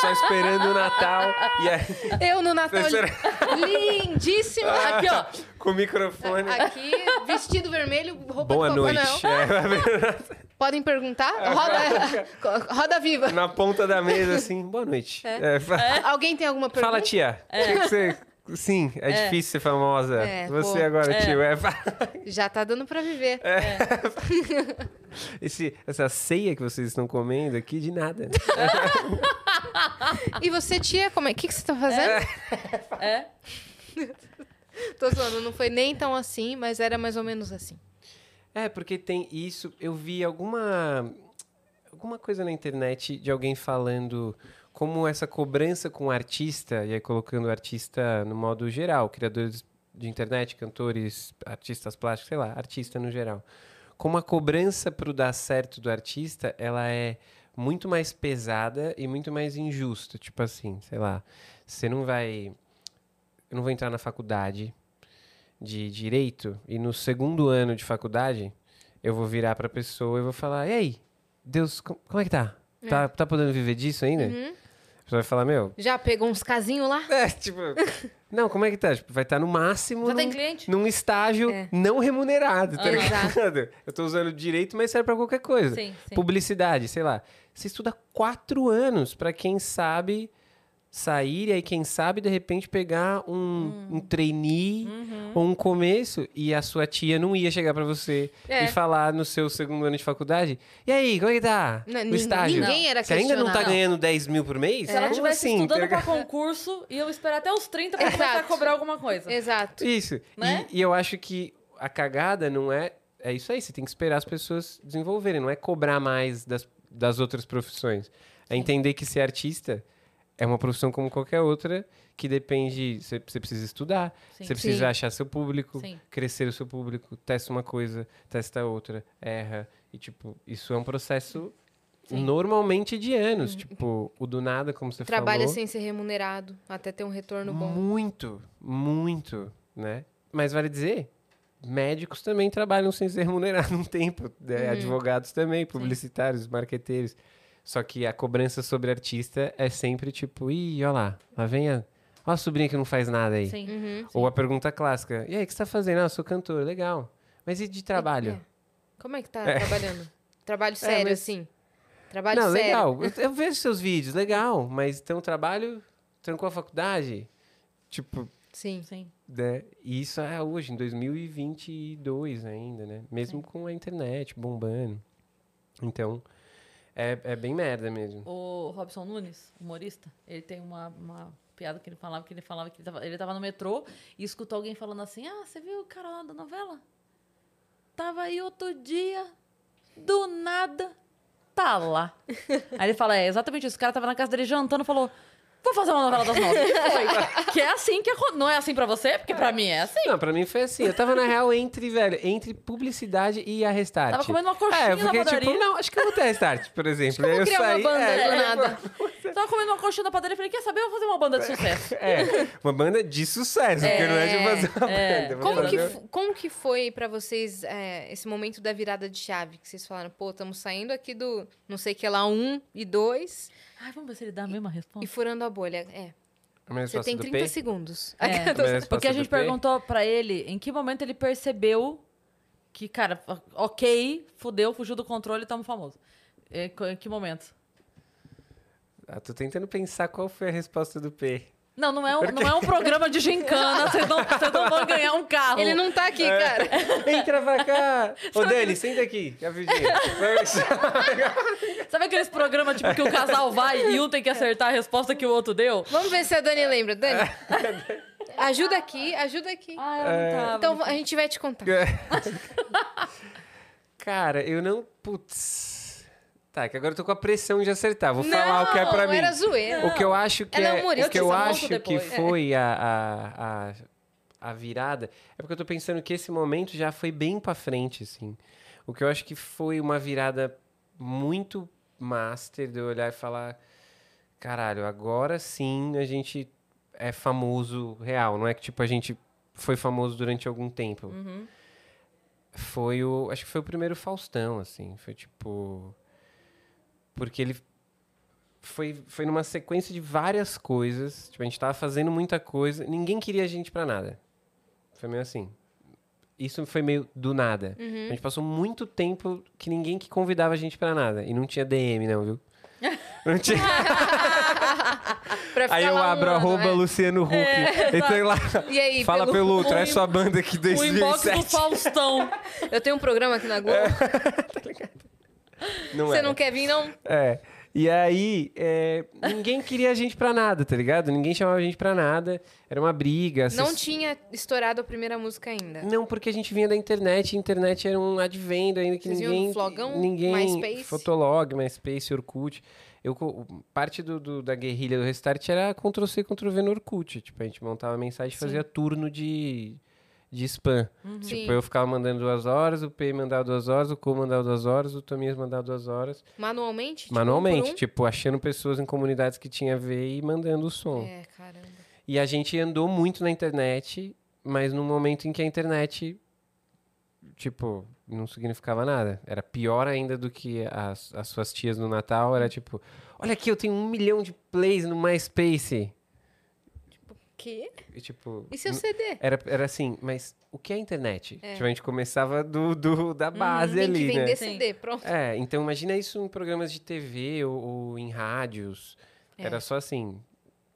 Speaker 3: só esperando o Natal e aí, [LAUGHS]
Speaker 2: eu no Natal,
Speaker 3: Você
Speaker 2: li- lindíssima,
Speaker 3: Ah,
Speaker 1: Aqui, ó.
Speaker 3: com o microfone.
Speaker 2: aqui, vestido vermelho, roupa
Speaker 3: tá. Boa
Speaker 2: de
Speaker 3: noite. Ah,
Speaker 2: Não.
Speaker 3: É,
Speaker 2: Podem perguntar? Roda, [LAUGHS] roda viva.
Speaker 3: na ponta da mesa, assim, boa noite. É, fa-
Speaker 2: Alguém tem alguma pergunta?
Speaker 3: Fala, tia. O que você- Sim, é, difícil ser famosa.
Speaker 2: É,
Speaker 3: Você
Speaker 2: pô.
Speaker 3: agora, tio. É, fa- [LAUGHS]
Speaker 2: Já tá dando pra viver.
Speaker 3: É. Esse- essa ceia que vocês estão comendo aqui, de nada. né?
Speaker 2: E você, tia, como é? O que, que você tá fazendo?
Speaker 1: É.
Speaker 2: Tô zoando, não foi nem tão assim, mas era mais ou menos assim.
Speaker 3: É, porque tem isso. Eu vi alguma alguma coisa na internet de alguém falando como essa cobrança com o artista, e aí colocando o artista no modo geral, criadores de internet, cantores, artistas plásticos, sei lá, artista no geral. Como a cobrança pro dar certo do artista, ela é muito mais pesada e muito mais injusta. Tipo assim, sei lá, você não vai. Eu não vou entrar na faculdade de direito e no segundo ano de faculdade eu vou virar pra pessoa e vou falar: "E aí, Deus, com- como é que tá? Tá, tá podendo viver disso ainda?
Speaker 1: Uhum.
Speaker 3: A pessoa vai falar: Meu,
Speaker 2: Já pegou uns casinhos lá?
Speaker 3: é,
Speaker 1: [LAUGHS]
Speaker 3: tipo, não, como é que tá? Tipo, vai estar no máximo
Speaker 1: Já tem
Speaker 3: num-
Speaker 1: cliente?
Speaker 3: num estágio
Speaker 2: É.
Speaker 3: não remunerado, tá
Speaker 1: Aham.
Speaker 3: ligado? Eu tô usando direito, mas serve pra qualquer coisa.
Speaker 1: Sim, sim.
Speaker 3: Publicidade, sei lá. Você estuda quatro anos pra quem sabe sair e aí quem sabe de repente pegar um, um trainee ou um começo e a sua tia não ia chegar pra você
Speaker 2: É.
Speaker 3: e falar no seu segundo ano de faculdade e aí, como é que tá?
Speaker 2: Não,
Speaker 3: no
Speaker 2: nin-
Speaker 3: estágio.
Speaker 2: ninguém era
Speaker 3: Você ainda não tá
Speaker 2: questionado.
Speaker 3: ganhando 10 mil por mês?
Speaker 1: Se ela
Speaker 3: Como
Speaker 1: estivesse
Speaker 3: assim? Tá
Speaker 1: estudando
Speaker 3: ligado?
Speaker 1: pra concurso, iam esperar até os 30 pra começar a
Speaker 2: Exato.
Speaker 1: cobrar alguma coisa.
Speaker 2: Exato.
Speaker 3: Isso. E-
Speaker 1: Né?
Speaker 3: E, eu acho que a cagada não é. É isso aí, você tem que esperar as pessoas desenvolverem, não é cobrar mais das, das outras profissões. É entender que ser artista é uma profissão como qualquer outra, que depende. Você, você precisa estudar,
Speaker 1: Sim.
Speaker 3: você precisa
Speaker 2: Sim.
Speaker 3: achar seu público,
Speaker 1: Sim.
Speaker 3: crescer o seu público, testa uma coisa, testa outra, erra. E, tipo, isso é um processo normalmente de anos.
Speaker 1: Uhum.
Speaker 3: Tipo, o do nada, como você
Speaker 2: Trabalha
Speaker 3: falou.
Speaker 2: sem ser remunerado, até ter um retorno bom.
Speaker 3: Muito, muito, né? Mas vale dizer, médicos também trabalham sem ser remunerados [LAUGHS] um tempo.
Speaker 2: Uhum.
Speaker 3: né? Advogados também, publicitários, marqueteiros. Só que a cobrança sobre artista é sempre tipo, ih, olha lá, lá vem a... Ó a sobrinha que não faz nada aí.
Speaker 1: Sim.
Speaker 3: Ou a pergunta clássica, e aí, o que você tá fazendo? Ah, eu sou cantor, legal. Mas e de trabalho?
Speaker 2: É. Como é que tá trabalhando?
Speaker 3: [LAUGHS]
Speaker 2: Trabalho sério,
Speaker 3: É, mas-
Speaker 2: assim. Trabalho
Speaker 3: Não,
Speaker 2: sério.
Speaker 3: legal. Eu, eu vejo seus vídeos, legal. Mas então trabalho, trancou a faculdade? Tipo,
Speaker 2: Sim.
Speaker 1: Sim.
Speaker 3: né? E isso é hoje, em 2022 ainda, né? Mesmo com a internet bombando. Então, É, é bem merda mesmo.
Speaker 1: O Robson Nunes, humorista, ele tem uma, uma piada que ele falava, que ele falava que ele tava, ele tava no metrô e escutou alguém falando assim, ah, você viu o cara lá da novela? Tava aí outro dia, do nada, tá lá. Aí ele fala, é, exatamente isso. O cara tava na casa dele jantando e falou, vou fazer uma novela das nove. E foi. que é assim que acon- Não é assim pra você? Porque pra mim é assim.
Speaker 3: Não, pra mim foi assim. Eu tava, na real, entre, velho, entre publicidade e a Restart.
Speaker 1: Tava comendo uma coxinha
Speaker 3: é,
Speaker 1: na
Speaker 3: porque, tipo,
Speaker 1: padaria.
Speaker 3: não, acho que eu vou ter a Restart, por exemplo.
Speaker 2: eu vou
Speaker 3: eu
Speaker 2: criar uma
Speaker 3: saí,
Speaker 2: banda né?
Speaker 3: é,
Speaker 2: do nada.
Speaker 1: Tava comendo uma coxinha na padaria e falei, quer saber? Eu vou fazer uma banda de
Speaker 3: [LAUGHS]
Speaker 1: sucesso.
Speaker 3: É, uma banda de sucesso, porque não é de fazer uma
Speaker 1: é.
Speaker 3: banda. vou
Speaker 2: Como que,
Speaker 3: fazer-
Speaker 2: fo- como que foi pra vocês é, esse momento da virada de chave? Que vocês falaram, pô, estamos saindo aqui do não sei que lá, um e dois,
Speaker 1: Ai, vamos ver se ele dá a mesma
Speaker 2: e
Speaker 1: resposta.
Speaker 2: furando a bolha. É,
Speaker 3: A minha
Speaker 2: você
Speaker 3: resposta
Speaker 2: tem
Speaker 3: do
Speaker 2: 30
Speaker 3: P?
Speaker 2: segundos.
Speaker 1: É.
Speaker 3: A minha resposta
Speaker 1: Porque a
Speaker 3: do
Speaker 1: gente
Speaker 3: P?
Speaker 1: perguntou pra ele em que momento ele percebeu que, cara, ok, fudeu, fugiu do controle, tamo famoso. É, co- Em que momento?
Speaker 3: Ah, tô tentando pensar qual foi a resposta do P.
Speaker 1: Não, não é um, não é um programa de gincana, vocês não, vocês não vão ganhar um carro.
Speaker 2: Ele não tá aqui,
Speaker 3: É.
Speaker 2: cara.
Speaker 3: Entra pra cá! [LAUGHS] Ô, Dani, senta aqui, rapidinho.
Speaker 2: [LAUGHS]
Speaker 3: Vai mexer.
Speaker 1: Sabe aqueles programas tipo, que o casal vai e um tem que acertar a resposta que o outro deu?
Speaker 2: Vamos ver se a Dani lembra.
Speaker 3: [LAUGHS]
Speaker 2: Dani, ajuda aqui, ajuda aqui.
Speaker 1: Ah,
Speaker 3: É,
Speaker 1: eu não tava.
Speaker 2: Então a gente vai te contar.
Speaker 3: Cara, eu não... Putz... Tá, que agora eu tô com a pressão de acertar. Vou
Speaker 2: Não,
Speaker 3: falar o que é pra mim.
Speaker 2: era zoeira.
Speaker 3: O que eu acho que
Speaker 2: Ela é
Speaker 3: é,
Speaker 2: humorista,
Speaker 3: o que eu
Speaker 1: eu
Speaker 3: acho
Speaker 1: volto
Speaker 3: que
Speaker 1: depois.
Speaker 2: É.
Speaker 3: foi a, a, a, a virada é porque eu tô pensando que esse momento já foi bem pra frente, assim. O que eu acho que foi uma virada muito master de eu olhar e falar, caralho, agora sim a gente é famoso real, não é que tipo a gente foi famoso durante algum tempo.
Speaker 2: Uhum.
Speaker 3: Foi o, acho que foi o primeiro Faustão, assim, foi tipo porque ele foi, foi numa sequência de várias coisas. Tipo, a gente tava fazendo muita coisa. Ninguém queria a gente pra nada. Foi meio assim. Isso foi meio do nada.
Speaker 2: Uhum.
Speaker 3: A gente passou muito tempo que ninguém que convidava a gente pra nada. E não tinha DM,
Speaker 2: [LAUGHS]
Speaker 3: não, viu? Não tinha.
Speaker 2: Pra ficar
Speaker 3: Aí eu
Speaker 2: Ah, lá um
Speaker 3: abro
Speaker 2: ano,
Speaker 3: arroba
Speaker 2: é.
Speaker 3: Luciano Huck. Entra lá.
Speaker 2: E aí, um-
Speaker 3: Fala
Speaker 2: Belu?
Speaker 3: pelo outro.
Speaker 1: o
Speaker 3: É sua banda aqui
Speaker 1: O inbox do
Speaker 3: 2007.
Speaker 1: Faustão.
Speaker 2: Eu tenho um programa aqui na Globo.
Speaker 3: É, Não é.
Speaker 2: Você
Speaker 3: era.
Speaker 2: não quer vir, não?
Speaker 3: É. E aí, é, ninguém queria a gente pra nada, tá ligado? Ninguém chamava a gente pra nada. Era uma briga.
Speaker 2: Não
Speaker 3: assist-
Speaker 2: tinha estourado a primeira música ainda.
Speaker 3: Não, porque a gente vinha da internet, e a internet era um advendo ainda que
Speaker 2: Vocês vinham
Speaker 3: ninguém.
Speaker 2: no Flogão,
Speaker 3: ninguém
Speaker 2: MySpace?
Speaker 3: Fotolog, MySpace, Orkut. Eu, co- parte do, do- da guerrilha do Restart era Ctrl-C, Ctrl-V no Orkut. Tipo, a gente montava mensagem e fazia turno de, de spam.
Speaker 2: Uhum. Sim.
Speaker 3: Tipo, eu ficava mandando duas horas, o P mandava duas horas, o Co mandava duas horas, o Tomias mandava duas horas.
Speaker 2: Manualmente? Tipo, um por
Speaker 3: manualmente,
Speaker 2: um?
Speaker 3: tipo, achando pessoas em comunidades que tinha a ver e mandando o som.
Speaker 2: É, caramba.
Speaker 3: E a gente andou muito na internet, mas num momento em que a internet, tipo, não significava nada. Era pior ainda do que as, as suas tias no Natal. Era tipo, olha aqui, eu tenho um milhão de plays no MySpace.
Speaker 2: Que?
Speaker 3: E tipo...
Speaker 2: E seu
Speaker 3: n-
Speaker 2: CD?
Speaker 3: Era, era assim, mas o que é internet? Tipo, a gente começava do, do- da base
Speaker 2: Tem
Speaker 3: ali,
Speaker 2: que
Speaker 3: né?
Speaker 2: vender
Speaker 1: Sim.
Speaker 2: CD, pronto.
Speaker 3: É, então imagina isso em programas de TV ou, ou em rádios.
Speaker 2: É.
Speaker 3: Era só assim,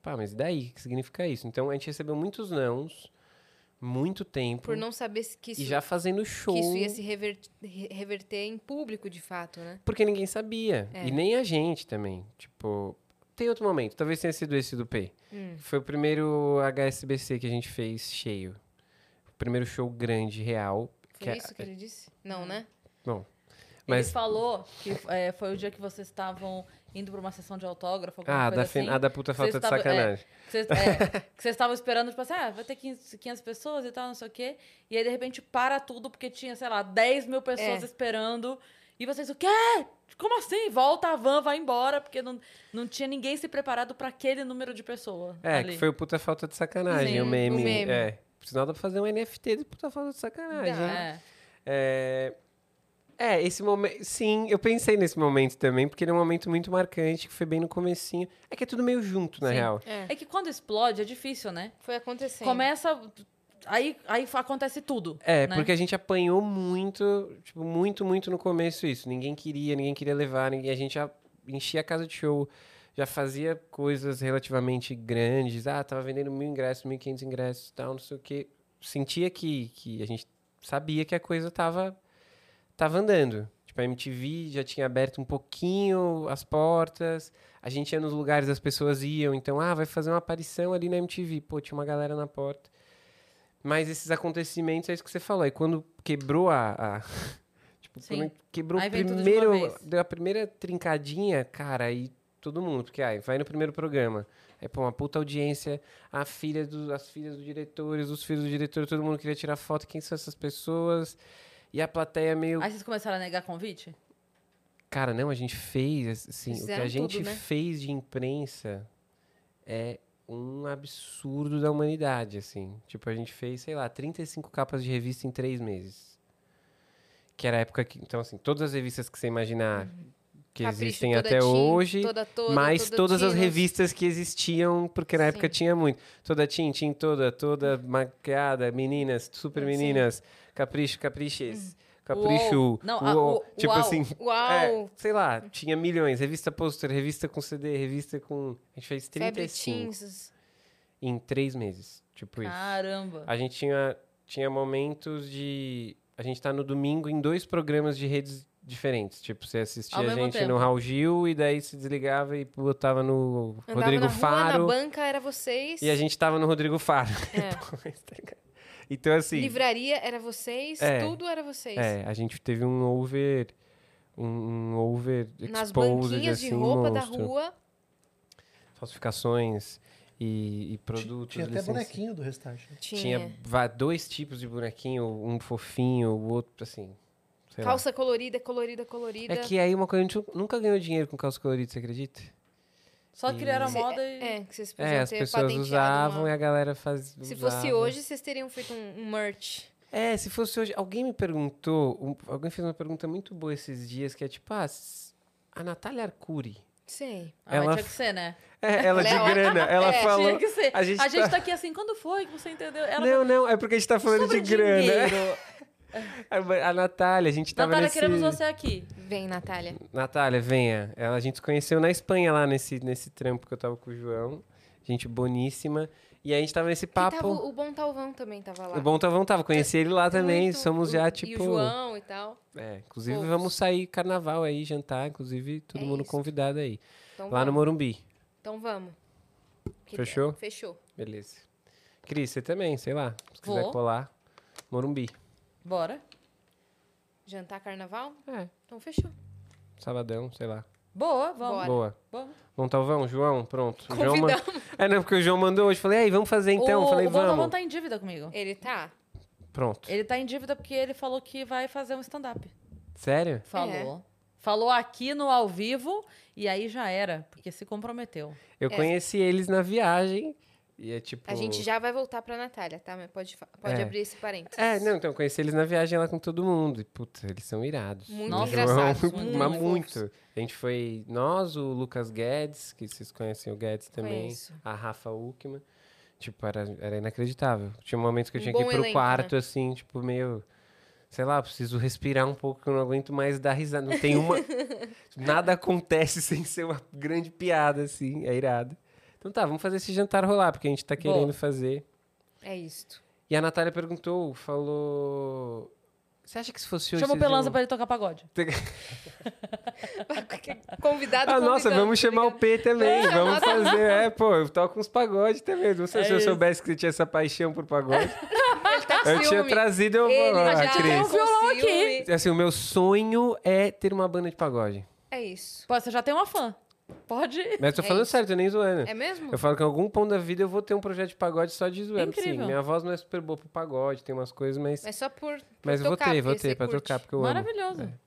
Speaker 3: pá, mas e daí? O que significa isso? Então a gente recebeu muitos nãos, muito tempo.
Speaker 2: Por não saber se- que isso,
Speaker 3: E já fazendo show.
Speaker 2: que isso ia se rever- re- reverter em público, de fato, né?
Speaker 3: Porque ninguém sabia.
Speaker 2: É.
Speaker 3: E nem a gente também. Tipo, tem outro momento. Talvez tenha sido esse do P.
Speaker 2: Hum.
Speaker 3: Foi o primeiro HSBC que a gente fez cheio. O primeiro show grande, real.
Speaker 2: Foi
Speaker 3: que é-
Speaker 2: isso que ele disse?
Speaker 1: Hum.
Speaker 2: Não, né?
Speaker 3: Bom,
Speaker 1: Ele
Speaker 3: mas...
Speaker 1: falou que é, foi o dia que vocês estavam indo pra uma sessão de autógrafo. alguma
Speaker 3: Ah,
Speaker 1: coisa
Speaker 3: da, fin-
Speaker 1: assim.
Speaker 3: ah, da puta
Speaker 1: Vocês
Speaker 3: falta de
Speaker 1: estavam- é,
Speaker 3: sacanagem.
Speaker 1: Que vocês é, que vocês estavam esperando, tipo assim, ah, vai ter 15, 500 pessoas e tal, não sei o quê. E aí, de repente, para tudo, porque tinha, sei lá, 10 mil pessoas
Speaker 2: É.
Speaker 1: esperando. E vocês, o quê? Como assim? Volta a van, vai embora, porque não, não tinha ninguém se preparado pra aquele número de pessoa.
Speaker 3: É,
Speaker 1: ali.
Speaker 3: que foi o puta falta de sacanagem,
Speaker 2: Sim,
Speaker 3: o meme.
Speaker 2: o meme.
Speaker 3: É. Por sinal, dá pra fazer um NFT de puta falta de sacanagem.
Speaker 2: Dá.
Speaker 3: hein?
Speaker 1: É.
Speaker 3: É... é, esse momento. Sim, eu pensei nesse momento também, porque ele é um momento muito marcante, que foi bem no comecinho. É que é tudo meio junto, na
Speaker 1: Sim.
Speaker 3: real.
Speaker 2: É.
Speaker 1: É que quando explode, é difícil, né?
Speaker 2: Foi acontecendo.
Speaker 1: Começa. Aí, aí acontece tudo.
Speaker 3: É,
Speaker 1: né?
Speaker 3: porque a gente apanhou muito, tipo, muito, muito no começo isso. Ninguém queria, ninguém queria levar, ninguém, a gente já enchia a casa de show, já fazia coisas relativamente grandes. Ah, tava vendendo mil ingressos, mil e quinhentos ingressos e tal, não sei o quê. Sentia que, que a gente sabia que a coisa tava, tava andando. Tipo, a MTV já tinha aberto um pouquinho as portas. A gente ia nos lugares, as pessoas iam. Então, ah, vai fazer uma aparição ali na MTV. Pô, tinha uma galera na porta. Mas esses acontecimentos é isso que você falou. E quando quebrou a. a- [LAUGHS] tipo,
Speaker 1: Sim.
Speaker 3: quando quebrou
Speaker 1: Aí
Speaker 3: o
Speaker 1: vem tudo de uma
Speaker 3: primeiro.
Speaker 1: vez.
Speaker 3: Deu a primeira trincadinha, cara, aí todo mundo. Porque aí vai no primeiro programa. Aí, pô, uma puta audiência, a filha do, as filhas dos diretores, os filhos do diretor, todo mundo queria tirar foto. Quem são essas pessoas? E a plateia meio.
Speaker 1: Aí vocês começaram a negar convite?
Speaker 3: Cara, não, a gente fez, assim, o que
Speaker 2: Fizeram
Speaker 3: a gente
Speaker 2: tudo, né?
Speaker 3: fez de imprensa é um absurdo da humanidade, assim. Tipo, a gente fez, sei lá, 35 capas de revista em três meses. Que era a época que, então, assim, todas as revistas que você imaginar
Speaker 1: Uhum.
Speaker 3: que
Speaker 2: Capricho,
Speaker 3: existem
Speaker 2: toda
Speaker 3: até
Speaker 2: teen,
Speaker 3: hoje,
Speaker 2: toda, toda,
Speaker 3: mais
Speaker 2: toda
Speaker 3: todas as
Speaker 2: Tinos.
Speaker 3: revistas que existiam, porque na época
Speaker 2: Sim.
Speaker 3: tinha muito. Toda Tintin, toda, toda maquiada, meninas, super meninas, capricho, capriches, capricho,
Speaker 1: Uhum. Uou. Não, a-
Speaker 3: uou.
Speaker 1: o-
Speaker 3: tipo
Speaker 1: uau.
Speaker 3: assim,
Speaker 2: Uau!
Speaker 3: é, sei lá, tinha milhões. Revista pôster, revista com CD, revista com. A gente fez
Speaker 2: Febre
Speaker 3: 35
Speaker 2: Teens.
Speaker 3: em três meses. Tipo isso.
Speaker 1: Caramba.
Speaker 3: A gente tinha, tinha momentos de. A gente tá no domingo em dois programas de redes diferentes. Tipo, você assistia
Speaker 1: Ao
Speaker 3: a
Speaker 1: mesmo
Speaker 3: gente
Speaker 1: tempo.
Speaker 3: no Raul Gil e daí se desligava e botava no
Speaker 2: Andava
Speaker 3: Rodrigo
Speaker 2: na rua, na
Speaker 3: Faro.
Speaker 2: banca, era vocês.
Speaker 3: E a gente tava no Rodrigo Faro.
Speaker 2: É.
Speaker 3: [LAUGHS] depois, tá ligado? então, assim.
Speaker 2: Livraria era vocês,
Speaker 3: É.
Speaker 2: tudo era vocês.
Speaker 3: É, a gente teve um over. Um, um over
Speaker 2: Nas
Speaker 3: exposed,
Speaker 2: banquinhas
Speaker 3: assim,
Speaker 2: de roupa da
Speaker 3: monstro.
Speaker 2: rua.
Speaker 3: falsificações e, e
Speaker 4: Ti-
Speaker 3: produtos.
Speaker 4: Tinha até
Speaker 3: licenci-
Speaker 4: bonequinho do Restart. né?
Speaker 2: Tinha.
Speaker 3: Tinha va- dois tipos de bonequinho, um fofinho, o outro assim. sei lá.
Speaker 2: Calça colorida, colorida, colorida.
Speaker 3: É que aí uma coisa a gente nu- nunca ganhou dinheiro com calça colorida, você acredita?
Speaker 1: Só criaram a
Speaker 2: Cê-
Speaker 1: moda e.
Speaker 2: É, que vocês podiam
Speaker 3: É, as
Speaker 2: ter
Speaker 3: pessoas
Speaker 2: patenteado
Speaker 3: usavam
Speaker 2: uma-
Speaker 3: e a galera fazia.
Speaker 2: Se fosse hoje, vocês teriam feito um, um merch.
Speaker 3: É, se fosse hoje. Alguém me perguntou, um- alguém fez uma pergunta muito boa esses dias, que é tipo, ah, s- a Natália Arcuri.
Speaker 2: Sei.
Speaker 1: Ah, mas
Speaker 3: Ela
Speaker 1: tinha que ser, né?
Speaker 3: É, ela de
Speaker 2: Léo.
Speaker 3: grana, ela
Speaker 1: É,
Speaker 3: falou.
Speaker 1: Tinha que ser.
Speaker 3: a gente tá-
Speaker 1: tá... aqui assim, quando foi que você entendeu? Ela
Speaker 3: Não, não, é porque a gente tá falando de
Speaker 1: sobre
Speaker 3: grana. É,
Speaker 1: dinheiro.
Speaker 3: A, a Natália, a gente [LAUGHS] tava
Speaker 1: Natália,
Speaker 3: nesse...
Speaker 1: queremos você aqui.
Speaker 2: Vem, Natália.
Speaker 3: Natália, venha. Ela, a gente se conheceu na Espanha lá nesse, nesse trampo que eu tava com o João. Gente boníssima. E aí a gente tava nesse
Speaker 2: E
Speaker 3: papo.
Speaker 2: tava o o Bom Talvão também tava lá.
Speaker 3: O bom tavão tava, conheci ele lá também.
Speaker 2: Muito.
Speaker 3: Somos já,
Speaker 2: O-
Speaker 3: tipo.
Speaker 2: E o João e tal.
Speaker 3: é, inclusive,
Speaker 2: Poucos.
Speaker 3: vamos sair carnaval aí, jantar. Inclusive, todo
Speaker 2: É
Speaker 3: mundo
Speaker 2: isso.
Speaker 3: convidado aí.
Speaker 2: Então
Speaker 3: lá no
Speaker 2: vamos.
Speaker 3: Morumbi.
Speaker 2: Então vamos. Que
Speaker 3: Fechou?
Speaker 2: ideia. Fechou.
Speaker 3: Beleza. Cris, você também, sei lá. Se quiser
Speaker 1: Vou.
Speaker 3: colar. Morumbi.
Speaker 1: Bora.
Speaker 2: Jantar carnaval?
Speaker 3: É.
Speaker 2: Então fechou.
Speaker 3: Sabadão, sei lá.
Speaker 1: Boa, vamos.
Speaker 2: Bora.
Speaker 3: Boa.
Speaker 1: Vamos.
Speaker 3: Bom tavão, João, pronto. O João
Speaker 2: Convidamos.
Speaker 3: man- É, não, porque o João mandou hoje. Falei, aí, vamos fazer então.
Speaker 1: o,
Speaker 3: Falei,
Speaker 1: o Bom Tavão
Speaker 3: vamos.
Speaker 1: tá em dívida comigo.
Speaker 2: Ele tá?
Speaker 3: Pronto.
Speaker 1: Ele tá em dívida porque ele falou que vai fazer um stand-up.
Speaker 3: Sério?
Speaker 1: Falou.
Speaker 2: É.
Speaker 1: Falou aqui no ao vivo e aí já era, porque se comprometeu.
Speaker 3: Eu conheci eles na viagem. E é tipo.
Speaker 2: É. A gente já vai voltar pra Natália, tá? Mas pode, fa- pode
Speaker 3: É.
Speaker 2: abrir esse parênteses.
Speaker 3: É, não, então eu conheci eles na viagem lá com todo mundo. E, putz, eles são irados.
Speaker 2: Muito
Speaker 3: O
Speaker 1: Nossa.
Speaker 2: engraçados,
Speaker 3: João, [LAUGHS]
Speaker 2: muito
Speaker 3: mas
Speaker 2: fofos.
Speaker 3: muito. A gente foi nós, o Lucas Guedes, que vocês conhecem o Guedes também,
Speaker 2: Conheço.
Speaker 3: a Rafa Uckman. Tipo, era, era inacreditável. Tinha momentos que eu
Speaker 2: Um
Speaker 3: tinha que ir
Speaker 2: bom
Speaker 3: pro
Speaker 2: elenco,
Speaker 3: quarto, assim, tipo, meio. Sei lá, preciso respirar um pouco, que eu não aguento mais dar risada. Não
Speaker 2: [LAUGHS]
Speaker 3: tem uma. Nada acontece sem ser uma grande piada, assim. É irado. Então tá, vamos fazer esse jantar rolar, porque a gente tá
Speaker 1: Boa.
Speaker 3: querendo fazer.
Speaker 2: É isto.
Speaker 3: E a Natália perguntou, falou. Você acha que se fosse hoje.
Speaker 1: Chamou
Speaker 3: vocês
Speaker 1: Pelanza
Speaker 3: iam-"
Speaker 1: pra ele tocar pagode.
Speaker 2: Convidado,
Speaker 3: Ah, nossa,
Speaker 2: [LAUGHS] convidado,
Speaker 3: vamos
Speaker 2: tá
Speaker 3: chamar o
Speaker 2: ligado?
Speaker 3: P também. Vamos fazer. É, pô, eu toco uns pagodes também. Não sei
Speaker 1: É
Speaker 3: se eu
Speaker 1: isso.
Speaker 3: soubesse que você tinha essa paixão por
Speaker 2: [LAUGHS]
Speaker 3: pagode.
Speaker 2: Ele tá com
Speaker 3: eu tinha
Speaker 2: ciúme.
Speaker 3: trazido eu
Speaker 2: Ele
Speaker 3: a
Speaker 2: já
Speaker 3: Cris. um
Speaker 2: tá com
Speaker 1: violão aqui.
Speaker 2: ciúme.
Speaker 3: Assim, o meu sonho é ter uma banda de pagode.
Speaker 2: É isso.
Speaker 1: Pô, você já tem uma fã. Pode. ir.
Speaker 3: Mas eu tô
Speaker 2: É
Speaker 3: falando
Speaker 2: isso.
Speaker 3: sério, tô nem zoando.
Speaker 2: É mesmo?
Speaker 3: Eu falo que em algum ponto da vida eu vou ter um projeto de pagode só de zoeira. Sim,
Speaker 1: Incrível.
Speaker 3: minha voz não é super boa pro pagode, tem umas coisas, mas.
Speaker 2: Mas É só por, por
Speaker 3: Mas eu vou
Speaker 2: tocar,
Speaker 3: ter, vou
Speaker 2: porque
Speaker 3: ter
Speaker 2: você
Speaker 3: pra
Speaker 2: curte.
Speaker 3: tocar, porque eu amo.
Speaker 1: Maravilhoso.
Speaker 2: É. E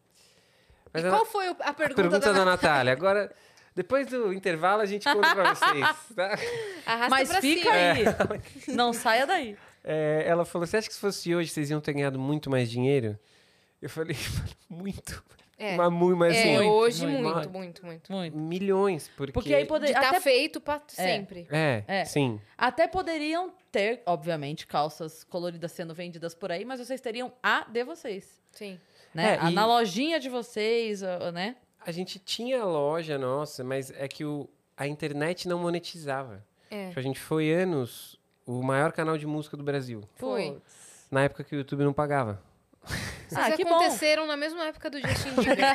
Speaker 3: Mas a-
Speaker 2: qual foi o- a pergunta,
Speaker 3: Pergunta,
Speaker 2: da,
Speaker 3: da Natália. Agora, depois do intervalo, a gente
Speaker 2: [LAUGHS]
Speaker 3: conta pra vocês. tá?
Speaker 2: Arrasta
Speaker 1: Mas
Speaker 2: pra
Speaker 1: fica
Speaker 2: cima.
Speaker 1: aí. Não saia daí.
Speaker 3: É, ela falou: Você acha que se fosse hoje, vocês iam ter ganhado muito mais dinheiro? Eu falei: [LAUGHS] "Mano, Muito.
Speaker 2: É.
Speaker 3: Mas muito, mas
Speaker 2: É,
Speaker 3: muito.
Speaker 2: hoje
Speaker 1: muito,
Speaker 2: muito,
Speaker 3: muito.
Speaker 2: muito, muito.
Speaker 1: Muito.
Speaker 3: Milhões, porque.
Speaker 1: Porque aí
Speaker 2: De
Speaker 1: poderia.
Speaker 2: tá
Speaker 1: Até,
Speaker 2: feito pra sempre.
Speaker 3: É,
Speaker 1: É.
Speaker 3: sim.
Speaker 1: até poderiam ter, obviamente, calças coloridas sendo vendidas por aí, mas vocês teriam a de vocês.
Speaker 2: Sim.
Speaker 1: Né?
Speaker 3: É,
Speaker 1: A-
Speaker 3: e-
Speaker 1: Na lojinha de vocês, ó, né?
Speaker 3: A gente tinha a loja nossa, mas é que o, a internet não monetizava.
Speaker 2: É.
Speaker 3: Tipo, a gente foi anos o maior canal de música do Brasil.
Speaker 2: Foi.
Speaker 1: Putz.
Speaker 3: Na época que o YouTube não pagava.
Speaker 1: Ah,
Speaker 2: Vocês
Speaker 1: que bom.
Speaker 2: aconteceram na mesma época do Justin
Speaker 1: [LAUGHS]
Speaker 2: Bieber.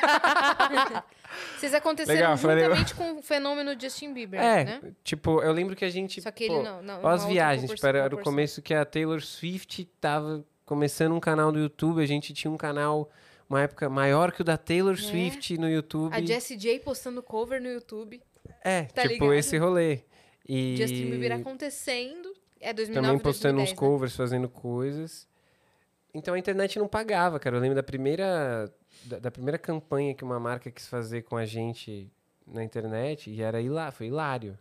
Speaker 2: Vocês aconteceram
Speaker 3: Legal, foi legal.
Speaker 2: juntamente com o fenômeno Justin Bieber,
Speaker 3: É,
Speaker 2: né?
Speaker 3: tipo, eu lembro que a gente.
Speaker 2: Só que ele
Speaker 3: pô,
Speaker 2: não- não,
Speaker 3: ó
Speaker 2: uma
Speaker 3: as
Speaker 2: outra
Speaker 3: viagens,
Speaker 2: proporção-
Speaker 3: tipo, era, era o
Speaker 2: proporção.
Speaker 3: começo que a Taylor Swift tava começando um canal no YouTube, a gente tinha um canal, uma época maior que o da Taylor Swift no YouTube.
Speaker 2: É. A Jessie J postando cover no YouTube.
Speaker 3: É,
Speaker 2: Tá
Speaker 3: tipo,
Speaker 2: ligado?
Speaker 3: esse rolê. E
Speaker 2: Justin Bieber acontecendo. É 2009,
Speaker 3: também postando
Speaker 2: 2010,
Speaker 3: uns
Speaker 2: né?
Speaker 3: covers, fazendo coisas. Então a internet não pagava, cara. Eu lembro da primeira, da, da primeira campanha que uma marca quis fazer com a gente na internet e era hilar, foi hilário.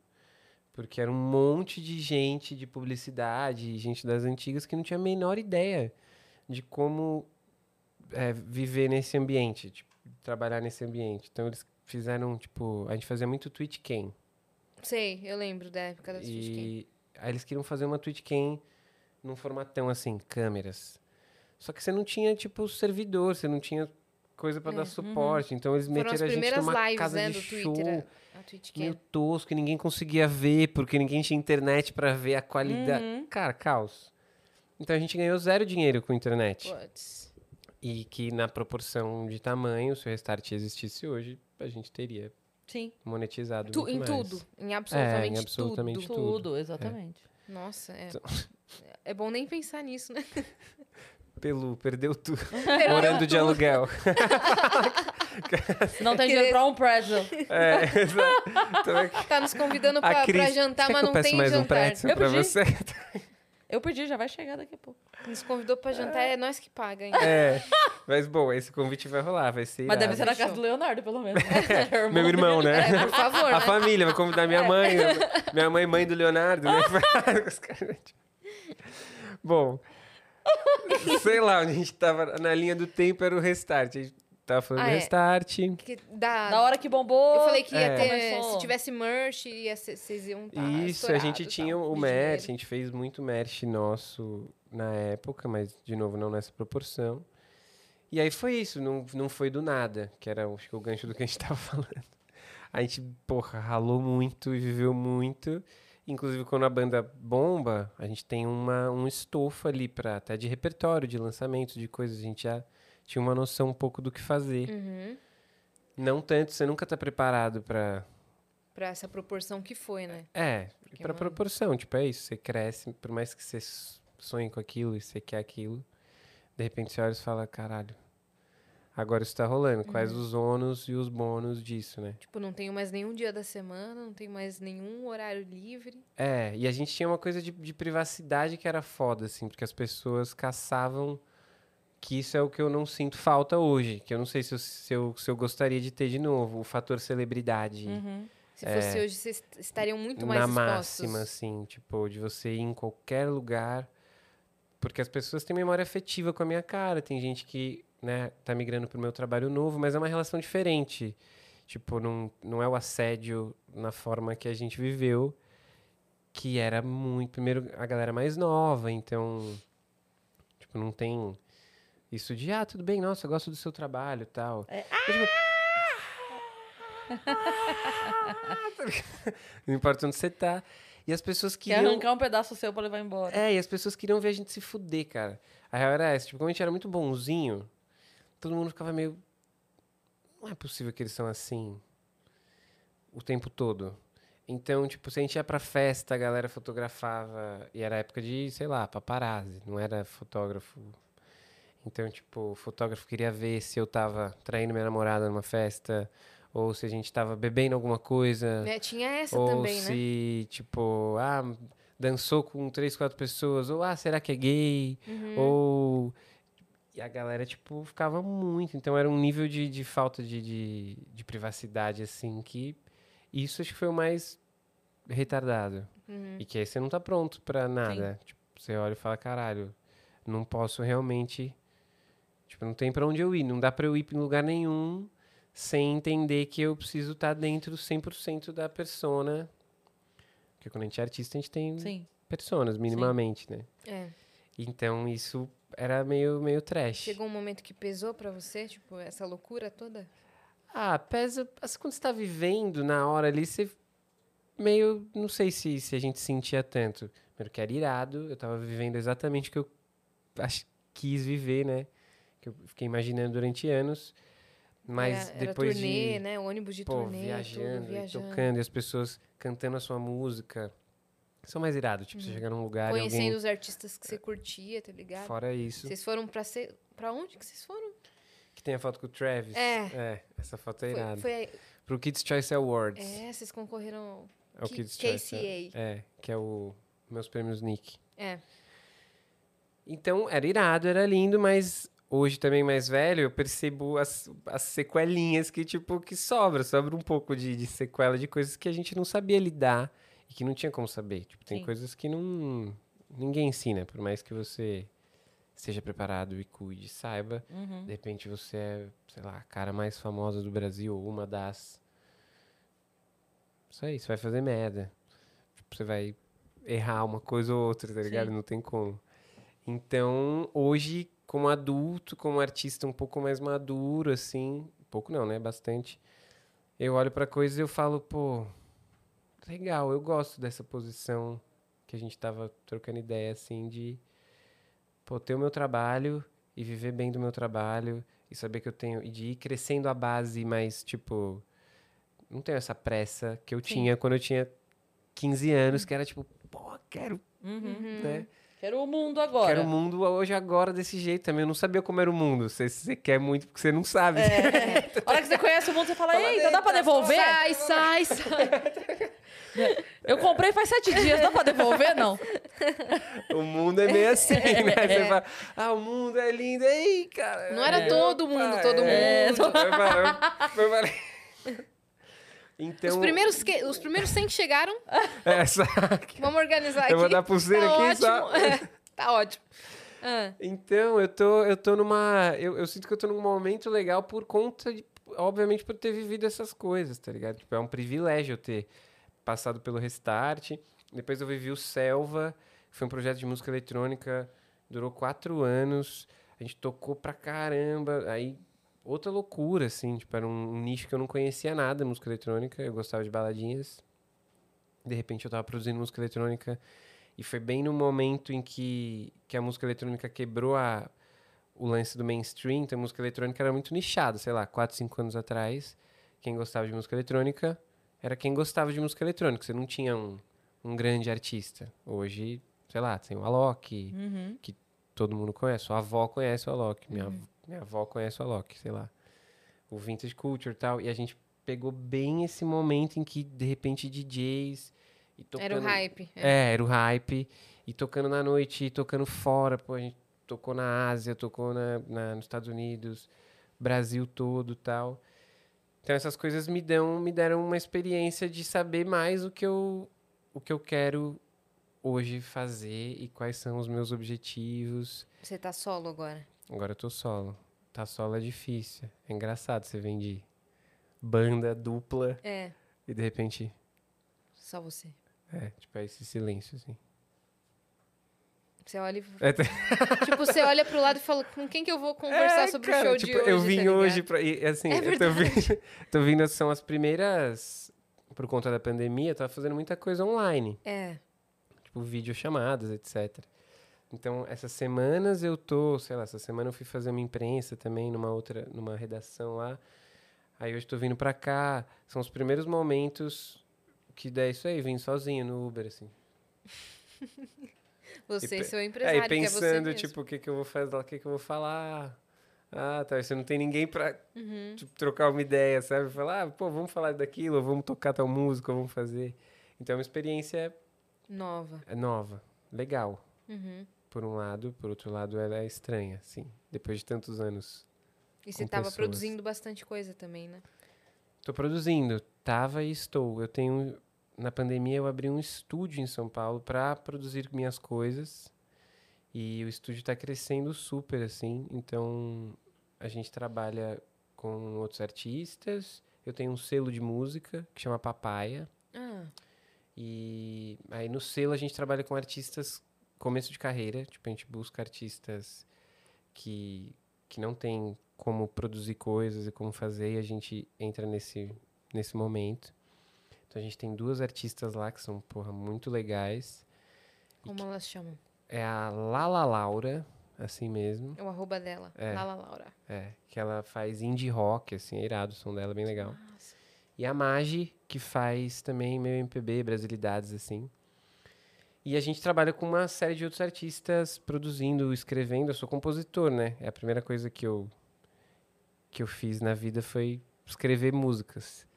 Speaker 3: Porque era um monte de gente de publicidade, gente das antigas que não tinha a menor ideia de como é, viver nesse ambiente, tipo, trabalhar nesse ambiente. Então eles fizeram, tipo, a gente fazia muito tweet quem.
Speaker 2: Sei, eu lembro da época da Swift King.
Speaker 3: E aí eles queriam fazer uma Twitchcam num formatão assim, câmeras. Só que você não tinha, tipo, servidor, você não tinha coisa pra dar suporte. Então eles
Speaker 2: É, uhum. Foram as
Speaker 3: meteram a gente
Speaker 2: primeiras
Speaker 3: numa
Speaker 2: lives,
Speaker 3: casa
Speaker 2: né,
Speaker 3: de
Speaker 2: do
Speaker 3: show.
Speaker 2: Twitter. A, a Twitch
Speaker 3: Meio tosco, que ninguém conseguia ver, porque ninguém tinha internet pra ver a qualidade.
Speaker 2: Uhum.
Speaker 3: Cara, caos. Então a gente ganhou zero dinheiro com internet.
Speaker 2: Putz.
Speaker 3: E que na proporção de tamanho, se o Restart existisse hoje, a gente teria
Speaker 1: Sim,
Speaker 3: monetizado
Speaker 2: Tu-
Speaker 3: muito
Speaker 2: em
Speaker 3: mais. É,
Speaker 2: tudo. Em absolutamente,
Speaker 3: em absolutamente Então
Speaker 2: tudo.
Speaker 1: tudo, exatamente.
Speaker 2: Nossa, é. [LAUGHS] É bom nem pensar nisso, né?
Speaker 3: Pelu,
Speaker 2: [LAUGHS]
Speaker 3: perdeu tudo. Morando de aluguel.
Speaker 1: Se não tem dinheiro pra um pretzel.
Speaker 3: É, [LAUGHS] exato. Então, é que-
Speaker 2: Tá nos
Speaker 3: [LAUGHS]
Speaker 2: convidando
Speaker 3: a
Speaker 2: pra,
Speaker 3: Cris,
Speaker 2: pra jantar,
Speaker 3: quer
Speaker 2: mas
Speaker 3: que eu
Speaker 2: não
Speaker 3: peça
Speaker 2: tem
Speaker 3: mais um
Speaker 2: jantar.
Speaker 3: pretzel
Speaker 1: Eu
Speaker 3: pra
Speaker 1: pedi.
Speaker 3: você? [LAUGHS]
Speaker 1: Eu perdi, já vai chegar daqui a pouco.
Speaker 2: Nos convidou pra jantar, é nós que paga, hein?
Speaker 3: É. Mas, bom, esse convite vai rolar, vai ser
Speaker 1: Mas deve ser
Speaker 3: irado.
Speaker 1: na casa do Leonardo, pelo menos.
Speaker 3: [LAUGHS] Meu irmão,
Speaker 1: [LAUGHS]
Speaker 2: É,
Speaker 3: né?
Speaker 2: por favor,
Speaker 3: [LAUGHS] A
Speaker 2: né?
Speaker 3: família, vai convidar minha mãe.
Speaker 1: É.
Speaker 3: Minha mãe, mãe do Leonardo, né? [LAUGHS] Os caras, tipo. bom, sei lá, onde a gente tava na linha do tempo era o restart. A gente tava falando
Speaker 2: Ah,
Speaker 3: do
Speaker 2: é.
Speaker 3: restart.
Speaker 2: Que da,
Speaker 1: Na hora que bombou.
Speaker 2: Eu falei que ia
Speaker 3: É.
Speaker 2: ter.
Speaker 1: Começou.
Speaker 2: Se tivesse merch, ia ser, vocês iam tá
Speaker 3: Isso, a gente
Speaker 2: estourado,
Speaker 3: tinha
Speaker 2: tal,
Speaker 3: o
Speaker 2: de
Speaker 3: merch, a
Speaker 2: dinheiro.
Speaker 3: gente fez muito merch nosso na época, mas de novo não nessa proporção. E aí foi isso, não, não foi do nada, que era acho que o gancho do que a gente [LAUGHS] tava falando. A gente, porra, ralou muito e viveu muito. Inclusive, quando a banda bomba, a gente tem uma, um estofo ali pra, até de repertório, de lançamento, de coisas. A gente já tinha uma noção um pouco do que fazer.
Speaker 2: Uhum.
Speaker 3: Não tanto, você nunca tá preparado pra
Speaker 2: Pra essa proporção que foi, né?
Speaker 3: é,
Speaker 2: Porque,
Speaker 3: pra
Speaker 2: mano-
Speaker 3: proporção, tipo, é isso. Você cresce, por mais que você s- sonhe com aquilo e você quer aquilo, de repente você olha e fala, caralho, agora isso tá rolando. Quais os ônus e os bônus disso, né?
Speaker 2: Tipo, não tenho mais nenhum dia da semana, não tenho mais nenhum horário livre.
Speaker 3: É, e a gente tinha uma coisa de, de privacidade que era foda, assim, porque as pessoas caçavam que isso é o que eu não sinto falta hoje, que eu não sei se eu, se eu, se eu gostaria de ter de novo, o fator celebridade.
Speaker 1: Uhum.
Speaker 2: Se fosse hoje, vocês estariam muito mais
Speaker 3: É. na
Speaker 2: expostos.
Speaker 3: máxima, assim, tipo, de você ir em qualquer lugar. Porque as pessoas têm memória afetiva com a minha cara. Tem gente que, né, tá migrando pro meu trabalho novo, mas é uma relação diferente. Tipo, não, não é o assédio na forma que a gente viveu, que era muito. Primeiro, a galera mais nova, então. Tipo, não tem isso de, ah, tudo bem, nossa, eu gosto do seu trabalho e tal.
Speaker 1: É,
Speaker 3: Eu, tipo,
Speaker 1: "Ah!"
Speaker 3: [LAUGHS] não importa onde você tá. E as pessoas
Speaker 1: Quer
Speaker 3: queriam.
Speaker 1: arrancar um pedaço seu pra levar embora.
Speaker 3: É, e as pessoas queriam ver a gente se fuder, cara. A real era essa. Tipo, como a gente era muito bonzinho, todo mundo ficava meio. Não é possível que eles são assim o tempo todo. Então, tipo, se a gente ia pra festa, a galera fotografava. E era época de, sei lá, paparazzi, não era fotógrafo. Então, tipo, o fotógrafo queria ver se eu tava traindo minha namorada numa festa, ou se a gente tava bebendo alguma coisa
Speaker 2: Né? Tinha essa
Speaker 3: ou
Speaker 2: também, né?
Speaker 3: se, tipo, ah, dançou com três, quatro pessoas, ou ah, será que é gay?
Speaker 2: Uhum.
Speaker 3: Ou. E a galera, tipo, ficava muito. Então era um nível de, de falta de, de, de privacidade, assim, que. Isso acho que foi o mais retardado.
Speaker 2: Uhum.
Speaker 3: E que aí você não tá pronto pra nada. Tipo, você olha e fala, caralho, não posso realmente. Tipo, não tem pra onde eu ir. Não dá pra eu ir em lugar nenhum sem entender que eu preciso estar dentro 100% da persona. Porque quando a gente é artista, a gente tem
Speaker 1: Sim.
Speaker 3: personas, minimamente, né?
Speaker 2: É.
Speaker 3: Então, isso era meio, meio trash.
Speaker 2: Chegou um momento que pesou pra você, tipo, essa loucura toda?
Speaker 3: Ah, pesa... assim, Quando você tá vivendo na hora ali, você meio... Não sei se, se a gente sentia tanto. Primeiro que era irado, eu tava vivendo exatamente o que eu ach- quis viver, né? que eu fiquei imaginando durante anos. Mas
Speaker 2: É, era, era
Speaker 3: depois
Speaker 2: turnê,
Speaker 3: de
Speaker 2: né? Ônibus de
Speaker 3: pô,
Speaker 2: turnê,
Speaker 3: viajando,
Speaker 2: tudo, viajando.
Speaker 3: e tocando, e as pessoas cantando a sua música. São mais irado, tipo, você chegar num lugar e
Speaker 2: Uhum. Conhecendo
Speaker 3: alguém...
Speaker 2: os artistas que você curtia, tá ligado?
Speaker 3: Fora isso,
Speaker 2: Vocês foram pra ser. Pra onde que vocês foram?
Speaker 3: que tem a foto com o Travis.
Speaker 2: É.
Speaker 3: essa foto é
Speaker 2: Foi,
Speaker 3: irada.
Speaker 2: foi.
Speaker 3: Pro Kids' Choice Awards.
Speaker 2: É, vocês concorreram.
Speaker 3: É o
Speaker 2: Ki-
Speaker 3: Kids' Choice.
Speaker 2: KCA.
Speaker 3: É, que é o Meus Prêmios Nick.
Speaker 2: É.
Speaker 3: Então, era irado, era lindo, mas hoje também mais velho, eu percebo as, as sequelinhas que, tipo, que sobra. Sobra um pouco de, de sequela de coisas que a gente não sabia lidar e que não tinha como saber. Tipo, tem
Speaker 1: Sim.
Speaker 3: coisas que não... Ninguém ensina, por mais que você seja preparado e cuide, saiba.
Speaker 1: Uhum.
Speaker 3: De repente você é, sei lá, a cara mais famosa do Brasil, ou uma das. Isso aí, você vai fazer merda. Tipo, você vai errar uma coisa ou outra, tá ligado?
Speaker 1: Sim.
Speaker 3: Não tem como. Então, hoje, como adulto, como artista um pouco mais maduro, assim, pouco não, né? Bastante. Eu olho pra coisas e eu falo, pô, legal, eu gosto dessa posição que a gente tava trocando ideia, assim, de, pô, ter o meu trabalho e viver bem do meu trabalho e saber que eu tenho, e de ir crescendo a base, mas, tipo, não tenho essa pressa que eu
Speaker 1: Sim.
Speaker 3: tinha quando eu tinha 15 anos, que era tipo, pô, quero,
Speaker 1: Uhum.
Speaker 2: Hum,
Speaker 3: né?
Speaker 1: Quero o mundo agora.
Speaker 3: Quero o mundo hoje, agora, desse jeito também. Eu não sabia como era o mundo. Você, você quer muito porque você não sabe.
Speaker 2: É.
Speaker 1: A hora que você conhece o mundo, você fala, eita, dá pra devolver?
Speaker 2: Sai, sai, sai.
Speaker 1: [LAUGHS] Eu comprei faz sete dias, dá pra devolver? Não.
Speaker 3: [LAUGHS] o mundo é
Speaker 2: [LAUGHS]
Speaker 3: meio assim, né? Você fala, ah, o mundo é lindo. Ei, cara.
Speaker 2: Não era
Speaker 3: é,
Speaker 2: todo mundo,
Speaker 3: opa,
Speaker 2: todo
Speaker 3: é.
Speaker 2: mundo.
Speaker 3: Eu falei- eu falei- Então, é,
Speaker 2: Os primeiros, que, os primeiros 100 que
Speaker 3: [LAUGHS]
Speaker 2: chegaram,
Speaker 3: essa,
Speaker 2: vamos organizar aqui.
Speaker 3: eu vou dar pulseira
Speaker 2: tá
Speaker 3: aqui
Speaker 2: ótimo.
Speaker 3: só.
Speaker 2: [LAUGHS] tá ótimo. [LAUGHS] Ah,
Speaker 3: Então, eu tô, eu tô numa. Eu, eu sinto que eu tô num momento legal por conta de. Obviamente, por ter vivido essas coisas, tá ligado? Tipo, é um privilégio eu ter passado pelo restart. Depois eu vivi o Selva, que foi um projeto de música eletrônica, durou quatro anos. A gente tocou pra caramba. Aí, outra loucura, assim, tipo, era um, um nicho que eu não conhecia nada, música eletrônica. Eu gostava de baladinhas. De repente eu tava produzindo música eletrônica e foi bem no momento em que, que a música eletrônica quebrou a, o lance do mainstream. Então, a música eletrônica era muito nichada, sei lá, 4, 5 anos atrás. Quem gostava de música eletrônica era quem gostava de música eletrônica. Você não tinha um, um grande artista. Hoje, sei lá, tem o Alok,
Speaker 1: Uhum.
Speaker 3: que todo mundo conhece. Sua avó conhece o Alok, minha,
Speaker 2: Uhum.
Speaker 3: av- minha avó conhece o Alok, sei lá. O Vintage Culture e tal. E a gente pegou bem esse momento em que, de repente, DJs... E
Speaker 2: era o
Speaker 3: tocando-
Speaker 2: hype. é.
Speaker 3: é, era o hype. E tocando na noite, e tocando fora. Pô, a gente tocou na Ásia, tocou na, na- nos Estados Unidos, Brasil todo tal. Então essas coisas me dão, me deram uma experiência de saber mais o que eu, o que eu quero hoje fazer e quais são os meus objetivos.
Speaker 2: Você tá solo agora.
Speaker 3: Agora eu tô solo. Tá solo é difícil. É engraçado, você vem de banda dupla
Speaker 2: É,
Speaker 3: e de repente,
Speaker 2: só você.
Speaker 3: é, tipo, é esse silêncio assim.
Speaker 2: Você olha e
Speaker 3: É, tá-
Speaker 2: Tipo, você olha pro lado e fala, com quem que eu vou conversar
Speaker 3: É,
Speaker 2: sobre
Speaker 3: cara,
Speaker 2: o show de
Speaker 3: tipo,
Speaker 2: hoje?
Speaker 3: Eu
Speaker 2: tá
Speaker 3: vim
Speaker 2: ligado?
Speaker 3: hoje pra. E, assim,
Speaker 2: É
Speaker 3: eu tô vindo, [LAUGHS] tô vindo, são as primeiras. Por conta da pandemia, eu tava fazendo muita coisa online,
Speaker 2: É,
Speaker 3: tipo videochamadas, etc. Então, essas semanas eu tô, sei lá, essa semana eu fui fazer uma imprensa também numa outra, numa redação lá. Aí hoje tô vindo pra cá, são os primeiros momentos que dá isso aí, vim sozinho no Uber, assim.
Speaker 2: você e,
Speaker 3: pe-
Speaker 2: seu
Speaker 3: É,
Speaker 2: empresário,
Speaker 3: e
Speaker 2: que é você
Speaker 3: pensando,
Speaker 2: mesmo.
Speaker 3: tipo, o que, que eu vou fazer lá, o que, que eu vou falar. Ah, tá, você não tem ninguém pra
Speaker 2: Uhum.
Speaker 3: tipo, trocar uma ideia, sabe? Falar, ah, pô, vamos falar daquilo, ou vamos tocar tal música, ou vamos fazer. Então é uma experiência
Speaker 2: Nova.
Speaker 3: nova, legal,
Speaker 2: Uhum.
Speaker 3: por um lado, por outro lado ela é estranha, assim, depois de tantos anos.
Speaker 2: E você
Speaker 3: Com
Speaker 2: tava
Speaker 3: pessoas.
Speaker 2: produzindo bastante coisa também, né?
Speaker 3: Tô produzindo, tava e estou. Eu tenho, na pandemia eu abri um estúdio em São Paulo pra produzir minhas coisas. E o estúdio tá crescendo super, assim, então a gente trabalha com outros artistas. Eu tenho um selo de música que chama Papaya.
Speaker 2: Ah,
Speaker 3: E aí no selo a gente trabalha com artistas começo de carreira, tipo a gente busca artistas que que não tem como produzir coisas e como fazer e a gente entra nesse nesse momento. Então a gente tem duas artistas lá que são porra muito legais.
Speaker 2: como elas chamam?
Speaker 3: É a Lala Laura, assim mesmo.
Speaker 2: É o arroba dela.
Speaker 3: É.
Speaker 2: Lala Laura.
Speaker 3: É, que ela faz indie rock, assim, é irado o som dela, bem legal. E a Magi, que faz também meio MPB, brasilidades, assim. E a gente trabalha com uma série de outros artistas produzindo, escrevendo. Eu sou compositor, né? É a primeira coisa que eu, que eu fiz na vida foi escrever músicas.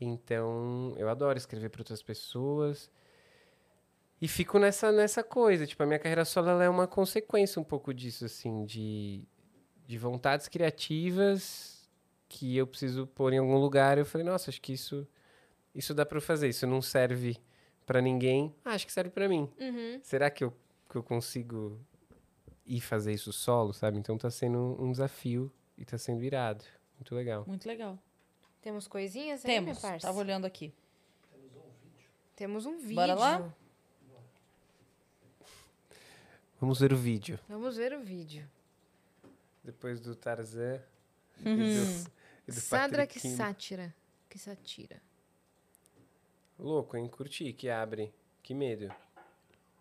Speaker 3: Então, eu adoro escrever para outras pessoas. E fico nessa, nessa coisa. Tipo, a minha carreira solo ela é uma consequência um pouco disso, assim, de, de vontades criativas que eu preciso pôr em algum lugar. Eu falei, nossa, acho que isso, isso dá para eu fazer. Isso não serve para ninguém. Ah, acho que serve para mim.
Speaker 2: Uhum.
Speaker 3: Será que eu, que eu consigo ir fazer isso solo, sabe? Então tá sendo um um desafio e tá sendo irado. Muito legal.
Speaker 1: Muito legal.
Speaker 2: Temos coisinhas aí,
Speaker 1: Temos.
Speaker 2: minha parça?
Speaker 3: Tá
Speaker 1: Tava olhando aqui.
Speaker 2: Temos um vídeo.
Speaker 1: Bora lá?
Speaker 3: Vamos ver o vídeo.
Speaker 2: Vamos ver o vídeo.
Speaker 3: Depois do Tarzan e do, e do
Speaker 2: Uhum. Sadra que
Speaker 3: Patrick Kim.
Speaker 2: sátira. Que satira.
Speaker 3: Louco, hein? Curti, que abre. Que medo.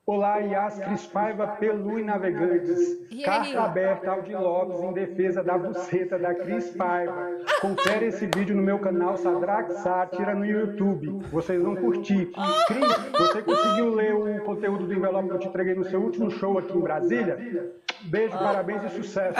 Speaker 5: Olá, Ias Cris Paiva, Pelu e Navegantes.
Speaker 2: E aí?
Speaker 5: Carta aberta ao de Lopes em defesa da buceta da Cris Paiva. Confere esse vídeo no meu canal Sadrax Sátira no YouTube. Vocês vão curtir. Cris, você conseguiu ler o conteúdo do envelope que eu te entreguei no seu último show aqui em Brasília? Beijo, parabéns e sucesso.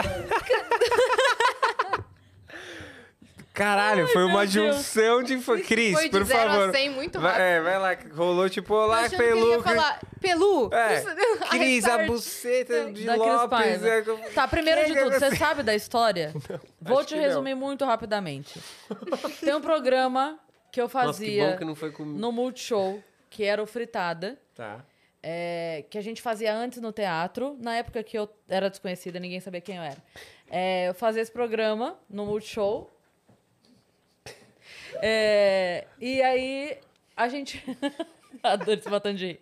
Speaker 3: Caralho, foi uma junção de... fã- Cris,
Speaker 2: Foi de
Speaker 3: por
Speaker 2: zero a
Speaker 3: favor.
Speaker 2: cem muito rápido.
Speaker 3: vai, é, vai lá. Rolou tipo,
Speaker 2: Tô
Speaker 3: olá,
Speaker 2: achando que ele
Speaker 3: Pelu.
Speaker 2: ia falar, Pelu!
Speaker 3: É,
Speaker 2: Isso-
Speaker 3: Cris, a
Speaker 2: restart.
Speaker 3: buceta de
Speaker 1: Da Cris
Speaker 3: Lopes.
Speaker 1: Paiva.
Speaker 3: é que-
Speaker 1: Tá, primeiro de
Speaker 3: Chega,
Speaker 1: tudo, você
Speaker 3: você-
Speaker 1: sabe da história? Vou
Speaker 3: acho
Speaker 1: te
Speaker 3: que [LAUGHS] não.
Speaker 1: resumir muito
Speaker 3: [LAUGHS]
Speaker 1: rapidamente. Tem um programa que eu
Speaker 3: Nossa, que bom
Speaker 1: fazia
Speaker 3: que não foi comigo.
Speaker 1: no Multishow, que era o Fritada.
Speaker 3: Tá.
Speaker 1: é, que a gente fazia antes no teatro, na época que eu era desconhecida, ninguém sabia quem eu era. É, eu fazia esse programa no Multishow. É, e aí a gente. [LAUGHS] Adoro se matando de rir.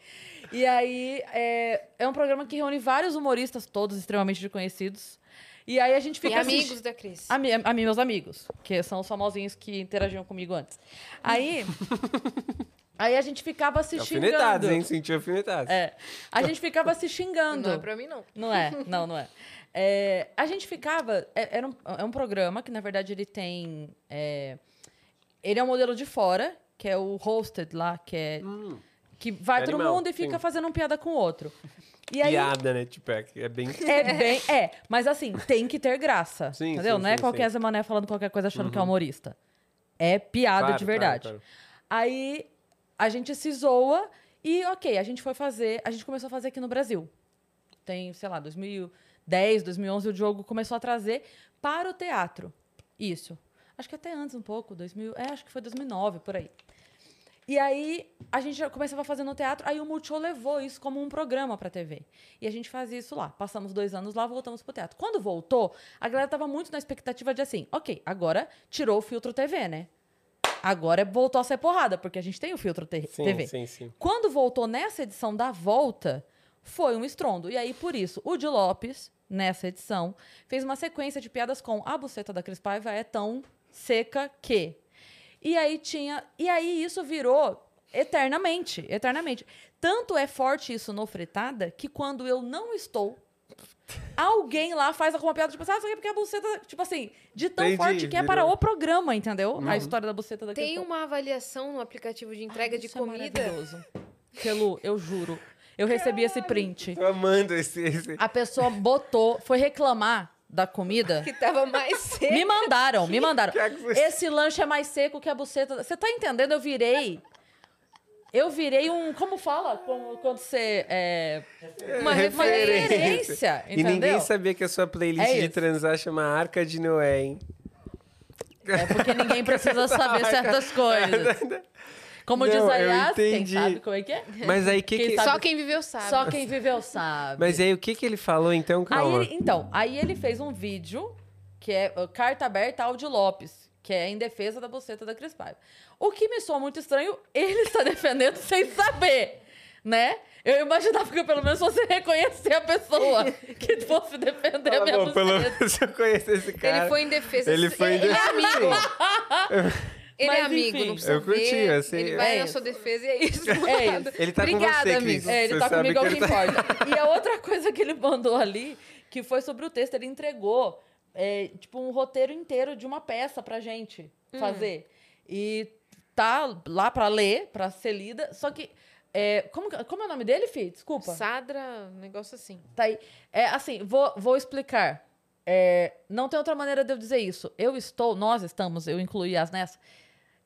Speaker 1: E aí é, é um programa que reúne vários humoristas, todos extremamente conhecidos. E aí a gente
Speaker 2: E
Speaker 1: fica. assisti-
Speaker 2: amigos da Cris.
Speaker 1: Ami, ami- meus amigos, que são os famosinhos que interagiam comigo antes.
Speaker 2: [LAUGHS]
Speaker 1: Aí. aí a gente ficava se xingando.
Speaker 3: Alfinetados, É hein? Senti alfinetados.
Speaker 1: É. A gente ficava se
Speaker 2: Não é
Speaker 1: xingando.
Speaker 2: pra mim, não.
Speaker 1: Não é, não, não é. É, a gente ficava. É, era um, é um programa que, na verdade, ele tem. é, ele é um modelo de fora, que é o hosted lá, que é. Que vai
Speaker 3: É
Speaker 1: todo
Speaker 3: animal,
Speaker 1: mundo e fica
Speaker 3: sim.
Speaker 1: fazendo um piada com o outro. E aí.
Speaker 3: Piada, né? Tipo, é, é bem...
Speaker 1: É bem. É, mas assim, tem que ter graça.
Speaker 3: Sim,
Speaker 1: entendeu?
Speaker 3: sim,
Speaker 1: não é
Speaker 3: sim,
Speaker 1: qualquer
Speaker 3: sim. Uhum.
Speaker 1: Zemané falando qualquer coisa achando que é humorista. É piada
Speaker 3: Claro,
Speaker 1: de verdade.
Speaker 3: claro,
Speaker 1: Aí a gente se zoa e, ok, a gente foi fazer. A gente começou a fazer aqui no Brasil. Tem, sei lá, 2010, 2011, o Diogo começou a trazer para o teatro. Isso. Acho que até antes um pouco, 2000. É, acho que foi 2009, por aí. E aí a gente já começava a fazer no teatro, aí o Multishow levou isso como um programa pra TV. E a gente fazia isso lá. Passamos dois anos lá, voltamos pro teatro. Quando voltou, a galera tava muito na expectativa de assim, ok, agora tirou o filtro TV, né? Agora é, voltou a ser porrada, porque a gente tem o filtro te-
Speaker 3: Sim,
Speaker 1: TV.
Speaker 3: sim, sim.
Speaker 1: Quando voltou nessa edição da volta, foi um estrondo. E aí, por isso, o Di Lopes, nessa edição, fez uma sequência de piadas com a buceta da Cris Paiva é tão seca que. E aí tinha. E aí isso virou eternamente. Eternamente. Tanto é forte isso no Fritada que quando eu não estou. Alguém lá faz alguma piada, tipo assim, ah, isso aqui é porque a buceta, tipo assim, de tão
Speaker 3: Entendi,
Speaker 1: forte que é para
Speaker 3: virou. Uhum.
Speaker 1: o programa, entendeu? A história da buceta da Cris
Speaker 2: Tem
Speaker 1: Paiva.
Speaker 2: uma avaliação no aplicativo de entrega de
Speaker 1: Isso é
Speaker 2: comida.
Speaker 1: maravilhoso. Pelu, eu juro. Eu recebi esse print.
Speaker 3: Tô amando esse... esse...
Speaker 1: A pessoa botou, foi reclamar da comida.
Speaker 2: que tava [LAUGHS] mais seco.
Speaker 1: Me mandaram, me mandaram.
Speaker 3: Que é que você-
Speaker 1: Esse lanche é mais seco que a buceta. da-" Você tá entendendo? Eu virei. Eu virei um. Como fala? Como- Quando você. É,
Speaker 2: Uma
Speaker 1: uma
Speaker 2: referência.
Speaker 1: referência.
Speaker 3: E ninguém
Speaker 1: entendeu?
Speaker 3: sabia que a sua playlist
Speaker 1: É
Speaker 3: de
Speaker 1: isso.
Speaker 3: transar chama Arca de Noé, hein?
Speaker 1: É porque ninguém precisa
Speaker 3: [LAUGHS]
Speaker 1: saber certas coisas. Como
Speaker 3: Não,
Speaker 1: diz
Speaker 3: eu
Speaker 1: a Yas, quem
Speaker 3: entendi.
Speaker 1: sabe como é que é?
Speaker 3: [LAUGHS] Mas aí, que
Speaker 1: Quem
Speaker 3: que...
Speaker 1: sabe-
Speaker 2: Só quem viveu sabe.
Speaker 1: Só quem viveu sabe.
Speaker 3: Mas aí, o que que ele falou, então?
Speaker 1: Aí
Speaker 3: Calma.
Speaker 1: ele- então, aí ele fez um vídeo que é uh, Carta Aberta ao de Lopes, que é em defesa da buceta da Cris Paiva. O que me soa muito estranho, ele está [LAUGHS] defendendo sem saber, né? Eu imaginava que pelo menos você reconhecer a pessoa
Speaker 3: [LAUGHS]
Speaker 1: que fosse defender a
Speaker 3: Fala,
Speaker 1: minha
Speaker 3: Tá bom,
Speaker 1: buceta.
Speaker 3: pelo [LAUGHS] menos eu conheço esse cara.
Speaker 2: Ele foi em defesa.
Speaker 3: Ele foi em
Speaker 2: ele é amigo. Ele é
Speaker 1: Mas,
Speaker 2: amigo,
Speaker 1: enfim.
Speaker 2: não precisa
Speaker 3: Eu curti,
Speaker 2: ver.
Speaker 3: assim,
Speaker 2: Ele vai
Speaker 1: é
Speaker 2: na
Speaker 1: isso.
Speaker 2: sua defesa e é isso.
Speaker 1: É
Speaker 2: [LAUGHS]
Speaker 1: isso.
Speaker 3: Ele tá com
Speaker 2: Obrigada,
Speaker 3: você, Cris.
Speaker 2: amigo.
Speaker 1: É, ele
Speaker 3: Você
Speaker 1: tá
Speaker 3: sabe
Speaker 1: comigo, é o
Speaker 3: que
Speaker 1: que
Speaker 3: ele
Speaker 1: [LAUGHS]
Speaker 3: tá-
Speaker 1: importa. E a outra coisa que ele mandou ali, que foi sobre o texto. Ele entregou, é, tipo, um roteiro inteiro de uma peça pra gente fazer. E tá lá pra ler, pra ser lida. Só que. é, como, que- como é o nome dele, Fih? Desculpa.
Speaker 2: Sadra, um negócio assim.
Speaker 1: Tá aí. É assim, vou, vou explicar. É, não tem outra maneira de eu dizer isso. Eu estou, nós estamos, eu incluí as nessa,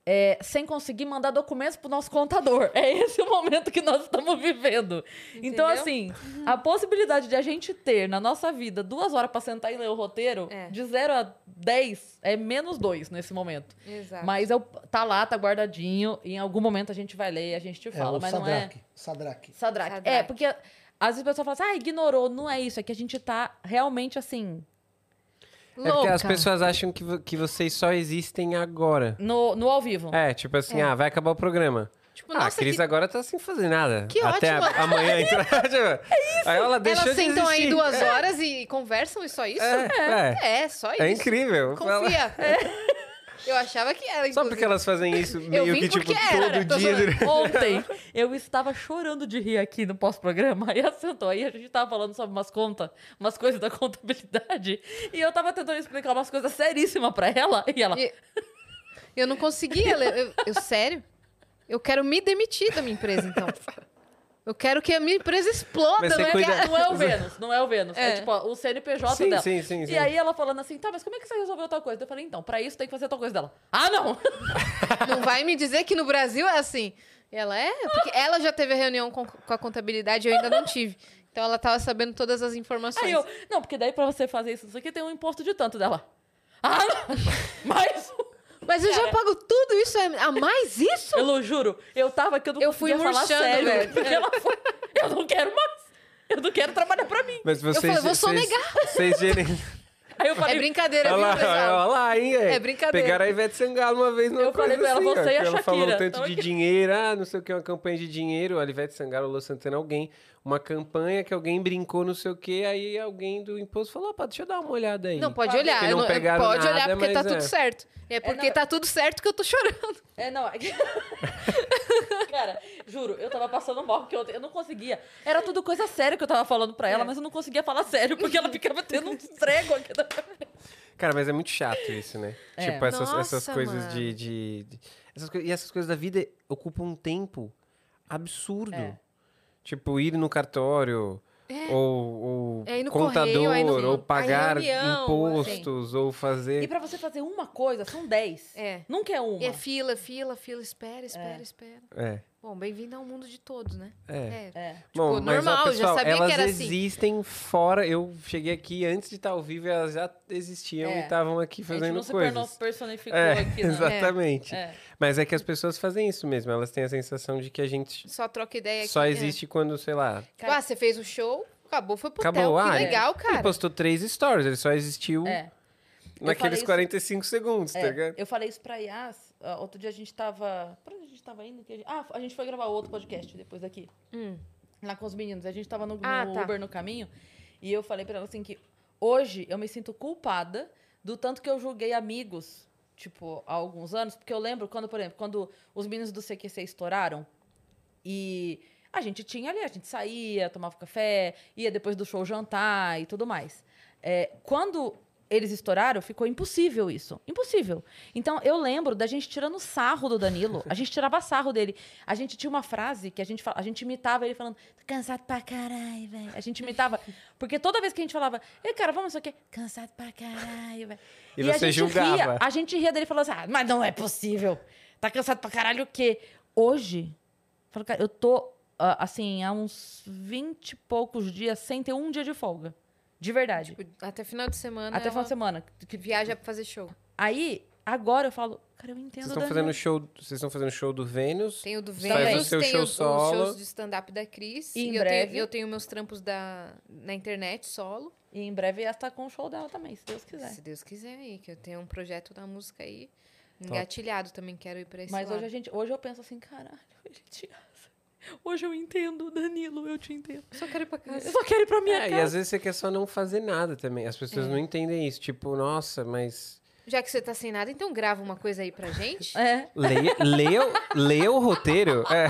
Speaker 1: é, sem conseguir mandar documentos pro nosso contador. [LAUGHS] É esse o momento que nós estamos vivendo. Então,
Speaker 2: Entendeu?
Speaker 1: assim, a possibilidade de a gente ter na nossa vida duas horas para sentar e ler o roteiro,
Speaker 2: É.
Speaker 1: de 0 a 10, é menos dois nesse momento.
Speaker 2: Exato.
Speaker 3: É
Speaker 1: Mas eu, tá lá, tá guardadinho, e em algum momento a gente vai ler e a gente te
Speaker 4: É
Speaker 1: fala.
Speaker 4: o
Speaker 1: mas não é.
Speaker 4: Sadraque. Sadraque.
Speaker 1: Sadraque.
Speaker 2: Sadraque.
Speaker 1: É, porque às vezes a pessoa fala assim, ah, ignorou. Não é isso, é que a gente tá realmente assim,
Speaker 3: É porque
Speaker 2: Louca.
Speaker 3: as pessoas acham que, vo- que vocês só existem agora.
Speaker 1: no, no ao vivo.
Speaker 3: É, tipo assim, ah, vai acabar o programa.
Speaker 2: Tipo,
Speaker 3: ah,
Speaker 2: nossa,
Speaker 3: a Cris
Speaker 2: que-
Speaker 3: agora tá sem fazer nada.
Speaker 2: Que
Speaker 3: Até
Speaker 2: ótimo.
Speaker 3: a-
Speaker 2: [LAUGHS]
Speaker 3: amanhã entrar. [LAUGHS] É isso. Aí ela deixou
Speaker 2: Elas
Speaker 3: de
Speaker 2: sentam aí
Speaker 3: existir.
Speaker 2: duas horas e conversam e só isso?
Speaker 3: É, é.
Speaker 2: É, só isso.
Speaker 3: É incrível. Ela-
Speaker 2: Confia. É. Eu achava que era,
Speaker 3: Só
Speaker 2: inclusive.
Speaker 3: porque elas fazem isso meio
Speaker 2: vim
Speaker 3: que, tipo,
Speaker 2: porque era,
Speaker 3: todo
Speaker 2: tô
Speaker 3: dia. né?
Speaker 2: zoando.
Speaker 3: durante- [LAUGHS]
Speaker 1: Ontem eu estava chorando de rir aqui no pós-programa. [LAUGHS] Aí assentou. Aí a gente tava falando sobre umas contas, umas coisas da contabilidade. E eu tava tentando explicar umas coisas seríssimas pra ela. E [LAUGHS] ela.
Speaker 2: E- Eu não conseguia ler. Eu, eu- sério? Eu quero me demitir da minha empresa, então. Eu quero que a minha empresa exploda,
Speaker 3: Mas
Speaker 2: não
Speaker 3: você
Speaker 2: é? que
Speaker 3: cuida-
Speaker 2: a-
Speaker 1: Não é o Vênus, não é o Vênus. É,
Speaker 2: É.
Speaker 1: tipo ó, o CNPJ
Speaker 3: Sim,
Speaker 1: dela.
Speaker 3: sim, sim, sim.
Speaker 1: E aí ela falando assim, tá, mas como é que você resolveu tal coisa? Eu falei, então, pra isso tem que fazer tal coisa dela. Ah, não!
Speaker 2: Não vai me dizer que no Brasil é assim. E Ela é, porque ela já teve a reunião com, com a contabilidade e eu ainda não tive. Então ela tava sabendo todas as informações.
Speaker 1: Aí eu, não, porque daí pra você fazer isso, isso aqui tem um imposto de tanto dela. Ah, [LAUGHS] um. não! Mas,
Speaker 2: Mas eu já pago tudo isso é- a mais isso?
Speaker 1: eu não juro, eu tava aqui, eu não
Speaker 2: Eu fui
Speaker 1: conseguia falar
Speaker 2: murchando,
Speaker 1: sério.
Speaker 2: velho.
Speaker 1: Porque ela foi, eu não quero mais. Eu não quero trabalhar pra mim.
Speaker 3: Mas vocês.
Speaker 2: falei, vou
Speaker 3: vocês-
Speaker 2: sonegar.
Speaker 3: Vocês gerem.
Speaker 1: Aí eu
Speaker 2: É
Speaker 1: falei,
Speaker 2: brincadeira,
Speaker 3: Olha
Speaker 2: viu,
Speaker 3: lá,
Speaker 2: pessoal?
Speaker 3: olha lá, hein? É,
Speaker 2: brincadeira.
Speaker 3: Pegaram a Ivete Sangalo uma vez numa
Speaker 1: Eu
Speaker 3: coisa
Speaker 1: falei pra ela,
Speaker 3: assim, ó,
Speaker 1: você e a
Speaker 3: que Ela falou
Speaker 1: Shakira.
Speaker 3: tanto de
Speaker 1: Então-
Speaker 3: dinheiro, ah, não sei o que, uma campanha de dinheiro. A Ivete Sangalo, Lô Santana, alguém. Uma campanha que alguém brincou, não sei o que, aí alguém do imposto falou, opa, deixa eu dar uma olhada aí.
Speaker 2: Não, pode olhar.
Speaker 3: Porque não
Speaker 2: eu não- eu-
Speaker 3: pegaram
Speaker 2: pode olhar
Speaker 3: nada,
Speaker 2: porque tá
Speaker 3: mas é.
Speaker 2: tudo certo. É porque
Speaker 1: não-
Speaker 2: tá tudo certo que eu tô chorando.
Speaker 1: é, não. é que- [LAUGHS] Cara, juro, eu tava passando mal porque ontem eu não conseguia. Era tudo coisa séria que eu tava falando pra ela, mas eu não conseguia falar sério porque ela ficava tendo [LAUGHS] um trego aqui na minha
Speaker 3: Cara, mas é muito chato isso, né?
Speaker 1: É.
Speaker 3: Tipo, essas, essas
Speaker 2: Nossa,
Speaker 3: coisas
Speaker 2: mano.
Speaker 3: de. de- de- essas coi- e essas coisas da vida ocupam um tempo absurdo.
Speaker 1: É.
Speaker 3: Tipo, ir no cartório. Ou, ou
Speaker 2: É, ir no
Speaker 3: contador,
Speaker 2: correio, aí no-
Speaker 3: ou pagar
Speaker 2: aí reunião, assim.
Speaker 3: impostos, ou fazer.
Speaker 1: E pra você fazer uma coisa, são 10.
Speaker 2: É.
Speaker 1: Nunca é uma.
Speaker 2: E [LAUGHS] é fila, fila, fila, espera, espera, espera.
Speaker 3: É.
Speaker 1: Tipo,
Speaker 2: Bom, bem-vindo ao mundo de todos, né?
Speaker 3: É.
Speaker 1: É.
Speaker 3: Bom, mas, ó,
Speaker 2: normal, já
Speaker 3: pessoal,
Speaker 2: sabia que
Speaker 3: elas
Speaker 2: era assim.
Speaker 3: existem fora. Eu cheguei aqui antes de estar ao vivo, elas já existiam
Speaker 1: É.
Speaker 3: e estavam aqui
Speaker 1: a gente
Speaker 3: fazendo
Speaker 1: não se
Speaker 3: coisas.
Speaker 1: perno- personificou
Speaker 3: É,
Speaker 1: aqui, não.
Speaker 3: [LAUGHS] exatamente.
Speaker 1: É.
Speaker 3: Mas é que as pessoas fazem isso mesmo. Elas têm a sensação de que a gente
Speaker 2: É. Só troca ideia
Speaker 3: só
Speaker 2: aqui. é.
Speaker 3: existe quando, sei lá,
Speaker 2: Tipo, ah, você fez o show, acabou, foi pro
Speaker 3: Acabou,
Speaker 2: hotel.
Speaker 3: ah,
Speaker 2: que
Speaker 3: é.
Speaker 2: legal, cara.
Speaker 3: ele postou três stories. Ele só existiu
Speaker 1: É. Eu falei
Speaker 3: naqueles
Speaker 1: isso-
Speaker 3: 45 segundos, tá
Speaker 1: É,
Speaker 3: ligado?
Speaker 1: eu falei isso pra Yas. ah, Outro dia a gente tava. Pra onde a gente tava indo? Que a gente- Ah, a gente foi gravar outro podcast depois daqui.
Speaker 2: Hum.
Speaker 1: Lá com os meninos. A gente tava no, no
Speaker 2: Ah, tá.
Speaker 1: Uber no caminho. E eu falei pra ela assim que hoje eu me sinto culpada do tanto que eu julguei amigos, tipo, há alguns anos. Porque eu lembro quando, por exemplo, quando os meninos do CQC estouraram e a gente tinha ali, a gente saía, tomava café, ia depois do show jantar e tudo mais. É, quando eles estouraram, ficou impossível isso. Impossível. Então, eu lembro da gente tirando sarro do Danilo. A gente tirava sarro dele. A gente tinha uma frase que a gente, fa- a gente imitava ele falando, tô cansado pra caralho, velho. A gente imitava. Porque toda vez que a gente falava, ei, cara, vamos não sei o quê, cansado pra caralho, velho.
Speaker 3: E
Speaker 1: a
Speaker 3: você
Speaker 1: gente
Speaker 3: julgava.
Speaker 1: ria, a gente ria dele e falava assim, ah, mas não é possível. Tá cansado pra caralho o quê? Hoje, eu falo, cara, eu tô, ah, assim, há uns 20 e poucos dias sem ter um dia de folga. De verdade.
Speaker 2: Tipo, até final de semana.
Speaker 1: Até o final
Speaker 2: ela
Speaker 1: de semana. Que
Speaker 2: Viaja pra fazer show.
Speaker 1: Aí, agora eu falo, cara, eu entendo.
Speaker 3: Vocês estão
Speaker 1: Daniel.
Speaker 3: fazendo show, vocês estão fazendo show do Vênus.
Speaker 2: Tem o do
Speaker 3: Faz
Speaker 1: o
Speaker 2: Vênus,
Speaker 3: seu
Speaker 2: tem
Speaker 3: show
Speaker 2: os, os
Speaker 3: solo.
Speaker 2: shows de stand-up da Cris.
Speaker 1: E em
Speaker 2: eu,
Speaker 1: breve-
Speaker 2: Tenho, eu tenho meus trampos da, na internet solo.
Speaker 1: E em breve ela tá com o show dela também, se Deus quiser.
Speaker 2: Se Deus quiser aí, que eu tenho um projeto da música aí. Engatilhado também, quero ir pra esse
Speaker 1: Mas
Speaker 2: lado.
Speaker 1: hoje, a gente, hoje eu penso assim, caralho, ele te Hoje eu entendo, Danilo, eu te entendo.
Speaker 2: Só quero ir pra casa.
Speaker 1: Eu só quero ir pra minha
Speaker 3: É, e
Speaker 1: casa. É.
Speaker 3: às vezes você quer só não fazer nada também. As pessoas não entendem isso. Tipo, nossa, mas.
Speaker 2: Já que você tá sem nada, então grava uma coisa aí pra [LAUGHS] gente,
Speaker 1: É.
Speaker 3: Leia, leia, o- leia o roteiro.
Speaker 1: [LAUGHS]
Speaker 3: É,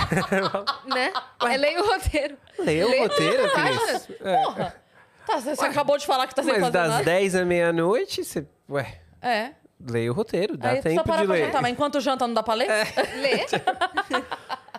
Speaker 2: né? É, leia o roteiro.
Speaker 3: leia o roteiro,
Speaker 2: páginas.
Speaker 3: Cris. É.
Speaker 1: Porra! Tá, você você acabou de falar que tá sem
Speaker 3: Mas
Speaker 1: fazer
Speaker 3: das
Speaker 1: nada.
Speaker 3: 10 à meia-noite, você. Ué,
Speaker 1: É.
Speaker 3: leia o roteiro, dá
Speaker 1: Aí tu só
Speaker 3: tempo
Speaker 1: para
Speaker 3: de
Speaker 1: pra
Speaker 3: ler. É.
Speaker 1: jantar, mas enquanto janta não dá pra ler?
Speaker 2: [LAUGHS] Lê.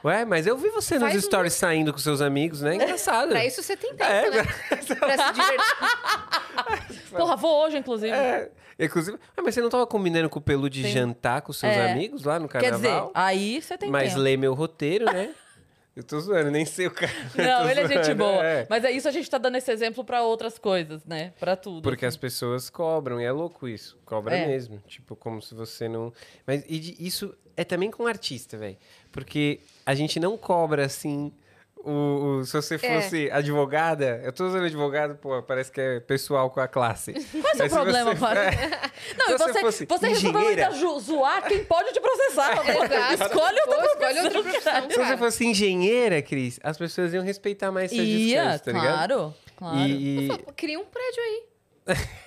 Speaker 3: Ué, mas eu vi você nos
Speaker 2: Faz um-
Speaker 3: stories saindo com seus amigos, né? Engraçado.
Speaker 2: Pra isso você tem tempo,
Speaker 3: É,
Speaker 2: né? pra se [LAUGHS] divertir.
Speaker 1: Porra, vou hoje, inclusive.
Speaker 3: É, inclusive. Ah, mas você não tava combinando com o Pelu de
Speaker 1: Tem-
Speaker 3: jantar com seus
Speaker 1: É.
Speaker 3: amigos lá no
Speaker 1: Quer
Speaker 3: carnaval?
Speaker 1: dizer, aí você tem
Speaker 3: mas
Speaker 1: tempo.
Speaker 3: lê meu roteiro, né? [LAUGHS] eu tô zoando, nem sei o cara.
Speaker 1: Não,
Speaker 3: Tô
Speaker 1: ele é gente
Speaker 3: zoando,
Speaker 1: boa.
Speaker 3: é.
Speaker 1: Mas é isso, a gente tá dando esse exemplo pra outras coisas, né? Pra tudo.
Speaker 3: Porque as pessoas cobram, e é louco isso. Cobra
Speaker 1: É.
Speaker 3: mesmo. Tipo, como se você não. Mas e de- isso é também com artista, velho. Porque a gente não cobra assim. O, o- se você
Speaker 2: É.
Speaker 3: fosse advogada, eu tô usando advogado, pô, parece que é pessoal com a classe. Qual
Speaker 1: é o problema, Fábio?
Speaker 3: [LAUGHS]
Speaker 1: Não, e você, você, resolveu ainda ju- zoar quem pode te processar.
Speaker 2: [LAUGHS] Exato.
Speaker 1: Escolhe outra
Speaker 2: Pô, escolhe outra profissão,
Speaker 3: Então, Se você
Speaker 2: cara.
Speaker 3: fosse engenheira, Cris, as pessoas iam respeitar mais seu
Speaker 1: Ia,
Speaker 3: descanso, tá ligado?
Speaker 1: claro, claro.
Speaker 3: E, É. e
Speaker 2: Pô, Cria um prédio aí.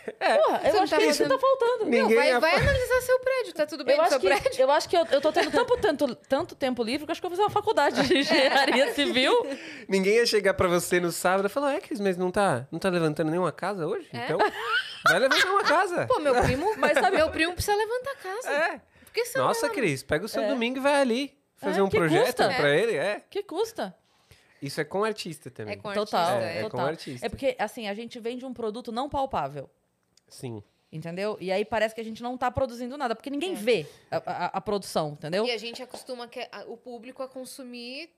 Speaker 1: Porra, eu
Speaker 2: não
Speaker 1: acho
Speaker 2: tá
Speaker 1: que isso
Speaker 2: fazendo-
Speaker 1: tá faltando.
Speaker 3: ninguém
Speaker 2: Vai,
Speaker 3: ia
Speaker 2: vai
Speaker 3: falar-
Speaker 2: analisar seu prédio, tá tudo bem
Speaker 1: Eu
Speaker 2: no
Speaker 1: acho,
Speaker 2: seu
Speaker 1: que,
Speaker 2: prédio?
Speaker 1: eu acho que eu, eu tô tendo tanto, tanto, tanto tempo livre que eu acho que eu vou fazer uma faculdade
Speaker 2: [LAUGHS]
Speaker 1: de engenharia civil.
Speaker 3: ninguém ia chegar pra você no sábado e falar, é, Cris, mas não tá, não tá levantando nenhuma casa hoje? Então, vai levantar uma
Speaker 2: [LAUGHS]
Speaker 3: casa.
Speaker 2: Pô, meu primo, mas sabe, meu primo precisa levantar a casa.
Speaker 3: É.
Speaker 2: Por que você não
Speaker 3: Nossa,
Speaker 2: leva?
Speaker 3: Cris, pega o seu
Speaker 1: É.
Speaker 3: domingo e vai ali fazer
Speaker 1: É,
Speaker 3: um
Speaker 1: que
Speaker 3: projeto
Speaker 1: custa.
Speaker 3: pra ele. É.
Speaker 1: Que custa?
Speaker 3: Isso é com artista também.
Speaker 2: É com
Speaker 1: Total,
Speaker 2: artista, é.
Speaker 3: é com
Speaker 1: total.
Speaker 3: artista.
Speaker 1: É porque, assim, a gente vende um produto não palpável.
Speaker 3: Sim.
Speaker 1: Entendeu? E aí parece que a gente não tá produzindo nada, porque ninguém vê a, a- a produção, entendeu?
Speaker 2: É.
Speaker 3: Então,
Speaker 2: E a gente acostuma que a- o público a consumir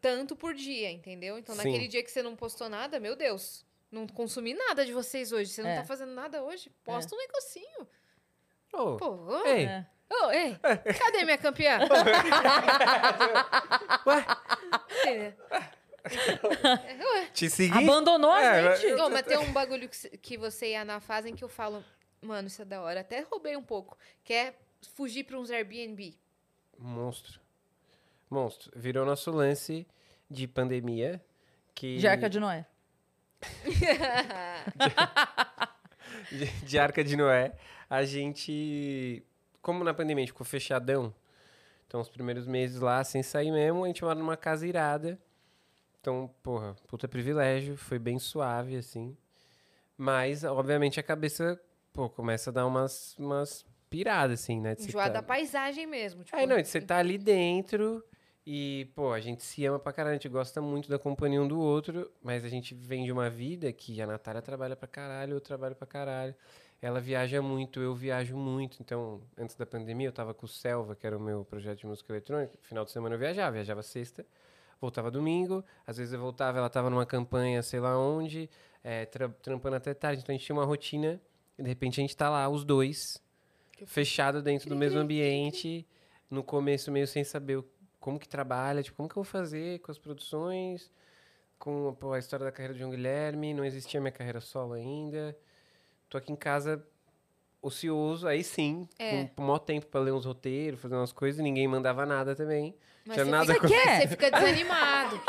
Speaker 2: tanto por dia, entendeu? Então,
Speaker 3: Sim.
Speaker 2: naquele dia que você não postou nada, meu Deus, não consumi nada de vocês hoje. Você não
Speaker 1: É.
Speaker 2: tá fazendo nada hoje? Posta um negocinho.
Speaker 3: Oh,
Speaker 2: Pô, ô,
Speaker 3: ei,
Speaker 1: É.
Speaker 2: ô, ei, cadê minha
Speaker 3: [LAUGHS]
Speaker 2: campeã? Ué? É. Ué?
Speaker 3: te segui?
Speaker 1: Abandonou
Speaker 3: É,
Speaker 1: a gente.
Speaker 2: Ô, mas tem um bagulho que, se- que você e a Ana fazem que eu falo, mano, isso é da hora. Até roubei um pouco. Que é fugir pra uns
Speaker 3: [LAUGHS]
Speaker 2: Airbnb.
Speaker 3: Monstro. Monstro. Virou nosso lance de pandemia. Que...
Speaker 1: De Arca de Noé.
Speaker 3: de, de Arca de Noé, a gente, como na pandemia a gente ficou fechadão, então os primeiros meses lá, sem sair mesmo, a gente mora numa casa irada. Então, porra, puta privilégio, foi bem suave, assim. Mas, obviamente, a cabeça, pô, começa a dar umas, umas piradas, assim, né? de você
Speaker 2: Enjoar
Speaker 3: tá-
Speaker 2: da paisagem mesmo. Tipo,
Speaker 3: Aí não, você tá ali dentro e, pô, a gente se ama pra caralho, a gente gosta muito da companhia um do outro, mas a gente vem de uma vida que a Natália trabalha pra caralho, eu trabalho pra caralho. Ela viaja muito, eu viajo muito. Então, antes da pandemia, eu tava com o Selva, que era o meu projeto de música eletrônica. Final de semana eu viajava, viajava sexta, voltava domingo. Às vezes eu voltava, ela tava numa campanha, sei lá onde, eh, tra- trampando até tarde. Então a gente tinha uma rotina, e de repente a gente tá lá, os dois, fechado dentro do mesmo ambiente no começo meio sem saber o- como que trabalha, tipo, como que eu vou fazer com as produções, com pô, a história da carreira do João Guilherme, não existia minha carreira solo ainda. Tô aqui em casa ocioso, aí sim,
Speaker 2: É.
Speaker 3: com maior tempo pra ler uns roteiros, fazer umas coisas, e ninguém mandava nada também.
Speaker 2: Mas
Speaker 3: tinha
Speaker 2: você
Speaker 3: nada
Speaker 2: fica,
Speaker 3: com-
Speaker 2: você
Speaker 3: [LAUGHS]
Speaker 1: é.
Speaker 2: fica desanimado.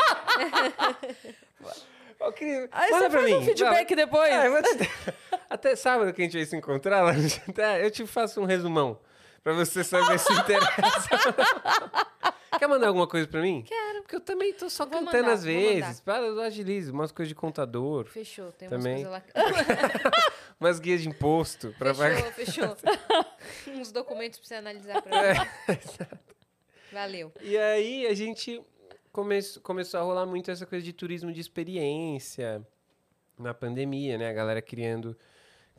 Speaker 3: Ô, querido,
Speaker 1: Aí
Speaker 3: manda
Speaker 1: você
Speaker 3: pra
Speaker 1: faz
Speaker 3: mim.
Speaker 1: um feedback depois.
Speaker 3: Ah, eu vou te dar- Até sábado que a gente vai se encontrar lá no jantar, eu te faço um resumão. Pra você saber se interessa. [LAUGHS] Quer mandar alguma coisa pra mim? Quero. Porque eu também tô só
Speaker 2: Vou
Speaker 3: cantando
Speaker 2: mandar,
Speaker 3: às
Speaker 2: vou
Speaker 3: vezes. Para, eu agilizo. Umas coisas de contador,
Speaker 2: Fechou, tem
Speaker 3: Também.
Speaker 2: umas
Speaker 3: [LAUGHS]
Speaker 2: coisas lá.
Speaker 3: umas guias de imposto. Pra
Speaker 2: Fechou,
Speaker 3: [LAUGHS]
Speaker 2: fechou. Uns documentos pra você analisar pra
Speaker 3: É,
Speaker 2: mim. Valeu.
Speaker 3: E aí a gente come... começou a rolar muito essa coisa de turismo de experiência na pandemia, né? A galera criando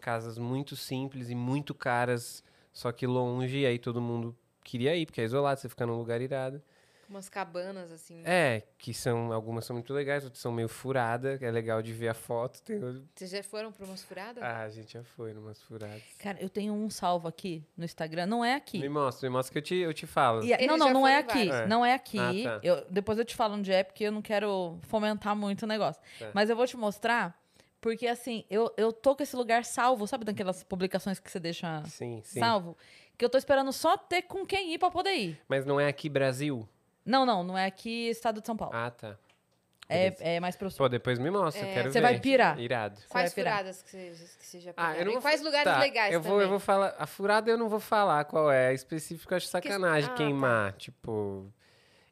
Speaker 3: casas muito simples e muito caras, só que longe. E aí todo mundo queria ir, porque é isolado, você fica num lugar irado.
Speaker 2: Umas cabanas, assim.
Speaker 3: É, que são algumas são muito legais, outras são meio furada, que é legal de ver a foto. Tem...
Speaker 2: Vocês já foram pra umas furadas?
Speaker 1: Tá.
Speaker 3: Ah, a gente já foi numas furadas.
Speaker 1: Cara, eu tenho um salvo aqui no Instagram. Não é aqui.
Speaker 3: Me mostra, me mostra que eu te, eu te falo.
Speaker 1: E a-
Speaker 2: Ele
Speaker 1: não,
Speaker 2: já
Speaker 1: não, não
Speaker 2: foi
Speaker 1: é
Speaker 2: em
Speaker 1: aqui.
Speaker 3: vários. É.
Speaker 1: Não é aqui.
Speaker 3: Ah, tá.
Speaker 1: Eu- depois eu te falo onde é, porque eu não quero fomentar muito o negócio.
Speaker 3: Tá.
Speaker 1: Mas eu vou te mostrar, porque assim, eu, eu tô com esse lugar salvo, sabe daquelas publicações que você deixa
Speaker 3: Sim, sim.
Speaker 1: salvo? Que eu tô esperando só ter com quem ir pra poder ir.
Speaker 3: Mas não é aqui Brasil?
Speaker 1: Não, não, não é aqui, estado de São Paulo.
Speaker 3: Ah, tá. beleza.
Speaker 1: é, é mais pro sul.
Speaker 3: Pô, depois me mostra, eu quero
Speaker 1: É, Você
Speaker 3: ver.
Speaker 1: vai pirar.
Speaker 3: Irado.
Speaker 2: Quais
Speaker 1: vai pirar.
Speaker 2: furadas que vocês que vocês já
Speaker 3: Ah, eu
Speaker 2: pegaram? E
Speaker 3: não vou
Speaker 2: É, quais
Speaker 3: fa-
Speaker 2: lugares
Speaker 3: tá,
Speaker 2: legais
Speaker 3: eu vou,
Speaker 2: também?
Speaker 3: eu vou falar. A furada eu não vou falar qual é. A específica eu acho sacanagem
Speaker 2: Ah, tá.
Speaker 3: queimar. Tipo.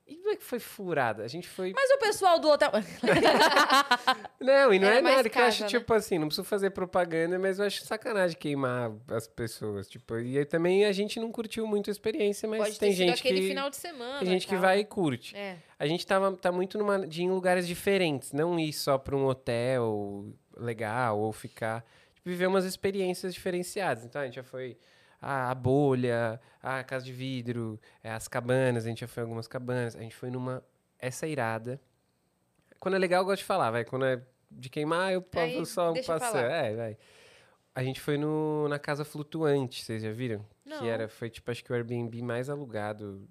Speaker 3: E não é que foi furada. A gente foi.
Speaker 1: Mas o pessoal do hotel. [LAUGHS]
Speaker 3: Não, e não
Speaker 2: Era
Speaker 3: é
Speaker 2: mais
Speaker 3: nada que eu acho,
Speaker 2: casa, né?
Speaker 3: tipo assim, não preciso fazer propaganda, mas eu acho sacanagem queimar as pessoas. Tipo, e aí também a gente não curtiu muito a experiência, mas
Speaker 2: Pode
Speaker 3: tem
Speaker 2: ter sido
Speaker 3: gente
Speaker 2: aquele
Speaker 3: que.
Speaker 2: final de semana.
Speaker 3: Tem gente que
Speaker 2: tal.
Speaker 3: vai e curte.
Speaker 2: É.
Speaker 3: A gente tava, tá muito numa, de ir em lugares diferentes, não ir só pra um hotel legal ou ficar. Tipo, viver umas experiências diferenciadas. Então a gente já foi ah, a bolha, a casa de vidro, eh, as cabanas, a gente já foi em algumas cabanas, a gente foi numa. Essa irada. Quando é legal, eu gosto de falar, vai. Quando é de queimar, eu
Speaker 2: Aí,
Speaker 3: posso só
Speaker 2: deixa pra
Speaker 3: passar.
Speaker 2: lá.
Speaker 3: É, vai. A gente foi no, na Casa Flutuante, vocês já viram?
Speaker 2: Não.
Speaker 3: Que era, foi tipo, acho que o Airbnb mais alugado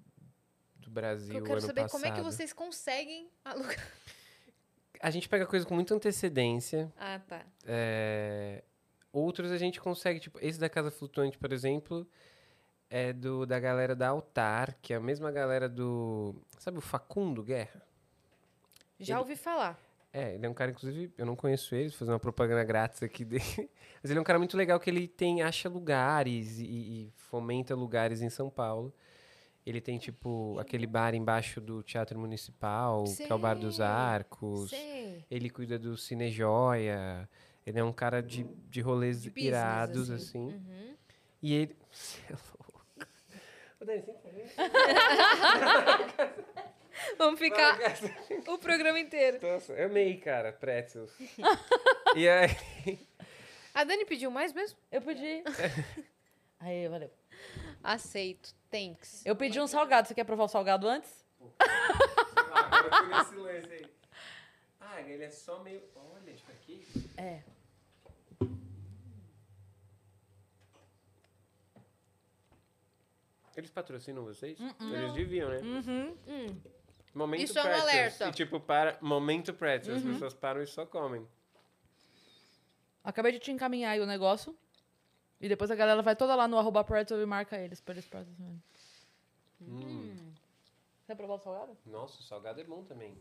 Speaker 3: do Brasil
Speaker 2: Eu quero
Speaker 3: ano
Speaker 2: saber
Speaker 3: passado.
Speaker 2: como é que vocês conseguem alugar.
Speaker 3: A gente pega coisa com muita antecedência.
Speaker 2: Ah, tá.
Speaker 3: é, Outros a gente consegue, tipo, esse da Casa Flutuante, por exemplo, é do da galera da Altar, que é a mesma galera do. Sabe o Facundo Guerra?
Speaker 2: Já
Speaker 3: Ele-
Speaker 2: ouvi falar.
Speaker 3: É, ele é um cara, inclusive, eu não conheço ele, vou fazer uma propaganda grátis aqui [LAUGHS] dele. Mas ele é um cara muito legal que ele tem, acha lugares e, e fomenta lugares em São Paulo. Ele tem, tipo, aquele bar embaixo do Teatro Municipal, que é o Bar dos
Speaker 2: Sei,
Speaker 3: Arcos.
Speaker 2: Sei.
Speaker 3: Ele cuida do Cine Joia. Ele é um cara de, de rolês
Speaker 2: De business,
Speaker 3: irados, assim.
Speaker 2: assim. Uhum.
Speaker 3: E ele. [LAUGHS] Você é louco. Ô, Dani, senta aí.
Speaker 2: Vamos ficar
Speaker 3: [LAUGHS]
Speaker 2: o programa inteiro.
Speaker 3: Nossa, eu amei,
Speaker 2: [LAUGHS]
Speaker 3: cara, pretzels. e aí.
Speaker 2: A Dani pediu mais mesmo?
Speaker 1: Eu
Speaker 3: [LAUGHS]
Speaker 1: pedi. Aí, valeu.
Speaker 2: Aceito. Thanks.
Speaker 1: Eu pedi um salgado. Você quer provar o salgado antes?
Speaker 3: Ah, ele é só meio. Olha, tipo aqui.
Speaker 1: É.
Speaker 3: Eles patrocinam vocês?
Speaker 2: Hum,
Speaker 3: Eles deviam, né? Momento
Speaker 2: Uhum, Isso é um
Speaker 3: pretzels.
Speaker 2: alerta. Uhum.
Speaker 3: E tipo, para. Momento pretzels. As pessoas param e só comem.
Speaker 1: Acabei de te encaminhar aí o negócio. E depois a galera vai toda lá no arroba pretzel e marca eles pra eles patrocinarem.
Speaker 3: Hum.
Speaker 1: Quer provar o salgado?
Speaker 3: Nossa, o salgado é bom também.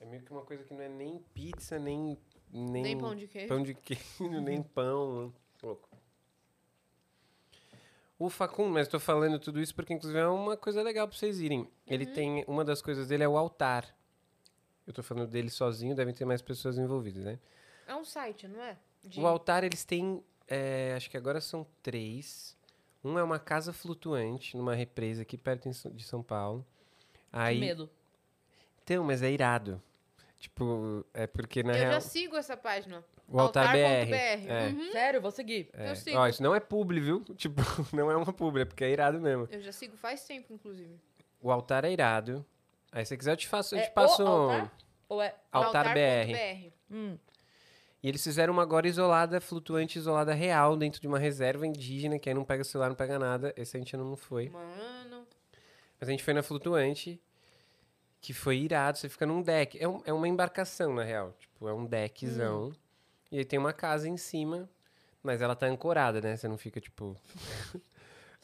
Speaker 3: É meio que uma coisa que não é nem pizza, nem. Nem,
Speaker 2: Nem pão de queijo.
Speaker 3: Pão de queijo, nem pão. né? Louco. O Facundo, mas tô falando tudo isso porque, inclusive, é uma coisa legal pra vocês irem. Ele tem. Uma das coisas dele é o altar. Eu tô falando dele sozinho, devem ter mais pessoas envolvidas, né?
Speaker 2: É um site, não é? De-
Speaker 3: O altar, eles têm. é, acho que agora são três. Um é uma casa flutuante, numa represa aqui perto em São- de São Paulo.
Speaker 1: Que
Speaker 3: Aí,
Speaker 1: medo.
Speaker 3: então, mas é irado. Tipo, é porque na
Speaker 2: Eu
Speaker 3: real.
Speaker 2: já sigo essa página.
Speaker 3: O altar,
Speaker 2: altar.br.
Speaker 3: BR. É,
Speaker 2: Uhum,
Speaker 1: Sério, vou seguir.
Speaker 3: é.
Speaker 2: Eu sigo.
Speaker 3: Ó, isso não é publi, viu? [LAUGHS] Tipo, não é uma publi, é porque é irado mesmo.
Speaker 2: Eu já sigo faz tempo, inclusive.
Speaker 3: O altar é irado. Aí se você quiser, eu te faço, eu
Speaker 1: É
Speaker 3: te passo
Speaker 1: o
Speaker 3: um.
Speaker 1: altar? Ou é...
Speaker 3: Altar BR.
Speaker 2: Altar.br.
Speaker 1: Hum.
Speaker 3: E eles fizeram uma agora isolada, flutuante, isolada real, dentro de uma reserva indígena, que aí não pega celular, não pega nada. Esse a gente ainda não foi.
Speaker 2: Mano.
Speaker 3: Mas a gente foi na flutuante, que foi irado. Você fica num deck. É, um- é uma embarcação, na real. Tipo, é um deckzão.
Speaker 1: Hum.
Speaker 3: E aí tem uma casa em cima, mas ela tá ancorada, né? Você não fica, tipo,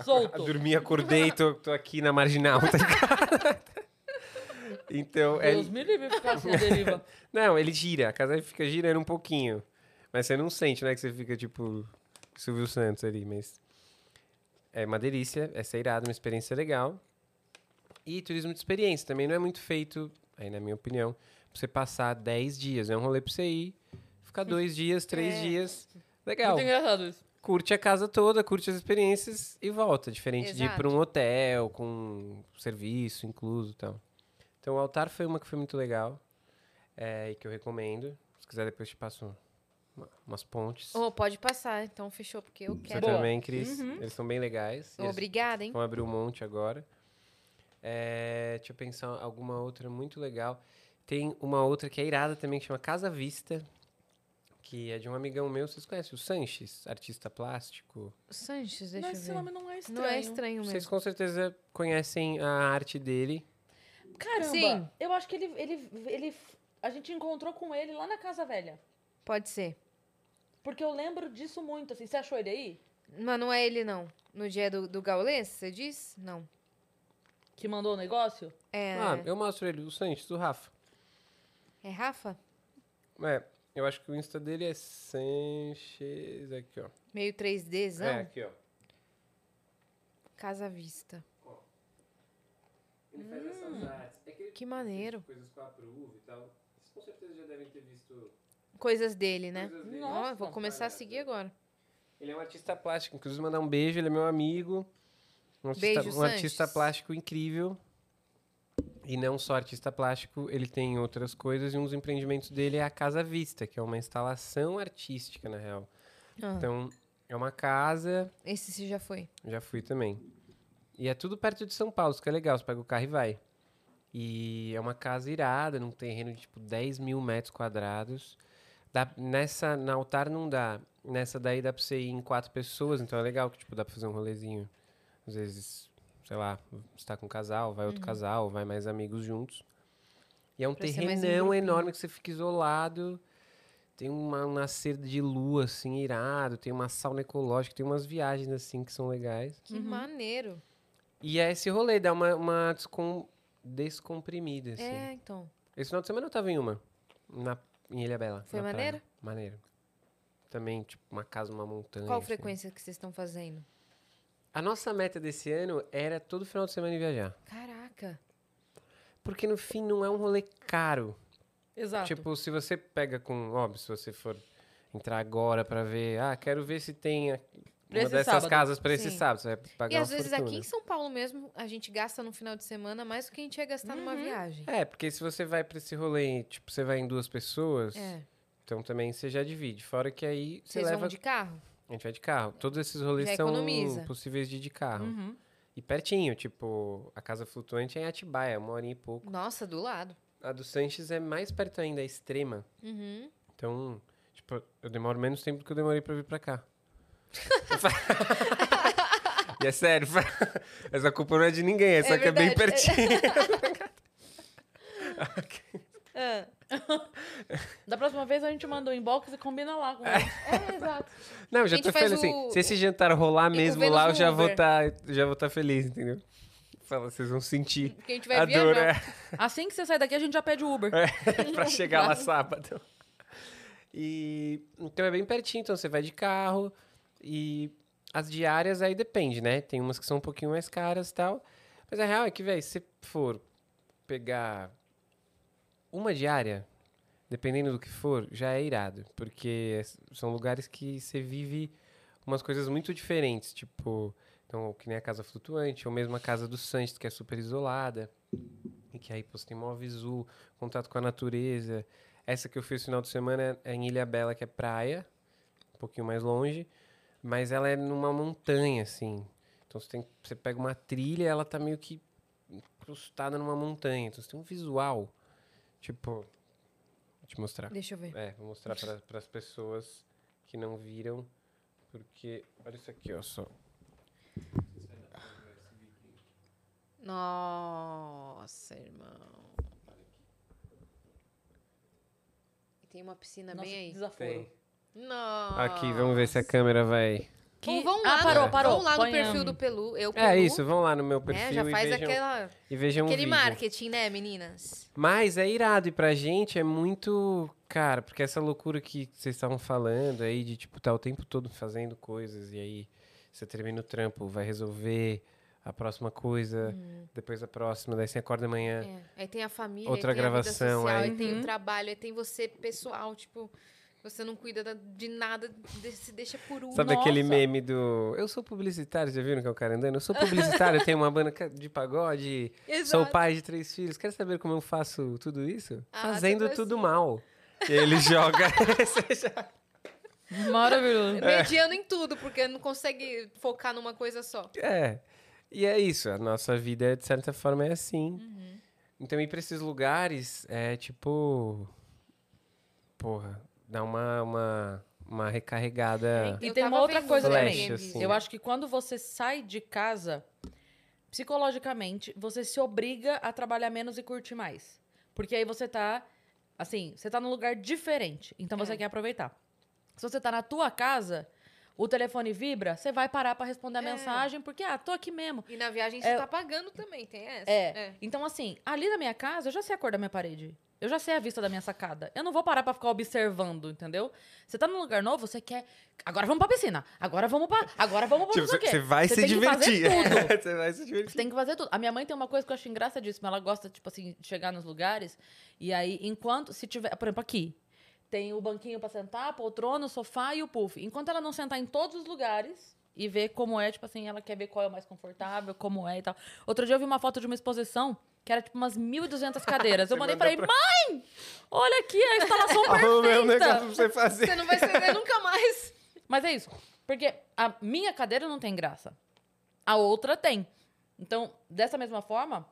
Speaker 1: Solto.
Speaker 3: dormi, acordei, tô, tô aqui na marginal, tá ligado? Então, é,
Speaker 1: Deus me livre de ficar assim,
Speaker 3: [LAUGHS]
Speaker 1: deriva.
Speaker 3: não, ele gira, a casa fica girando um pouquinho. Mas você não sente, né? Que você fica tipo Silvio Santos ali, mas. É uma delícia, é ser irado, uma experiência legal. E turismo de experiência também não é muito feito, aí na minha opinião, pra você passar 10 dias. É um rolê pra você ir, ficar dois dias, três
Speaker 2: É.
Speaker 3: dias. Legal.
Speaker 1: Muito engraçado isso.
Speaker 3: Curte a casa toda, curte as experiências e volta. Diferente de ir pra
Speaker 2: Exato.
Speaker 3: um hotel, com serviço incluso e tal. Então, o altar foi uma que foi muito legal é, e que eu recomendo. Se quiser, depois te passo uma- umas pontes.
Speaker 2: Oh, pode passar, então fechou, porque eu
Speaker 3: Você tá-
Speaker 2: quero. Uhum.
Speaker 1: Boa.
Speaker 3: também, Cris. Eles são bem legais. E eles
Speaker 2: Obrigada, hein?
Speaker 3: Vão abrir um monte agora. É, deixa eu pensar alguma outra muito legal. Tem uma outra que é irada também, que chama Casa Vista, que é de um amigão meu, vocês conhecem, o Sanches, artista plástico.
Speaker 2: Sanches, deixa
Speaker 1: Mas esse
Speaker 2: eu ver.
Speaker 1: nome não é estranho.
Speaker 2: Não é estranho
Speaker 3: Vocês
Speaker 2: mesmo.
Speaker 3: com certeza conhecem a arte dele.
Speaker 1: Caramba,
Speaker 2: Sim.
Speaker 1: eu acho que ele, ele, ele... A gente encontrou com ele lá na Casa Velha.
Speaker 2: Pode ser.
Speaker 1: Porque eu lembro disso muito, assim. Você achou ele aí?
Speaker 2: Mas não é ele, não. No dia do, do Gaulês, você diz? Não.
Speaker 1: Que mandou o negócio?
Speaker 2: É,
Speaker 3: Ah, eu mostro ele, o Sanches, o Rafa.
Speaker 2: é Rafa?
Speaker 3: É, eu acho que o Insta dele é Sanches, aqui ó.
Speaker 2: Meio 3Dzão?
Speaker 3: É, aqui ó.
Speaker 2: Casa à Vista.
Speaker 3: Ele faz
Speaker 2: Hum.
Speaker 3: essas artes. É que ele
Speaker 2: Que maneiro.
Speaker 3: coisas com a Pruva e tal. Vocês com certeza já devem ter visto
Speaker 2: Coisas dele, né?
Speaker 3: coisas dele.
Speaker 2: Ó,
Speaker 1: Nossa.
Speaker 2: vou começar a seguir agora.
Speaker 3: Ele é um artista plástico. Inclusive, mandar um beijo. Ele é meu amigo. Um artista,
Speaker 2: Beijo,
Speaker 3: um artista
Speaker 2: Sanches.
Speaker 3: plástico incrível. E não só artista plástico, ele tem outras coisas. E um dos empreendimentos dele é a Casa Vista, que é uma instalação artística, na real.
Speaker 2: Ah.
Speaker 3: Então, é uma casa.
Speaker 2: Esse você já foi.
Speaker 3: Já fui também. E é tudo perto de São Paulo, isso que é legal. Você pega o carro e vai. E é uma casa irada, num terreno de tipo 10 mil metros quadrados. Dá, nessa, na altar não dá. Nessa daí dá pra você ir em quatro pessoas, então é legal que tipo, dá pra fazer um rolezinho. Às vezes, sei lá, você tá com um casal, vai outro casal, vai mais amigos juntos. E é um
Speaker 2: Uhum. Pra ser mais em né?
Speaker 3: terrenão
Speaker 2: grupinho.
Speaker 3: enorme que você fica isolado. Tem uma, um nascer de lua, assim, irado. Tem uma sauna ecológica. Tem umas viagens, assim, que são legais.
Speaker 2: Que maneiro.
Speaker 3: E é esse rolê, dá uma, uma descom- descomprimida, assim.
Speaker 2: É, então.
Speaker 3: Esse final de semana eu tava em uma, na, em Ilhabela.
Speaker 2: Foi
Speaker 3: na praia.
Speaker 2: maneiro?
Speaker 3: Maneiro. Também, tipo, uma casa, uma montanha.
Speaker 2: Qual
Speaker 3: assim.
Speaker 2: frequência que vocês estão fazendo?
Speaker 3: A nossa meta desse ano era todo final de semana ir viajar.
Speaker 2: Caraca.
Speaker 3: Porque, no fim, não é um rolê caro.
Speaker 1: Exato.
Speaker 3: Tipo, se você pega com... Óbvio, se você for entrar agora pra ver... Ah, quero ver se tem a-
Speaker 1: Pra
Speaker 3: uma
Speaker 1: esse
Speaker 3: dessas
Speaker 1: sábado.
Speaker 3: casas pra esse
Speaker 2: Sim.
Speaker 3: sábado. Você vai pagar
Speaker 2: E às
Speaker 3: uma
Speaker 2: vezes
Speaker 3: fortuna.
Speaker 2: aqui em São Paulo mesmo, a gente gasta no final de semana mais do que a gente ia gastar numa viagem.
Speaker 3: É, porque se você vai pra esse rolê, tipo, você vai em duas pessoas...
Speaker 2: É.
Speaker 3: Então também você já divide. Fora que aí você
Speaker 2: Vocês
Speaker 3: leva.
Speaker 2: vão de carro?
Speaker 3: A gente vai de carro. Todos esses rolês
Speaker 2: Já
Speaker 3: são
Speaker 2: economiza.
Speaker 3: possíveis de ir de carro.
Speaker 1: Uhum.
Speaker 3: E pertinho, tipo, a casa flutuante é em Atibaia, uma hora e pouco.
Speaker 2: Nossa, do lado.
Speaker 3: A do Sanches é mais perto ainda, é extrema.
Speaker 2: Uhum.
Speaker 3: Então, tipo, eu demoro menos tempo do que eu demorei pra vir
Speaker 2: [LAUGHS]
Speaker 3: pra cá. e é sério, [LAUGHS] essa culpa não é de ninguém, é só que é bem
Speaker 2: verdade. [LAUGHS]
Speaker 3: pertinho.
Speaker 1: Da próxima vez a gente manda um inbox e combina lá com ele.
Speaker 2: É, exato.
Speaker 3: Não, eu
Speaker 2: A
Speaker 3: já
Speaker 2: gente
Speaker 3: tô
Speaker 2: faz
Speaker 3: feliz assim.
Speaker 2: o-
Speaker 3: Se esse jantar rolar mesmo
Speaker 2: Vênus
Speaker 3: lá, eu
Speaker 2: no
Speaker 3: já vou
Speaker 2: Uber.
Speaker 3: tá, já vou estar feliz, entendeu? Fala, vocês vão sentir.
Speaker 2: Porque a gente vai
Speaker 3: A dor
Speaker 2: viajar.
Speaker 3: é
Speaker 1: Assim que você sair daqui, a gente já pede o Uber.
Speaker 3: pra chegar lá sábado. E então é bem pertinho, então você vai de carro e as diárias aí depende, né? Tem umas que são um pouquinho mais caras e tal. Mas a real é que, velho, se você for pegar uma diária, dependendo do que for, já é irado, porque é- são lugares que você vive umas coisas muito diferentes, tipo, então, que nem a casa flutuante, ou mesmo a casa do Sanches, que é super isolada, e que aí pô, você tem maior visu, contato com a natureza. Essa que eu fiz no final de semana é em Ilha Bela, que é praia, um pouquinho mais longe, mas ela é numa montanha, assim. Então você, tem, você pega uma trilha, ela tá meio que encrustada numa montanha. Então você tem um visual, tipo, vou te mostrar.
Speaker 2: Deixa eu ver.
Speaker 3: É, vou mostrar para as pessoas que não viram, porque olha isso aqui, ó, só.
Speaker 2: Nossa, irmão. E tem uma piscina
Speaker 1: Nossa, que
Speaker 2: bem aí.
Speaker 1: desaforo.
Speaker 3: Tem.
Speaker 2: Nossa.
Speaker 3: Aqui, vamos ver se a câmera vai.
Speaker 1: Que-
Speaker 2: Ou vão lá,
Speaker 1: Ah, parou,
Speaker 2: no,
Speaker 1: parou.
Speaker 2: Vão lá
Speaker 1: Põe,
Speaker 2: no perfil
Speaker 1: um,
Speaker 2: do Pelu. Eu, Pelu,
Speaker 3: É isso, vão lá no meu
Speaker 2: Né?
Speaker 3: perfil
Speaker 2: Já
Speaker 3: e
Speaker 2: faz
Speaker 3: vejam,
Speaker 2: aquela,
Speaker 3: e vejam um
Speaker 2: aquele
Speaker 3: vídeo.
Speaker 2: marketing, né, meninas?
Speaker 3: Mas é irado, e pra gente é muito. Cara, porque essa loucura que vocês estavam falando aí de, tipo, tá o tempo todo fazendo coisas e aí você termina o trampo, vai resolver a próxima coisa, depois a próxima, daí você acorda amanhã.
Speaker 2: Hum. É. Aí tem a família,
Speaker 3: Outra
Speaker 2: aí tem a
Speaker 3: gravação,
Speaker 2: vida social,
Speaker 3: é.
Speaker 2: aí tem
Speaker 1: Uhum.
Speaker 2: o trabalho, aí tem você pessoal, tipo, você não cuida da- de nada, de- se deixa por um último.
Speaker 3: Sabe aquele
Speaker 1: Nossa.
Speaker 3: meme do. Eu sou publicitário, já viram que é o cara andando? Eu sou publicitário, eu tenho uma banda ca- de pagode, sou
Speaker 2: Exato.
Speaker 3: pai de três filhos. Quer saber como eu faço tudo isso?
Speaker 2: Ah,
Speaker 3: Fazendo
Speaker 2: tudo
Speaker 3: tudo mal. E ele joga.
Speaker 1: Maravilhoso.
Speaker 3: É.
Speaker 2: Mediano em tudo, porque não consegue focar numa coisa só.
Speaker 3: [LAUGHS] É. E é isso. A nossa vida, de certa forma, é assim.
Speaker 1: Uhum.
Speaker 3: Então, ir pra esses lugares é tipo. Porra, dá uma, uma, uma recarregada.
Speaker 1: E
Speaker 2: Eu
Speaker 1: tem
Speaker 2: tava
Speaker 1: uma outra
Speaker 2: vendo
Speaker 1: coisa
Speaker 2: um
Speaker 3: também.
Speaker 2: Airbnb.
Speaker 3: É. Flash, assim.
Speaker 1: Eu acho que quando você sai de casa, psicologicamente, você se obriga a trabalhar menos e curtir mais. Porque aí você tá, assim, você tá num lugar diferente. Então você
Speaker 2: É.
Speaker 1: quer aproveitar. Se você tá na tua casa, o telefone vibra, você vai parar pra responder a
Speaker 2: É.
Speaker 1: mensagem, porque, ah, tô aqui mesmo.
Speaker 2: E na viagem você
Speaker 1: É.
Speaker 2: tá pagando também, tem essa?
Speaker 1: É. Então, assim, ali na minha casa, eu já sei a cor da minha parede. Eu já sei a vista da minha sacada. Eu não vou parar pra ficar observando, entendeu? Você tá num lugar novo, você quer. Agora vamos pra piscina. Agora vamos pra. Agora então vamos pra.
Speaker 6: Tipo,
Speaker 1: não sei o quê.
Speaker 6: você vai se
Speaker 1: tem que fazer
Speaker 6: divertir. [LAUGHS]
Speaker 1: tudo.
Speaker 6: Você vai se divertir.
Speaker 1: Você tem que fazer tudo. A minha mãe tem uma coisa que eu acho engraçadíssima. Ela gosta, tipo assim, de chegar nos lugares. E aí, enquanto. Se tiver. Por exemplo, aqui. Tem o banquinho pra sentar, a poltrona, o sofá e o puff. Enquanto ela não sentar em todos os lugares e ver como é, tipo assim, ela quer ver qual é o mais confortável, como é e tal. Outro dia eu vi uma foto de uma exposição que era tipo umas 1.200 cadeiras. Eu mandei pra ele, mãe! Olha aqui a instalação
Speaker 3: Ah,
Speaker 6: Arruma um negócio pra
Speaker 1: perfeita!
Speaker 6: você fazer. [LAUGHS]
Speaker 2: Você não vai ceder nunca mais.
Speaker 1: Mas é isso. Porque a minha cadeira não tem graça. A outra tem. Então, dessa mesma forma,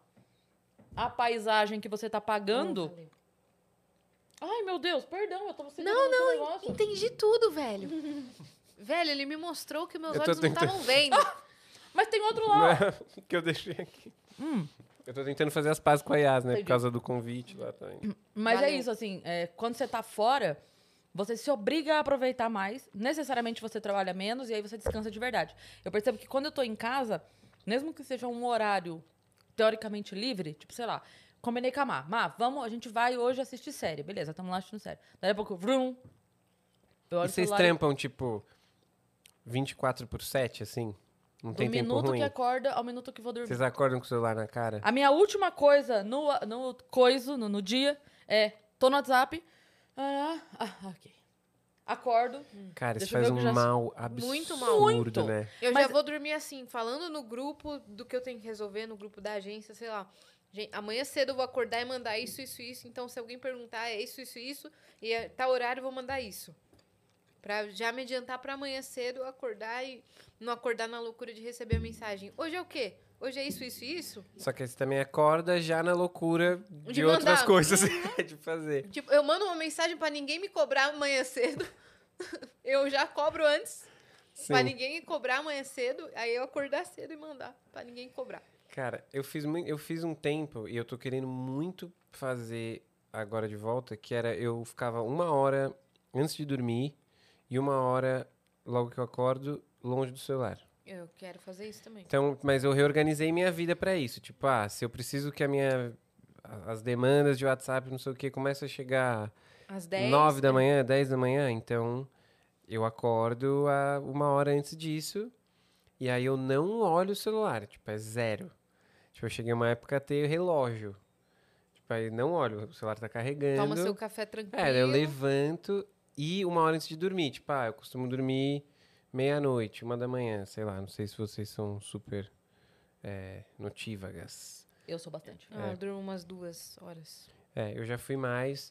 Speaker 1: a paisagem que você tá pagando. Ai, meu Deus, perdão, eu tava seguindo
Speaker 2: [LAUGHS] Não,
Speaker 1: outro negócio.
Speaker 2: Entendi tudo, velho. velho, ele me mostrou que meus
Speaker 3: Eu tô
Speaker 2: olhos não
Speaker 3: tentando-
Speaker 2: estavam vendo.
Speaker 1: Mas tem outro
Speaker 3: Não
Speaker 1: lado.
Speaker 3: é que eu deixei aqui. Eu tô tentando fazer as pazes com a Yas, né?
Speaker 1: Hum. Entendi.
Speaker 3: Por causa do convite lá também.
Speaker 1: Mas é
Speaker 2: Valeu.
Speaker 1: isso, assim, é, quando você tá fora, você se obriga a aproveitar mais. Necessariamente você trabalha menos e aí você descansa de verdade. Eu percebo que quando eu tô em casa, mesmo que seja um horário teoricamente livre, tipo, sei lá, combinei com a Má. Má, vamos, a gente vai hoje assistir série. Beleza, estamos lá assistindo série. Daí a pouco, vrum. Eu
Speaker 3: E
Speaker 1: olho o
Speaker 3: vocês
Speaker 1: celular
Speaker 3: trampam, tipo, 24 por 7, assim? Não
Speaker 1: do
Speaker 3: tem tempo
Speaker 1: Um minuto
Speaker 3: ruim?
Speaker 1: que acorda ao minuto que vou dormir.
Speaker 3: Vocês acordam com o celular na cara?
Speaker 1: A minha última coisa no, no coiso, no, no dia, é... Tô no WhatsApp. Ah, ah, ok. Acordo.
Speaker 3: Cara, isso
Speaker 1: Hum. deixa eu ver
Speaker 3: faz
Speaker 1: o que
Speaker 3: um
Speaker 1: já-
Speaker 3: mal absurdo,
Speaker 2: Muito mal.
Speaker 1: Muito.
Speaker 3: né?
Speaker 2: Eu
Speaker 1: Mas-
Speaker 2: já vou dormir assim, falando no grupo do que eu tenho que resolver, no grupo da agência, sei lá. Gente, amanhã cedo eu vou acordar e mandar isso, isso, isso. Então, se alguém perguntar, é isso, isso, isso. E a tal horário eu vou mandar isso. Pra já me adiantar pra amanhã cedo eu acordar e não acordar na loucura de receber a mensagem. Hoje é o quê? Hoje é isso, isso, isso?
Speaker 3: Só que aí você também acorda já na loucura de,
Speaker 2: De
Speaker 3: outras
Speaker 1: [LAUGHS]
Speaker 2: mandar.
Speaker 3: coisas né, de fazer.
Speaker 2: Tipo, eu mando uma mensagem pra ninguém me cobrar amanhã cedo. [LAUGHS] eu já cobro antes.
Speaker 3: Sim.
Speaker 2: Pra ninguém cobrar amanhã cedo. Aí eu acordar cedo e mandar. Pra ninguém cobrar.
Speaker 3: Cara, eu fiz, mui- eu fiz um tempo e eu tô querendo muito fazer agora de volta, que era eu ficava uma hora antes de dormir e uma hora logo que eu acordo longe do celular.
Speaker 2: Eu quero fazer isso também.
Speaker 3: Então, mas eu reorganizei minha vida pra isso. Tipo, ah, se eu preciso que a minha a- as demandas de WhatsApp, não sei o que, começam a chegar
Speaker 2: Às 10.
Speaker 3: 9 da manhã, 10 da manhã, então eu acordo a uma hora antes disso e aí eu não olho o celular, tipo, é zero. Tipo, eu cheguei uma época a ter relógio. Tipo, aí não olho, o celular tá carregando.
Speaker 2: Toma seu café tranquilo.
Speaker 3: É, daí eu levanto e uma hora antes de dormir. Tipo, ah, eu costumo dormir meia-noite, uma da manhã, sei lá. Não sei se vocês são super é, notívagas.
Speaker 1: Eu sou bastante.
Speaker 2: Ah, eu durmo umas duas horas.
Speaker 3: É, eu já fui mais,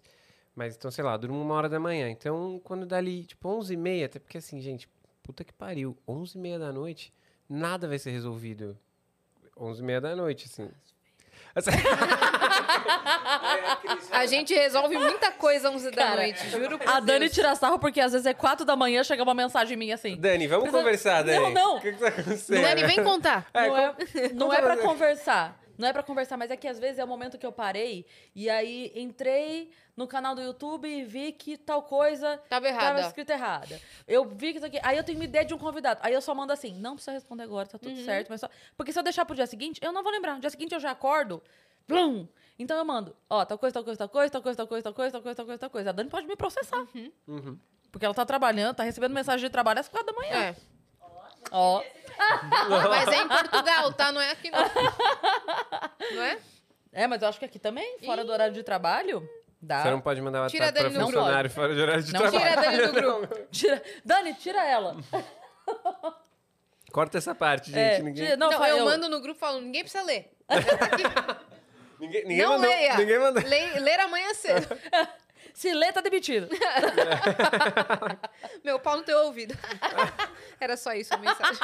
Speaker 3: mas então, sei lá, eu durmo uma hora da manhã. Então, quando dá ali, tipo, onze e meia, até porque assim, gente, puta que pariu, onze e meia da noite, nada vai ser resolvido. Onze e meia da noite, assim. Assim,
Speaker 1: [LAUGHS]
Speaker 2: A gente resolve muita coisa 11 É. da
Speaker 1: [LAUGHS]
Speaker 2: noite, juro por
Speaker 1: A
Speaker 2: Deus.
Speaker 1: Dani tira sarro porque às vezes é quatro da manhã, chega uma mensagem minha assim.
Speaker 3: [LAUGHS] Dani, vamos conversar, Dani.
Speaker 1: Não, não. é
Speaker 3: O que, que tá acontecendo?
Speaker 2: Dani, vem contar.
Speaker 1: não
Speaker 3: É, como-
Speaker 1: é, não é pra conversar. Não é pra conversar, mas é que às vezes é o momento que eu parei e aí entrei no canal do YouTube e vi que tal coisa
Speaker 2: Tava errada.
Speaker 1: tava escrita errada. Eu vi que isso aqui. Aí eu tenho uma ideia de um convidado. Aí eu só mando assim: não precisa responder agora, tá tudo certo. Mas só... Porque se eu deixar pro dia seguinte, eu não vou lembrar. No dia seguinte eu já acordo. Plum! Então eu mando: ó, tal coisa, tal coisa, tal coisa, tal coisa, tal coisa, tal coisa, tal coisa, tal coisa, tal coisa. A Dani pode me processar. Porque ela tá trabalhando, tá recebendo mensagem de trabalho às quatro da manhã.
Speaker 2: É.
Speaker 1: Ó.
Speaker 2: Mas é em Portugal, tá? Não é aqui não. Não é?
Speaker 1: É, mas eu acho que aqui também, fora do horário de trabalho, dá.
Speaker 3: Você não pode mandar
Speaker 2: Tira
Speaker 3: WhatsApp pra
Speaker 2: Dani, não
Speaker 3: funcionário fora de horário de
Speaker 1: Não
Speaker 3: trabalho.
Speaker 2: Tira a Dani do grupo.
Speaker 1: Tira... Dani, tira
Speaker 3: [LAUGHS]
Speaker 1: ela.
Speaker 3: Corta essa parte, gente.
Speaker 1: É,
Speaker 3: ninguém,
Speaker 1: tira- Não,
Speaker 2: Não,
Speaker 1: fala,
Speaker 2: Então, eu
Speaker 1: eu-
Speaker 2: mando no grupo falando, ninguém precisa ler.
Speaker 3: ninguém, ninguém
Speaker 2: não
Speaker 3: mandou.
Speaker 2: leia.
Speaker 3: Ninguém mandou.
Speaker 2: Le- ler amanhã cedo.
Speaker 1: Se lê, tá
Speaker 2: [LAUGHS]
Speaker 1: demitido.
Speaker 2: Meu pau no teu ouvido. [LAUGHS] Era só isso a mensagem.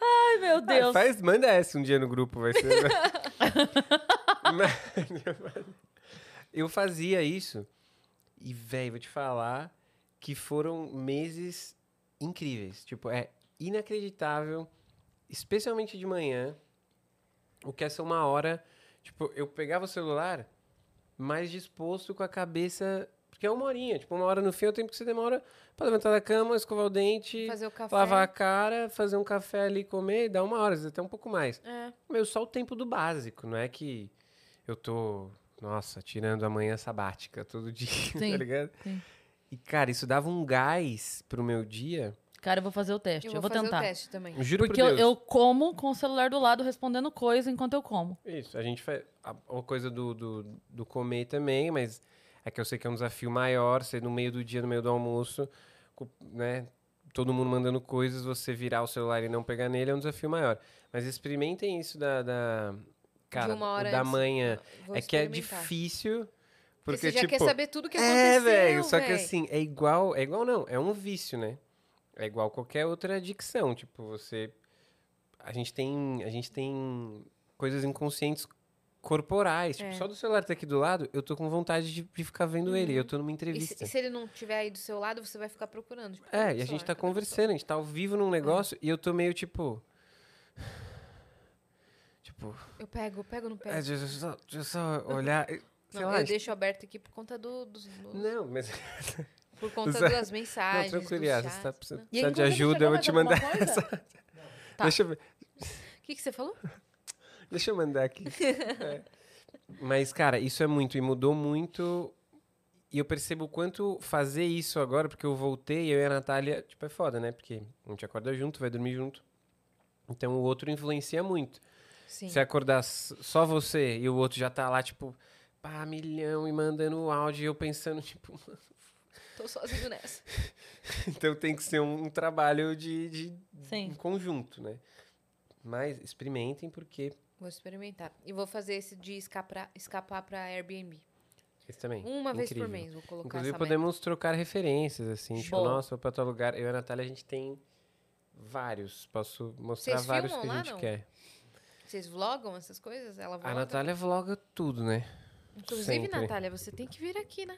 Speaker 1: Ai, meu
Speaker 3: Ah,
Speaker 1: Deus.
Speaker 3: faz, manda essa um dia no grupo, vai ser.
Speaker 1: [LAUGHS]
Speaker 3: Mas- eu fazia isso e, velho, vou te falar que foram meses incríveis. Tipo, é inacreditável, especialmente de manhã, o que essa uma hora. Tipo, eu pegava o celular mais disposto com a cabeça. Porque é uma horinha, tipo, uma hora no fim é o tempo que você demora pra levantar da cama, escovar o dente,
Speaker 2: Fazer o café.
Speaker 3: lavar a cara, fazer um café ali, comer, dá uma hora, às vezes até um pouco mais.
Speaker 2: É.
Speaker 3: Meu, só o tempo do básico, não é que eu tô nossa, tirando a manhã sabática todo [LAUGHS] dia,
Speaker 1: Sim,
Speaker 3: tá ligado?
Speaker 1: sim.
Speaker 3: E, cara, isso dava um gás pro meu dia.
Speaker 1: Cara, eu vou fazer o teste.
Speaker 2: Eu
Speaker 1: Eu,
Speaker 2: vou,
Speaker 1: vou
Speaker 2: fazer
Speaker 1: tentar.
Speaker 2: o teste também.
Speaker 3: Juro
Speaker 1: Porque
Speaker 3: por
Speaker 1: eu,
Speaker 3: Deus.
Speaker 1: eu como com o celular do lado respondendo coisa enquanto eu como.
Speaker 3: Isso, a gente faz a, a coisa do, do, do comer também, mas é que eu sei que é um desafio maior, ser no meio do dia, no meio do almoço, co- né? Todo mundo mandando coisas, você virar o celular e não pegar nele é um desafio maior. Mas experimentem isso da, da cara,
Speaker 2: uma
Speaker 3: o
Speaker 2: hora
Speaker 3: da
Speaker 2: antes.
Speaker 3: manhã.
Speaker 2: Vou
Speaker 3: é que é
Speaker 2: experimentar.
Speaker 3: difícil, porque
Speaker 2: você já
Speaker 3: tipo,
Speaker 2: quer saber tudo que aconteceu,
Speaker 3: é, velho, só que
Speaker 2: véi.
Speaker 3: assim, é igual, é igual não, é um vício, né? É igual qualquer outra adicção, tipo, você a gente tem, a gente tem coisas inconscientes corporais, tipo,
Speaker 2: É. Uhum.
Speaker 3: só do celular tá aqui do lado, eu tô com vontade de, de ficar vendo ele, eu tô numa
Speaker 2: E
Speaker 3: entrevista.
Speaker 2: se, e se ele não tiver aí do seu lado, você vai ficar procurando. tipo,
Speaker 3: É,
Speaker 2: cadê
Speaker 3: e a
Speaker 2: o
Speaker 3: gente
Speaker 2: celular?
Speaker 3: tá
Speaker 2: Cadê o
Speaker 3: conversando, a gente tá ao vivo num
Speaker 2: É.
Speaker 3: negócio e eu tô meio tipo tipo,
Speaker 2: celular? Eu pego, eu pego ou não pego?
Speaker 3: é, deixa eu só, deixa eu só olhar, sei
Speaker 2: Não,
Speaker 3: lá. a
Speaker 2: eu
Speaker 3: gente-
Speaker 2: deixo aberto aqui por conta do, dos, dos-
Speaker 3: Não, mas [LAUGHS]
Speaker 2: por conta
Speaker 3: Zé-
Speaker 2: das
Speaker 3: [LAUGHS] não,
Speaker 2: mensagens.
Speaker 3: tranquilo,
Speaker 2: dos
Speaker 3: Yas,
Speaker 2: chats,
Speaker 3: você tá
Speaker 2: né?
Speaker 3: precisando
Speaker 1: E aí,
Speaker 3: precisando de
Speaker 1: enquanto você
Speaker 3: ajuda, eu
Speaker 1: chegou,
Speaker 3: vou te
Speaker 1: mais
Speaker 3: mandar
Speaker 1: alguma coisa? [LAUGHS] Tá.
Speaker 3: Deixa eu ver. tá
Speaker 2: O que, que você falou?
Speaker 3: Deixa eu mandar
Speaker 2: [LAUGHS]
Speaker 3: aqui. É. Mas, cara, isso é muito, e mudou muito. E eu percebo o quanto fazer isso agora, porque eu voltei, eu e a Natália, tipo, é foda, né? Porque a gente acorda junto, vai dormir junto. Então o outro influencia muito.
Speaker 2: Sim.
Speaker 3: Se acordar s- só você e o outro já tá lá, tipo, pá, milhão, e mandando áudio, e eu pensando, [LAUGHS] tipo,
Speaker 2: Tô sozinho nessa.
Speaker 3: Então tem que ser um, um trabalho de, de
Speaker 1: Sim.
Speaker 3: em conjunto, né? Mas experimentem porque
Speaker 2: Vou experimentar. E vou fazer esse de escapar, escapar pra Airbnb.
Speaker 3: esse também. é
Speaker 2: Uma vez por
Speaker 3: incrível.
Speaker 2: mês, vou colocar
Speaker 3: Inclusive
Speaker 2: essa
Speaker 3: podemos trocar referências assim, tipo,
Speaker 1: Boa.
Speaker 3: nossa, para tal lugar, eu e a Natália a gente tem vários, posso mostrar
Speaker 2: Vocês
Speaker 3: vários que
Speaker 2: filmam
Speaker 3: a
Speaker 2: lá,
Speaker 3: gente
Speaker 2: não?
Speaker 3: quer.
Speaker 2: meta. Vocês vlogam essas coisas? Ela
Speaker 3: A
Speaker 2: vloga?
Speaker 3: Natália vloga tudo, né?
Speaker 2: Inclusive,
Speaker 3: sempre.
Speaker 2: Natália, você tem que vir aqui, né?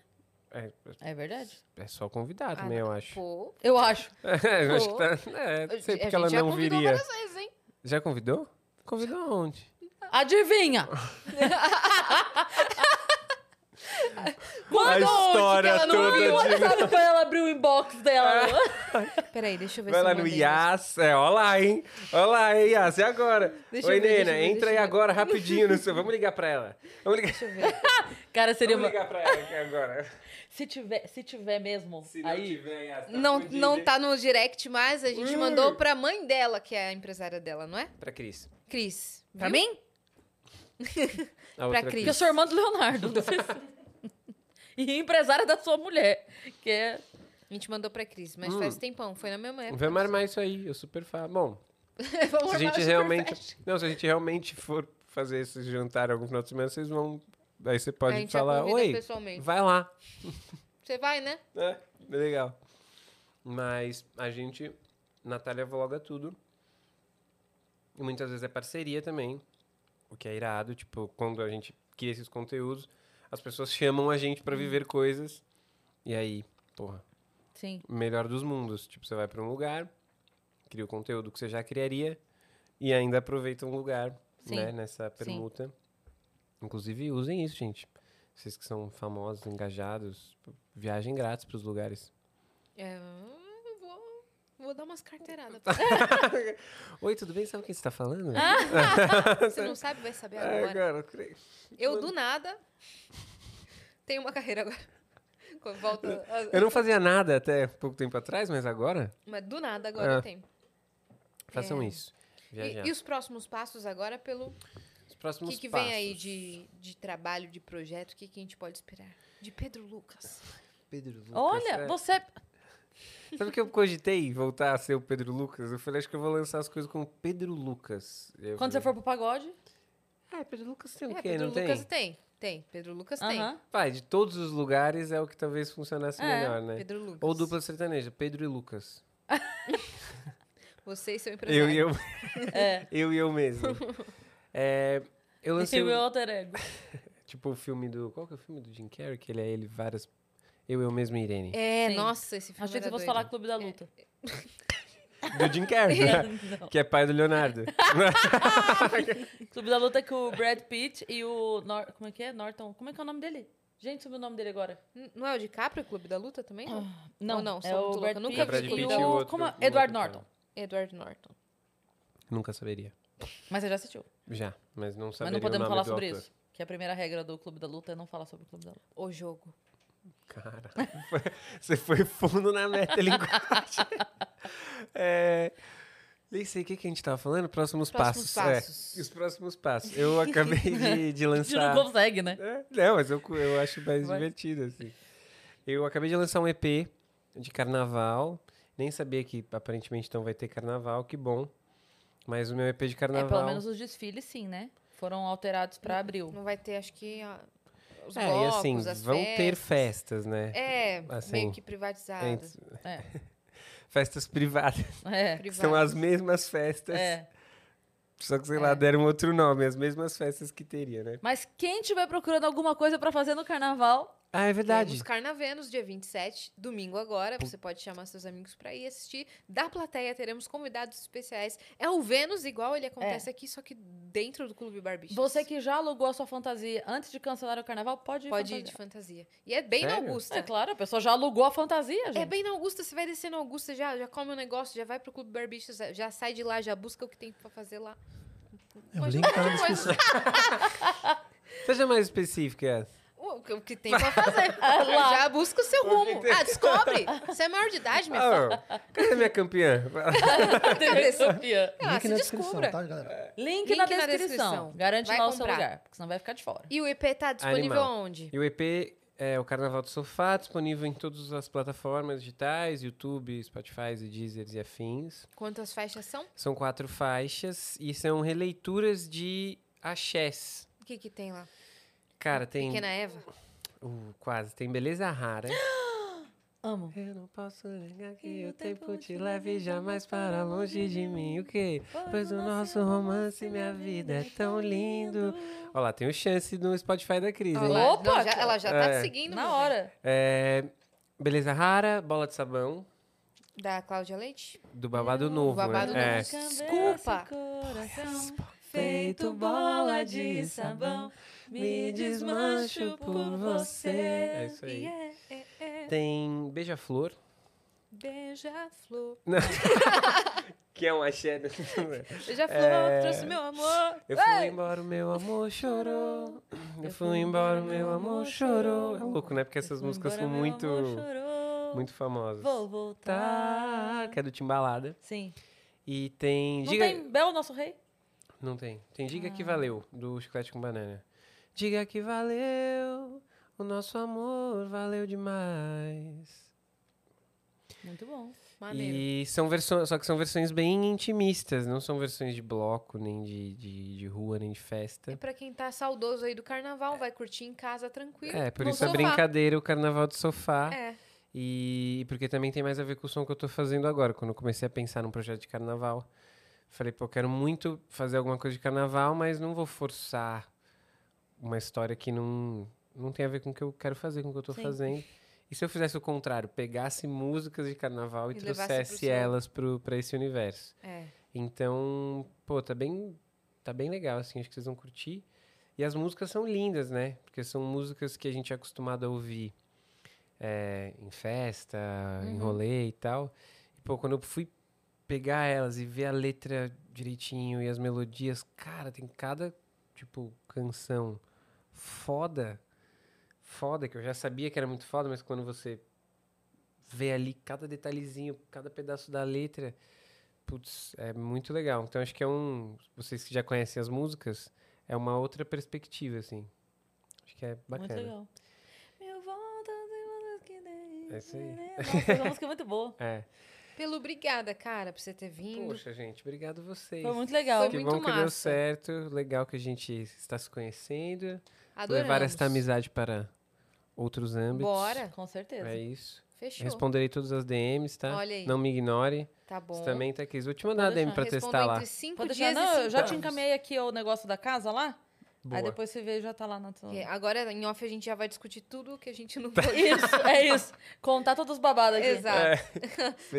Speaker 3: É,
Speaker 1: É verdade.
Speaker 3: é só convidar
Speaker 2: Ah,
Speaker 3: também, eu acho.
Speaker 2: Pô,
Speaker 1: Eu acho.
Speaker 3: [LAUGHS] eu acho que
Speaker 2: Pô.
Speaker 3: tá, é, não sei
Speaker 2: a gente
Speaker 3: porque ela
Speaker 2: já
Speaker 3: não
Speaker 2: convidou
Speaker 3: viria.
Speaker 2: várias vezes, hein?
Speaker 3: Já convidou? Convidou aonde? [LAUGHS]
Speaker 1: Adivinha! Quando
Speaker 3: A
Speaker 1: onde que
Speaker 3: história
Speaker 1: ela não
Speaker 3: toda
Speaker 1: viu o
Speaker 3: de-
Speaker 1: WhatsApp quando ela abriu o inbox
Speaker 3: [LAUGHS]
Speaker 1: dela? né?
Speaker 2: Peraí, deixa eu ver
Speaker 3: Vai
Speaker 2: se
Speaker 3: lá
Speaker 2: eu
Speaker 3: no
Speaker 2: mandei
Speaker 3: Yas. É, ó lá, hein? Ó lá, hein, Yas. E agora?
Speaker 2: Deixa
Speaker 3: Oi,
Speaker 2: eu ver, deixa eu
Speaker 3: Nena.
Speaker 2: ver,
Speaker 3: entra
Speaker 2: deixa
Speaker 3: aí
Speaker 2: eu ver.
Speaker 3: agora, rapidinho. No seu... Vamos ligar pra ela. Vamos ligar,
Speaker 2: mesmo. Deixa eu ver.
Speaker 1: Cara, seria
Speaker 3: vamos
Speaker 1: uma...
Speaker 3: ligar pra ela aqui agora.
Speaker 1: Se tiver, se tiver mesmo,
Speaker 3: Se não
Speaker 1: aí...
Speaker 3: tiver, Yas, tá
Speaker 2: [LAUGHS] Não,
Speaker 3: fudido,
Speaker 2: não
Speaker 3: hein?
Speaker 2: tá no direct mais, a gente
Speaker 3: Hum.
Speaker 2: mandou pra mãe dela, que é a empresária dela, não é?
Speaker 3: Pra Cris.
Speaker 2: Cris.
Speaker 1: Pra
Speaker 2: viu?
Speaker 1: mim?
Speaker 3: A outra
Speaker 2: Cris.
Speaker 1: Porque eu sou irmã do Leonardo. não sei se- [LAUGHS] e empresária da sua mulher. Que é...
Speaker 2: A gente mandou pra Cris, mas
Speaker 3: Hum.
Speaker 2: faz tempão, foi na mesma época.
Speaker 3: Vamos armar isso aí. Eu super falo. Bom,
Speaker 2: né? [LAUGHS] Vamos
Speaker 3: se a
Speaker 2: armar
Speaker 3: gente
Speaker 2: o
Speaker 3: realmente...
Speaker 2: Superfest.
Speaker 3: Não, se a gente realmente for fazer esse jantar algum final de semana, vocês vão... Aí você
Speaker 2: a
Speaker 3: pode
Speaker 2: gente já
Speaker 3: falar,
Speaker 2: convida
Speaker 3: oi,
Speaker 2: pessoalmente.
Speaker 3: vai lá.
Speaker 2: Você vai, né?
Speaker 3: É, bem legal. Mas a gente, Natália vloga tudo. E muitas vezes é parceria também. O que é irado, tipo, quando a gente cria esses conteúdos, as pessoas [LAUGHS] chamam a gente
Speaker 2: Uhum.
Speaker 3: pra viver coisas. E aí, porra,
Speaker 1: Sim.
Speaker 3: o melhor dos mundos. Tipo, você vai pra um lugar, cria o conteúdo que você já criaria e ainda aproveita um lugar,
Speaker 1: Sim.
Speaker 3: né, nessa permuta. Inclusive, usem isso, gente. Vocês que são famosos, engajados, viagem grátis pros lugares.
Speaker 2: É, eu vou, vou dar umas
Speaker 3: [LAUGHS]
Speaker 2: carteiradas. pra-
Speaker 3: Oi, tudo bem? Sabe quem você tá falando?
Speaker 2: Ah, Você não sabe, vai saber agora.
Speaker 3: cara, eu creio.
Speaker 2: Eu, do nada, tenho uma carreira agora. [LAUGHS] Quando Volta,
Speaker 3: Eu não fazia nada até pouco tempo atrás, mas agora
Speaker 2: mas do nada agora
Speaker 3: É.
Speaker 2: eu tenho.
Speaker 3: façam isso. Viajar.
Speaker 2: É. E, e os próximos passos agora é pelo
Speaker 3: os
Speaker 2: O
Speaker 3: próximos
Speaker 2: que, que
Speaker 3: passos.
Speaker 2: vem aí de, de trabalho, de projeto? O que, que a gente pode esperar? De Pedro
Speaker 3: [LAUGHS]
Speaker 2: Lucas.
Speaker 3: Pedro Lucas.
Speaker 1: Olha,
Speaker 3: é.
Speaker 1: você...
Speaker 3: Sabe o que eu cogitei voltar a ser o Pedro Lucas? Eu falei, acho que eu vou lançar as coisas como Pedro Lucas. E aí eu
Speaker 1: Quando você
Speaker 3: falei,
Speaker 1: for pro pagode...
Speaker 3: Ah, Pedro Lucas tem o
Speaker 2: É,
Speaker 3: quê?
Speaker 2: Pedro
Speaker 3: não
Speaker 2: Lucas
Speaker 3: tem?
Speaker 2: tem. Tem. Pedro Lucas tem.
Speaker 3: [LAUGHS]
Speaker 1: Aham.
Speaker 3: Vai, de todos os lugares é o que talvez funcionasse
Speaker 1: É,
Speaker 3: melhor, né?
Speaker 2: Pedro Lucas.
Speaker 3: Ou dupla sertaneja, Pedro e Lucas.
Speaker 2: Você e seu
Speaker 3: Eu
Speaker 2: empresário.
Speaker 3: e eu,
Speaker 1: É.
Speaker 3: eu e eu mesmo. É, eu lancei
Speaker 1: E o
Speaker 3: um-
Speaker 1: meu alter ego.
Speaker 3: Tipo o filme do. Qual que é o filme do Jim Carrey? Que ele é ele várias. Eu, eu mesmo e Irene.
Speaker 2: É,
Speaker 1: Sim.
Speaker 2: nossa, esse filme
Speaker 1: Achei que
Speaker 2: era
Speaker 1: você fosse
Speaker 2: doido.
Speaker 1: falar Clube da Luta.
Speaker 3: [LAUGHS]
Speaker 1: [LAUGHS]
Speaker 3: Do Jim Carrey, né?
Speaker 1: Não.
Speaker 3: que é pai do Leonardo. [LAUGHS]
Speaker 1: Clube da Luta é que o Brad Pitt e o... Nor- Como é que é? Norton... Como é que é o nome dele? Gente, subiu o nome dele agora.
Speaker 2: N- Não é o DiCaprio, Clube da Luta também? não?
Speaker 1: Não,
Speaker 2: Ou Ah, não,
Speaker 1: é
Speaker 2: sou
Speaker 1: o
Speaker 2: muito
Speaker 1: Brad
Speaker 2: louca,
Speaker 1: Pitt
Speaker 2: nunca
Speaker 3: vi Brad
Speaker 1: e
Speaker 3: Pitt e o
Speaker 1: o...
Speaker 3: outro-
Speaker 1: Como é?
Speaker 3: um
Speaker 1: Edward
Speaker 3: outro cara.
Speaker 1: Norton.
Speaker 2: Edward Norton.
Speaker 3: Nunca saberia.
Speaker 1: Mas você já assistiu.
Speaker 3: Já, mas não
Speaker 1: Mas
Speaker 3: saberia.
Speaker 1: não podemos
Speaker 3: o nome
Speaker 1: falar
Speaker 3: do
Speaker 1: sobre
Speaker 3: autor.
Speaker 1: isso. Que Que a primeira regra do Clube da Luta é não falar sobre o Clube da Luta.
Speaker 2: O jogo.
Speaker 3: Cara, [LAUGHS] você foi fundo na metalinguagem. [LAUGHS] é, nem sei o que, que a gente tava falando. Próximos,
Speaker 2: Próximos
Speaker 3: passos. é.
Speaker 2: passos.
Speaker 3: os próximos passos. Eu acabei de, de
Speaker 1: A gente não
Speaker 3: lançar.
Speaker 1: consegue, né?
Speaker 3: É, não, mas eu, cu- eu acho mais
Speaker 1: Vai.
Speaker 3: divertido, assim. Eu acabei de lançar um EP de carnaval. Nem sabia que aparentemente então vai ter carnaval, que bom. Mas o meu EP de
Speaker 1: É,
Speaker 3: carnaval.
Speaker 1: pelo menos os desfiles, sim, né? Foram alterados pra abril.
Speaker 2: Não vai ter, acho que, a- os
Speaker 3: é,
Speaker 2: blocos,
Speaker 3: e assim,
Speaker 2: as
Speaker 3: vão ter
Speaker 2: festas.
Speaker 3: festas, né?
Speaker 2: É,
Speaker 3: assim,
Speaker 2: meio que privatizadas.
Speaker 3: [LAUGHS] Festas privadas.
Speaker 1: É.
Speaker 3: que São as
Speaker 2: privadas.
Speaker 3: mesmas festas.
Speaker 1: É.
Speaker 3: Só que, sei lá,
Speaker 2: É.
Speaker 3: deram outro nome, as mesmas festas que teria, né?
Speaker 1: Mas quem tiver procurando alguma coisa pra fazer no carnaval,
Speaker 3: Ah, é
Speaker 2: Temos Carnavenos, dia 27, domingo agora. Você pode chamar seus amigos pra ir assistir. Da plateia teremos convidados especiais. É o Vênus, igual ele acontece aqui, só que dentro do Clube Barbichas.
Speaker 1: É. você que já alugou a sua fantasia antes de cancelar o carnaval, pode ir.
Speaker 2: pode ir de
Speaker 1: fantasiar.
Speaker 2: fantasia. E é bem
Speaker 3: Sério?
Speaker 2: na Augusta.
Speaker 1: É claro, a pessoa já alugou a fantasia, gente.
Speaker 2: É bem na Augusta, você vai descer na Augusta, já, já come o negócio, já vai pro Clube Barbichas, já sai de lá, já busca o que tem pra fazer lá.
Speaker 4: O
Speaker 2: Mas
Speaker 4: link
Speaker 2: não
Speaker 4: tá na
Speaker 2: tem coisa.
Speaker 4: descrição.
Speaker 3: Seja mais específica.
Speaker 2: O o que o que tem pra
Speaker 1: [LAUGHS]
Speaker 2: fazer.
Speaker 1: É Lá.
Speaker 2: já busca o seu rumo. Ah, descobre! Você é maior de idade, meu filho.
Speaker 3: Oh, cadê minha campeã?
Speaker 1: [LAUGHS] TV Sofia.
Speaker 2: Ah,
Speaker 4: Link
Speaker 2: se
Speaker 4: na
Speaker 2: descubra.
Speaker 4: descrição, tá, galera?
Speaker 1: Link, na,
Speaker 2: Link na
Speaker 1: descrição.
Speaker 2: descrição.
Speaker 1: Garante
Speaker 2: Vai
Speaker 1: lá o seu
Speaker 2: comprar.
Speaker 1: lugar, porque senão vai ficar de fora.
Speaker 2: E o EP tá disponível
Speaker 3: Animal.
Speaker 2: onde?
Speaker 3: [LAUGHS] e o EP é o Carnaval do Sofá, disponível em todas as plataformas digitais, YouTube, Spotify, e Deezer e afins.
Speaker 2: Quantas faixas são?
Speaker 3: São quatro faixas e são releituras de axés.
Speaker 2: O que que tem lá?
Speaker 3: Cara, tem...
Speaker 2: Pequena Eva?
Speaker 3: Uh, quase. Tem Beleza Rara.
Speaker 1: Amo.
Speaker 3: Eu não posso negar que o tempo te leve jamais para longe de mim, o quê? Pois o nosso romance, minha vida é tão lindo. Olha lá, tem o chance no Spotify da Cris,
Speaker 2: Olha
Speaker 3: hein?
Speaker 2: lá.
Speaker 1: Opa,
Speaker 2: Não, já- ela já tá
Speaker 3: é.
Speaker 2: te seguindo. meu
Speaker 1: Na
Speaker 2: bem.
Speaker 1: hora.
Speaker 3: É, Beleza Rara, Bola de Sabão,
Speaker 2: Da Cláudia Leite?
Speaker 3: do Babado Novo.
Speaker 2: Babado
Speaker 3: né?
Speaker 1: É,
Speaker 2: Novo. Desculpa.
Speaker 1: Feito bola de sabão, me desmancho por
Speaker 3: É
Speaker 1: você.
Speaker 3: isso aí. Tem Beija-Flor,
Speaker 2: Beija-flor.
Speaker 3: que é um axé. [LAUGHS]
Speaker 1: É.
Speaker 2: Beija-flor, trouxe meu amor.
Speaker 3: Eu fui embora, o meu amor chorou. Eu fui embora, o meu amor chorou. É louco, né? Porque essas músicas são muito, muito famosas.
Speaker 1: Vou voltar.
Speaker 3: Tá, que é do Timbalada.
Speaker 1: Sim.
Speaker 3: E tem. Ah.
Speaker 1: Não
Speaker 3: Diga...
Speaker 1: tem Bel, nosso rei?
Speaker 3: Não tem. Tem Diga que Valeu, do Chiclete com Banana. Diga que valeu, o nosso amor valeu demais.
Speaker 1: Muito bom.
Speaker 2: Maneiro.
Speaker 3: E são versões, só que são versões bem intimistas, não são versões de bloco, nem de, de, de rua, nem de
Speaker 2: E
Speaker 3: festa.
Speaker 2: pra quem tá saudoso aí do carnaval, vai curtir em casa tranquilo.
Speaker 3: É, por
Speaker 2: no
Speaker 3: isso a
Speaker 2: sofá.
Speaker 3: brincadeira, o carnaval do sofá.
Speaker 2: É.
Speaker 3: E porque também tem mais a ver com o som que eu tô fazendo agora. Quando eu comecei a pensar num projeto de carnaval, falei, pô, eu quero muito fazer alguma coisa de carnaval, mas não vou forçar uma história que não, não tem a ver com o que eu quero fazer, com o que eu tô
Speaker 1: Sim.
Speaker 3: fazendo. E se eu fizesse o contrário, pegasse músicas de carnaval e,
Speaker 2: E levasse pro
Speaker 3: trouxesse
Speaker 2: seu.
Speaker 3: elas pro, pra esse universo.
Speaker 2: É.
Speaker 3: Então, pô, tá bem, tá bem legal, assim, acho que vocês vão curtir. E as músicas são lindas, né? Porque são músicas que a gente é acostumado a ouvir é, em festa,
Speaker 1: Uhum.
Speaker 3: em rolê e tal. E, pô, quando eu fui pegar elas e ver a letra direitinho e as melodias, cara, tem cada, tipo, canção foda, foda, que eu já sabia que era muito foda, mas quando você vê ali cada detalhezinho, cada pedaço da letra, putz, é muito legal. Então acho que é um, vocês que já conhecem as músicas, é uma outra perspectiva assim. Acho que é
Speaker 1: Muito
Speaker 3: bacana.
Speaker 1: legal. Meu volta, tem que dei.
Speaker 3: É isso aí.
Speaker 1: Nossa, essa música é muito
Speaker 3: [LAUGHS]
Speaker 1: boa.
Speaker 3: É.
Speaker 2: Pelo obrigada, cara, por você ter vindo.
Speaker 3: Poxa, gente, obrigado vocês.
Speaker 1: Foi muito legal.
Speaker 2: Foi
Speaker 3: que
Speaker 2: muito
Speaker 3: bom que deu
Speaker 2: massa.
Speaker 3: certo. Legal que a gente está se conhecendo.
Speaker 2: Adoramos.
Speaker 3: Levar esta amizade para outros âmbitos.
Speaker 2: Bora.
Speaker 1: Com certeza.
Speaker 3: É isso.
Speaker 2: Fechou.
Speaker 3: Responderei todas as DMs, tá?
Speaker 2: Olha aí.
Speaker 3: Não me ignore.
Speaker 2: Tá bom.
Speaker 3: Você também tá aqui. Vou te mandar a DM pra
Speaker 2: Respondo
Speaker 3: testar lá.
Speaker 2: entre cinco
Speaker 1: Pode deixar,
Speaker 2: dias e
Speaker 1: não, eu
Speaker 2: cinco
Speaker 1: já te
Speaker 2: anos.
Speaker 1: encaminhei aqui o negócio da casa lá.
Speaker 3: Boa.
Speaker 1: Aí depois você vê e já tá lá na tua.
Speaker 2: É, Agora, em off, a gente já vai discutir tudo que a gente
Speaker 3: [LAUGHS]
Speaker 2: não
Speaker 1: [LAUGHS]
Speaker 2: pode.
Speaker 1: Isso, é isso. Contar todos os babados aqui.
Speaker 2: Exato.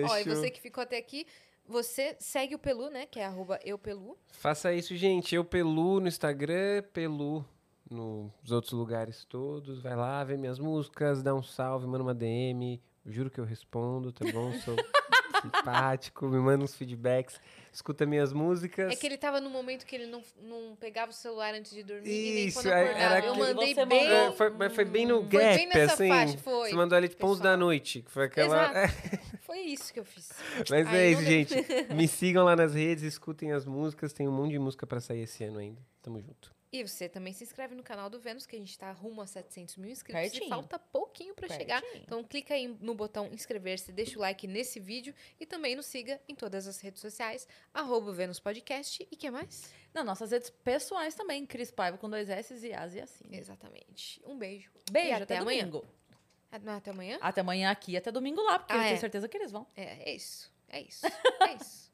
Speaker 2: Ó, e
Speaker 3: Fechou.
Speaker 2: você que ficou até aqui, você segue o Pelu, né? Que é arroba eupelu.
Speaker 3: Faça isso, gente. Eu Pelu no Instagram, Pelu nos outros lugares todos. Vai lá,
Speaker 2: [LAUGHS]
Speaker 3: vê minhas músicas, dá um salve, manda uma DM. Juro que eu respondo, tá bom? Sou simpático, me manda uns feedbacks, escuta minhas músicas.
Speaker 2: É que ele tava num momento que ele não, não pegava o celular antes de dormir e nem
Speaker 3: Isso,
Speaker 2: quando
Speaker 3: era-
Speaker 2: acordava.
Speaker 3: era
Speaker 2: eu
Speaker 3: que-
Speaker 2: mandei
Speaker 1: Você
Speaker 2: bem.
Speaker 3: É, foi, mas foi bem no
Speaker 2: Hum. Foi
Speaker 3: gap,
Speaker 2: bem nessa
Speaker 3: assim.
Speaker 2: faixa, foi,
Speaker 3: Você mandou ele tipo 11 da
Speaker 2: pessoal.
Speaker 3: noite, que foi aquela. É,
Speaker 2: Foi isso que eu fiz.
Speaker 3: Mas
Speaker 2: Aí
Speaker 3: é
Speaker 2: não
Speaker 3: isso,
Speaker 2: deu.
Speaker 3: gente.
Speaker 2: [LAUGHS]
Speaker 3: Me sigam lá nas redes, escutem as músicas. Tem um monte de música pra sair esse ano ainda. Tamo junto.
Speaker 2: E você também se inscreve no canal do Vênus, que a gente tá rumo a 700 mil inscritos
Speaker 1: Pertinho.
Speaker 2: e falta pouquinho pra chegar.
Speaker 1: Pertinho.
Speaker 2: Então clica aí no botão inscrever-se, deixa o like nesse vídeo e também nos siga em todas as redes sociais, arroba o Vênus Podcast e que mais?
Speaker 1: Nas nossas redes pessoais também, Cris Paiva com dois S e As e assim.
Speaker 2: Exatamente. Um beijo.
Speaker 1: Beijo,
Speaker 2: E
Speaker 1: até,
Speaker 2: até amanhã.
Speaker 1: domingo.
Speaker 2: Ah, Até amanhã?
Speaker 1: Até amanhã aqui, até domingo lá, porque
Speaker 2: Ah,
Speaker 1: eu
Speaker 2: é.
Speaker 1: tenho certeza que eles vão. [LAUGHS]
Speaker 2: É, é isso. É isso. É isso.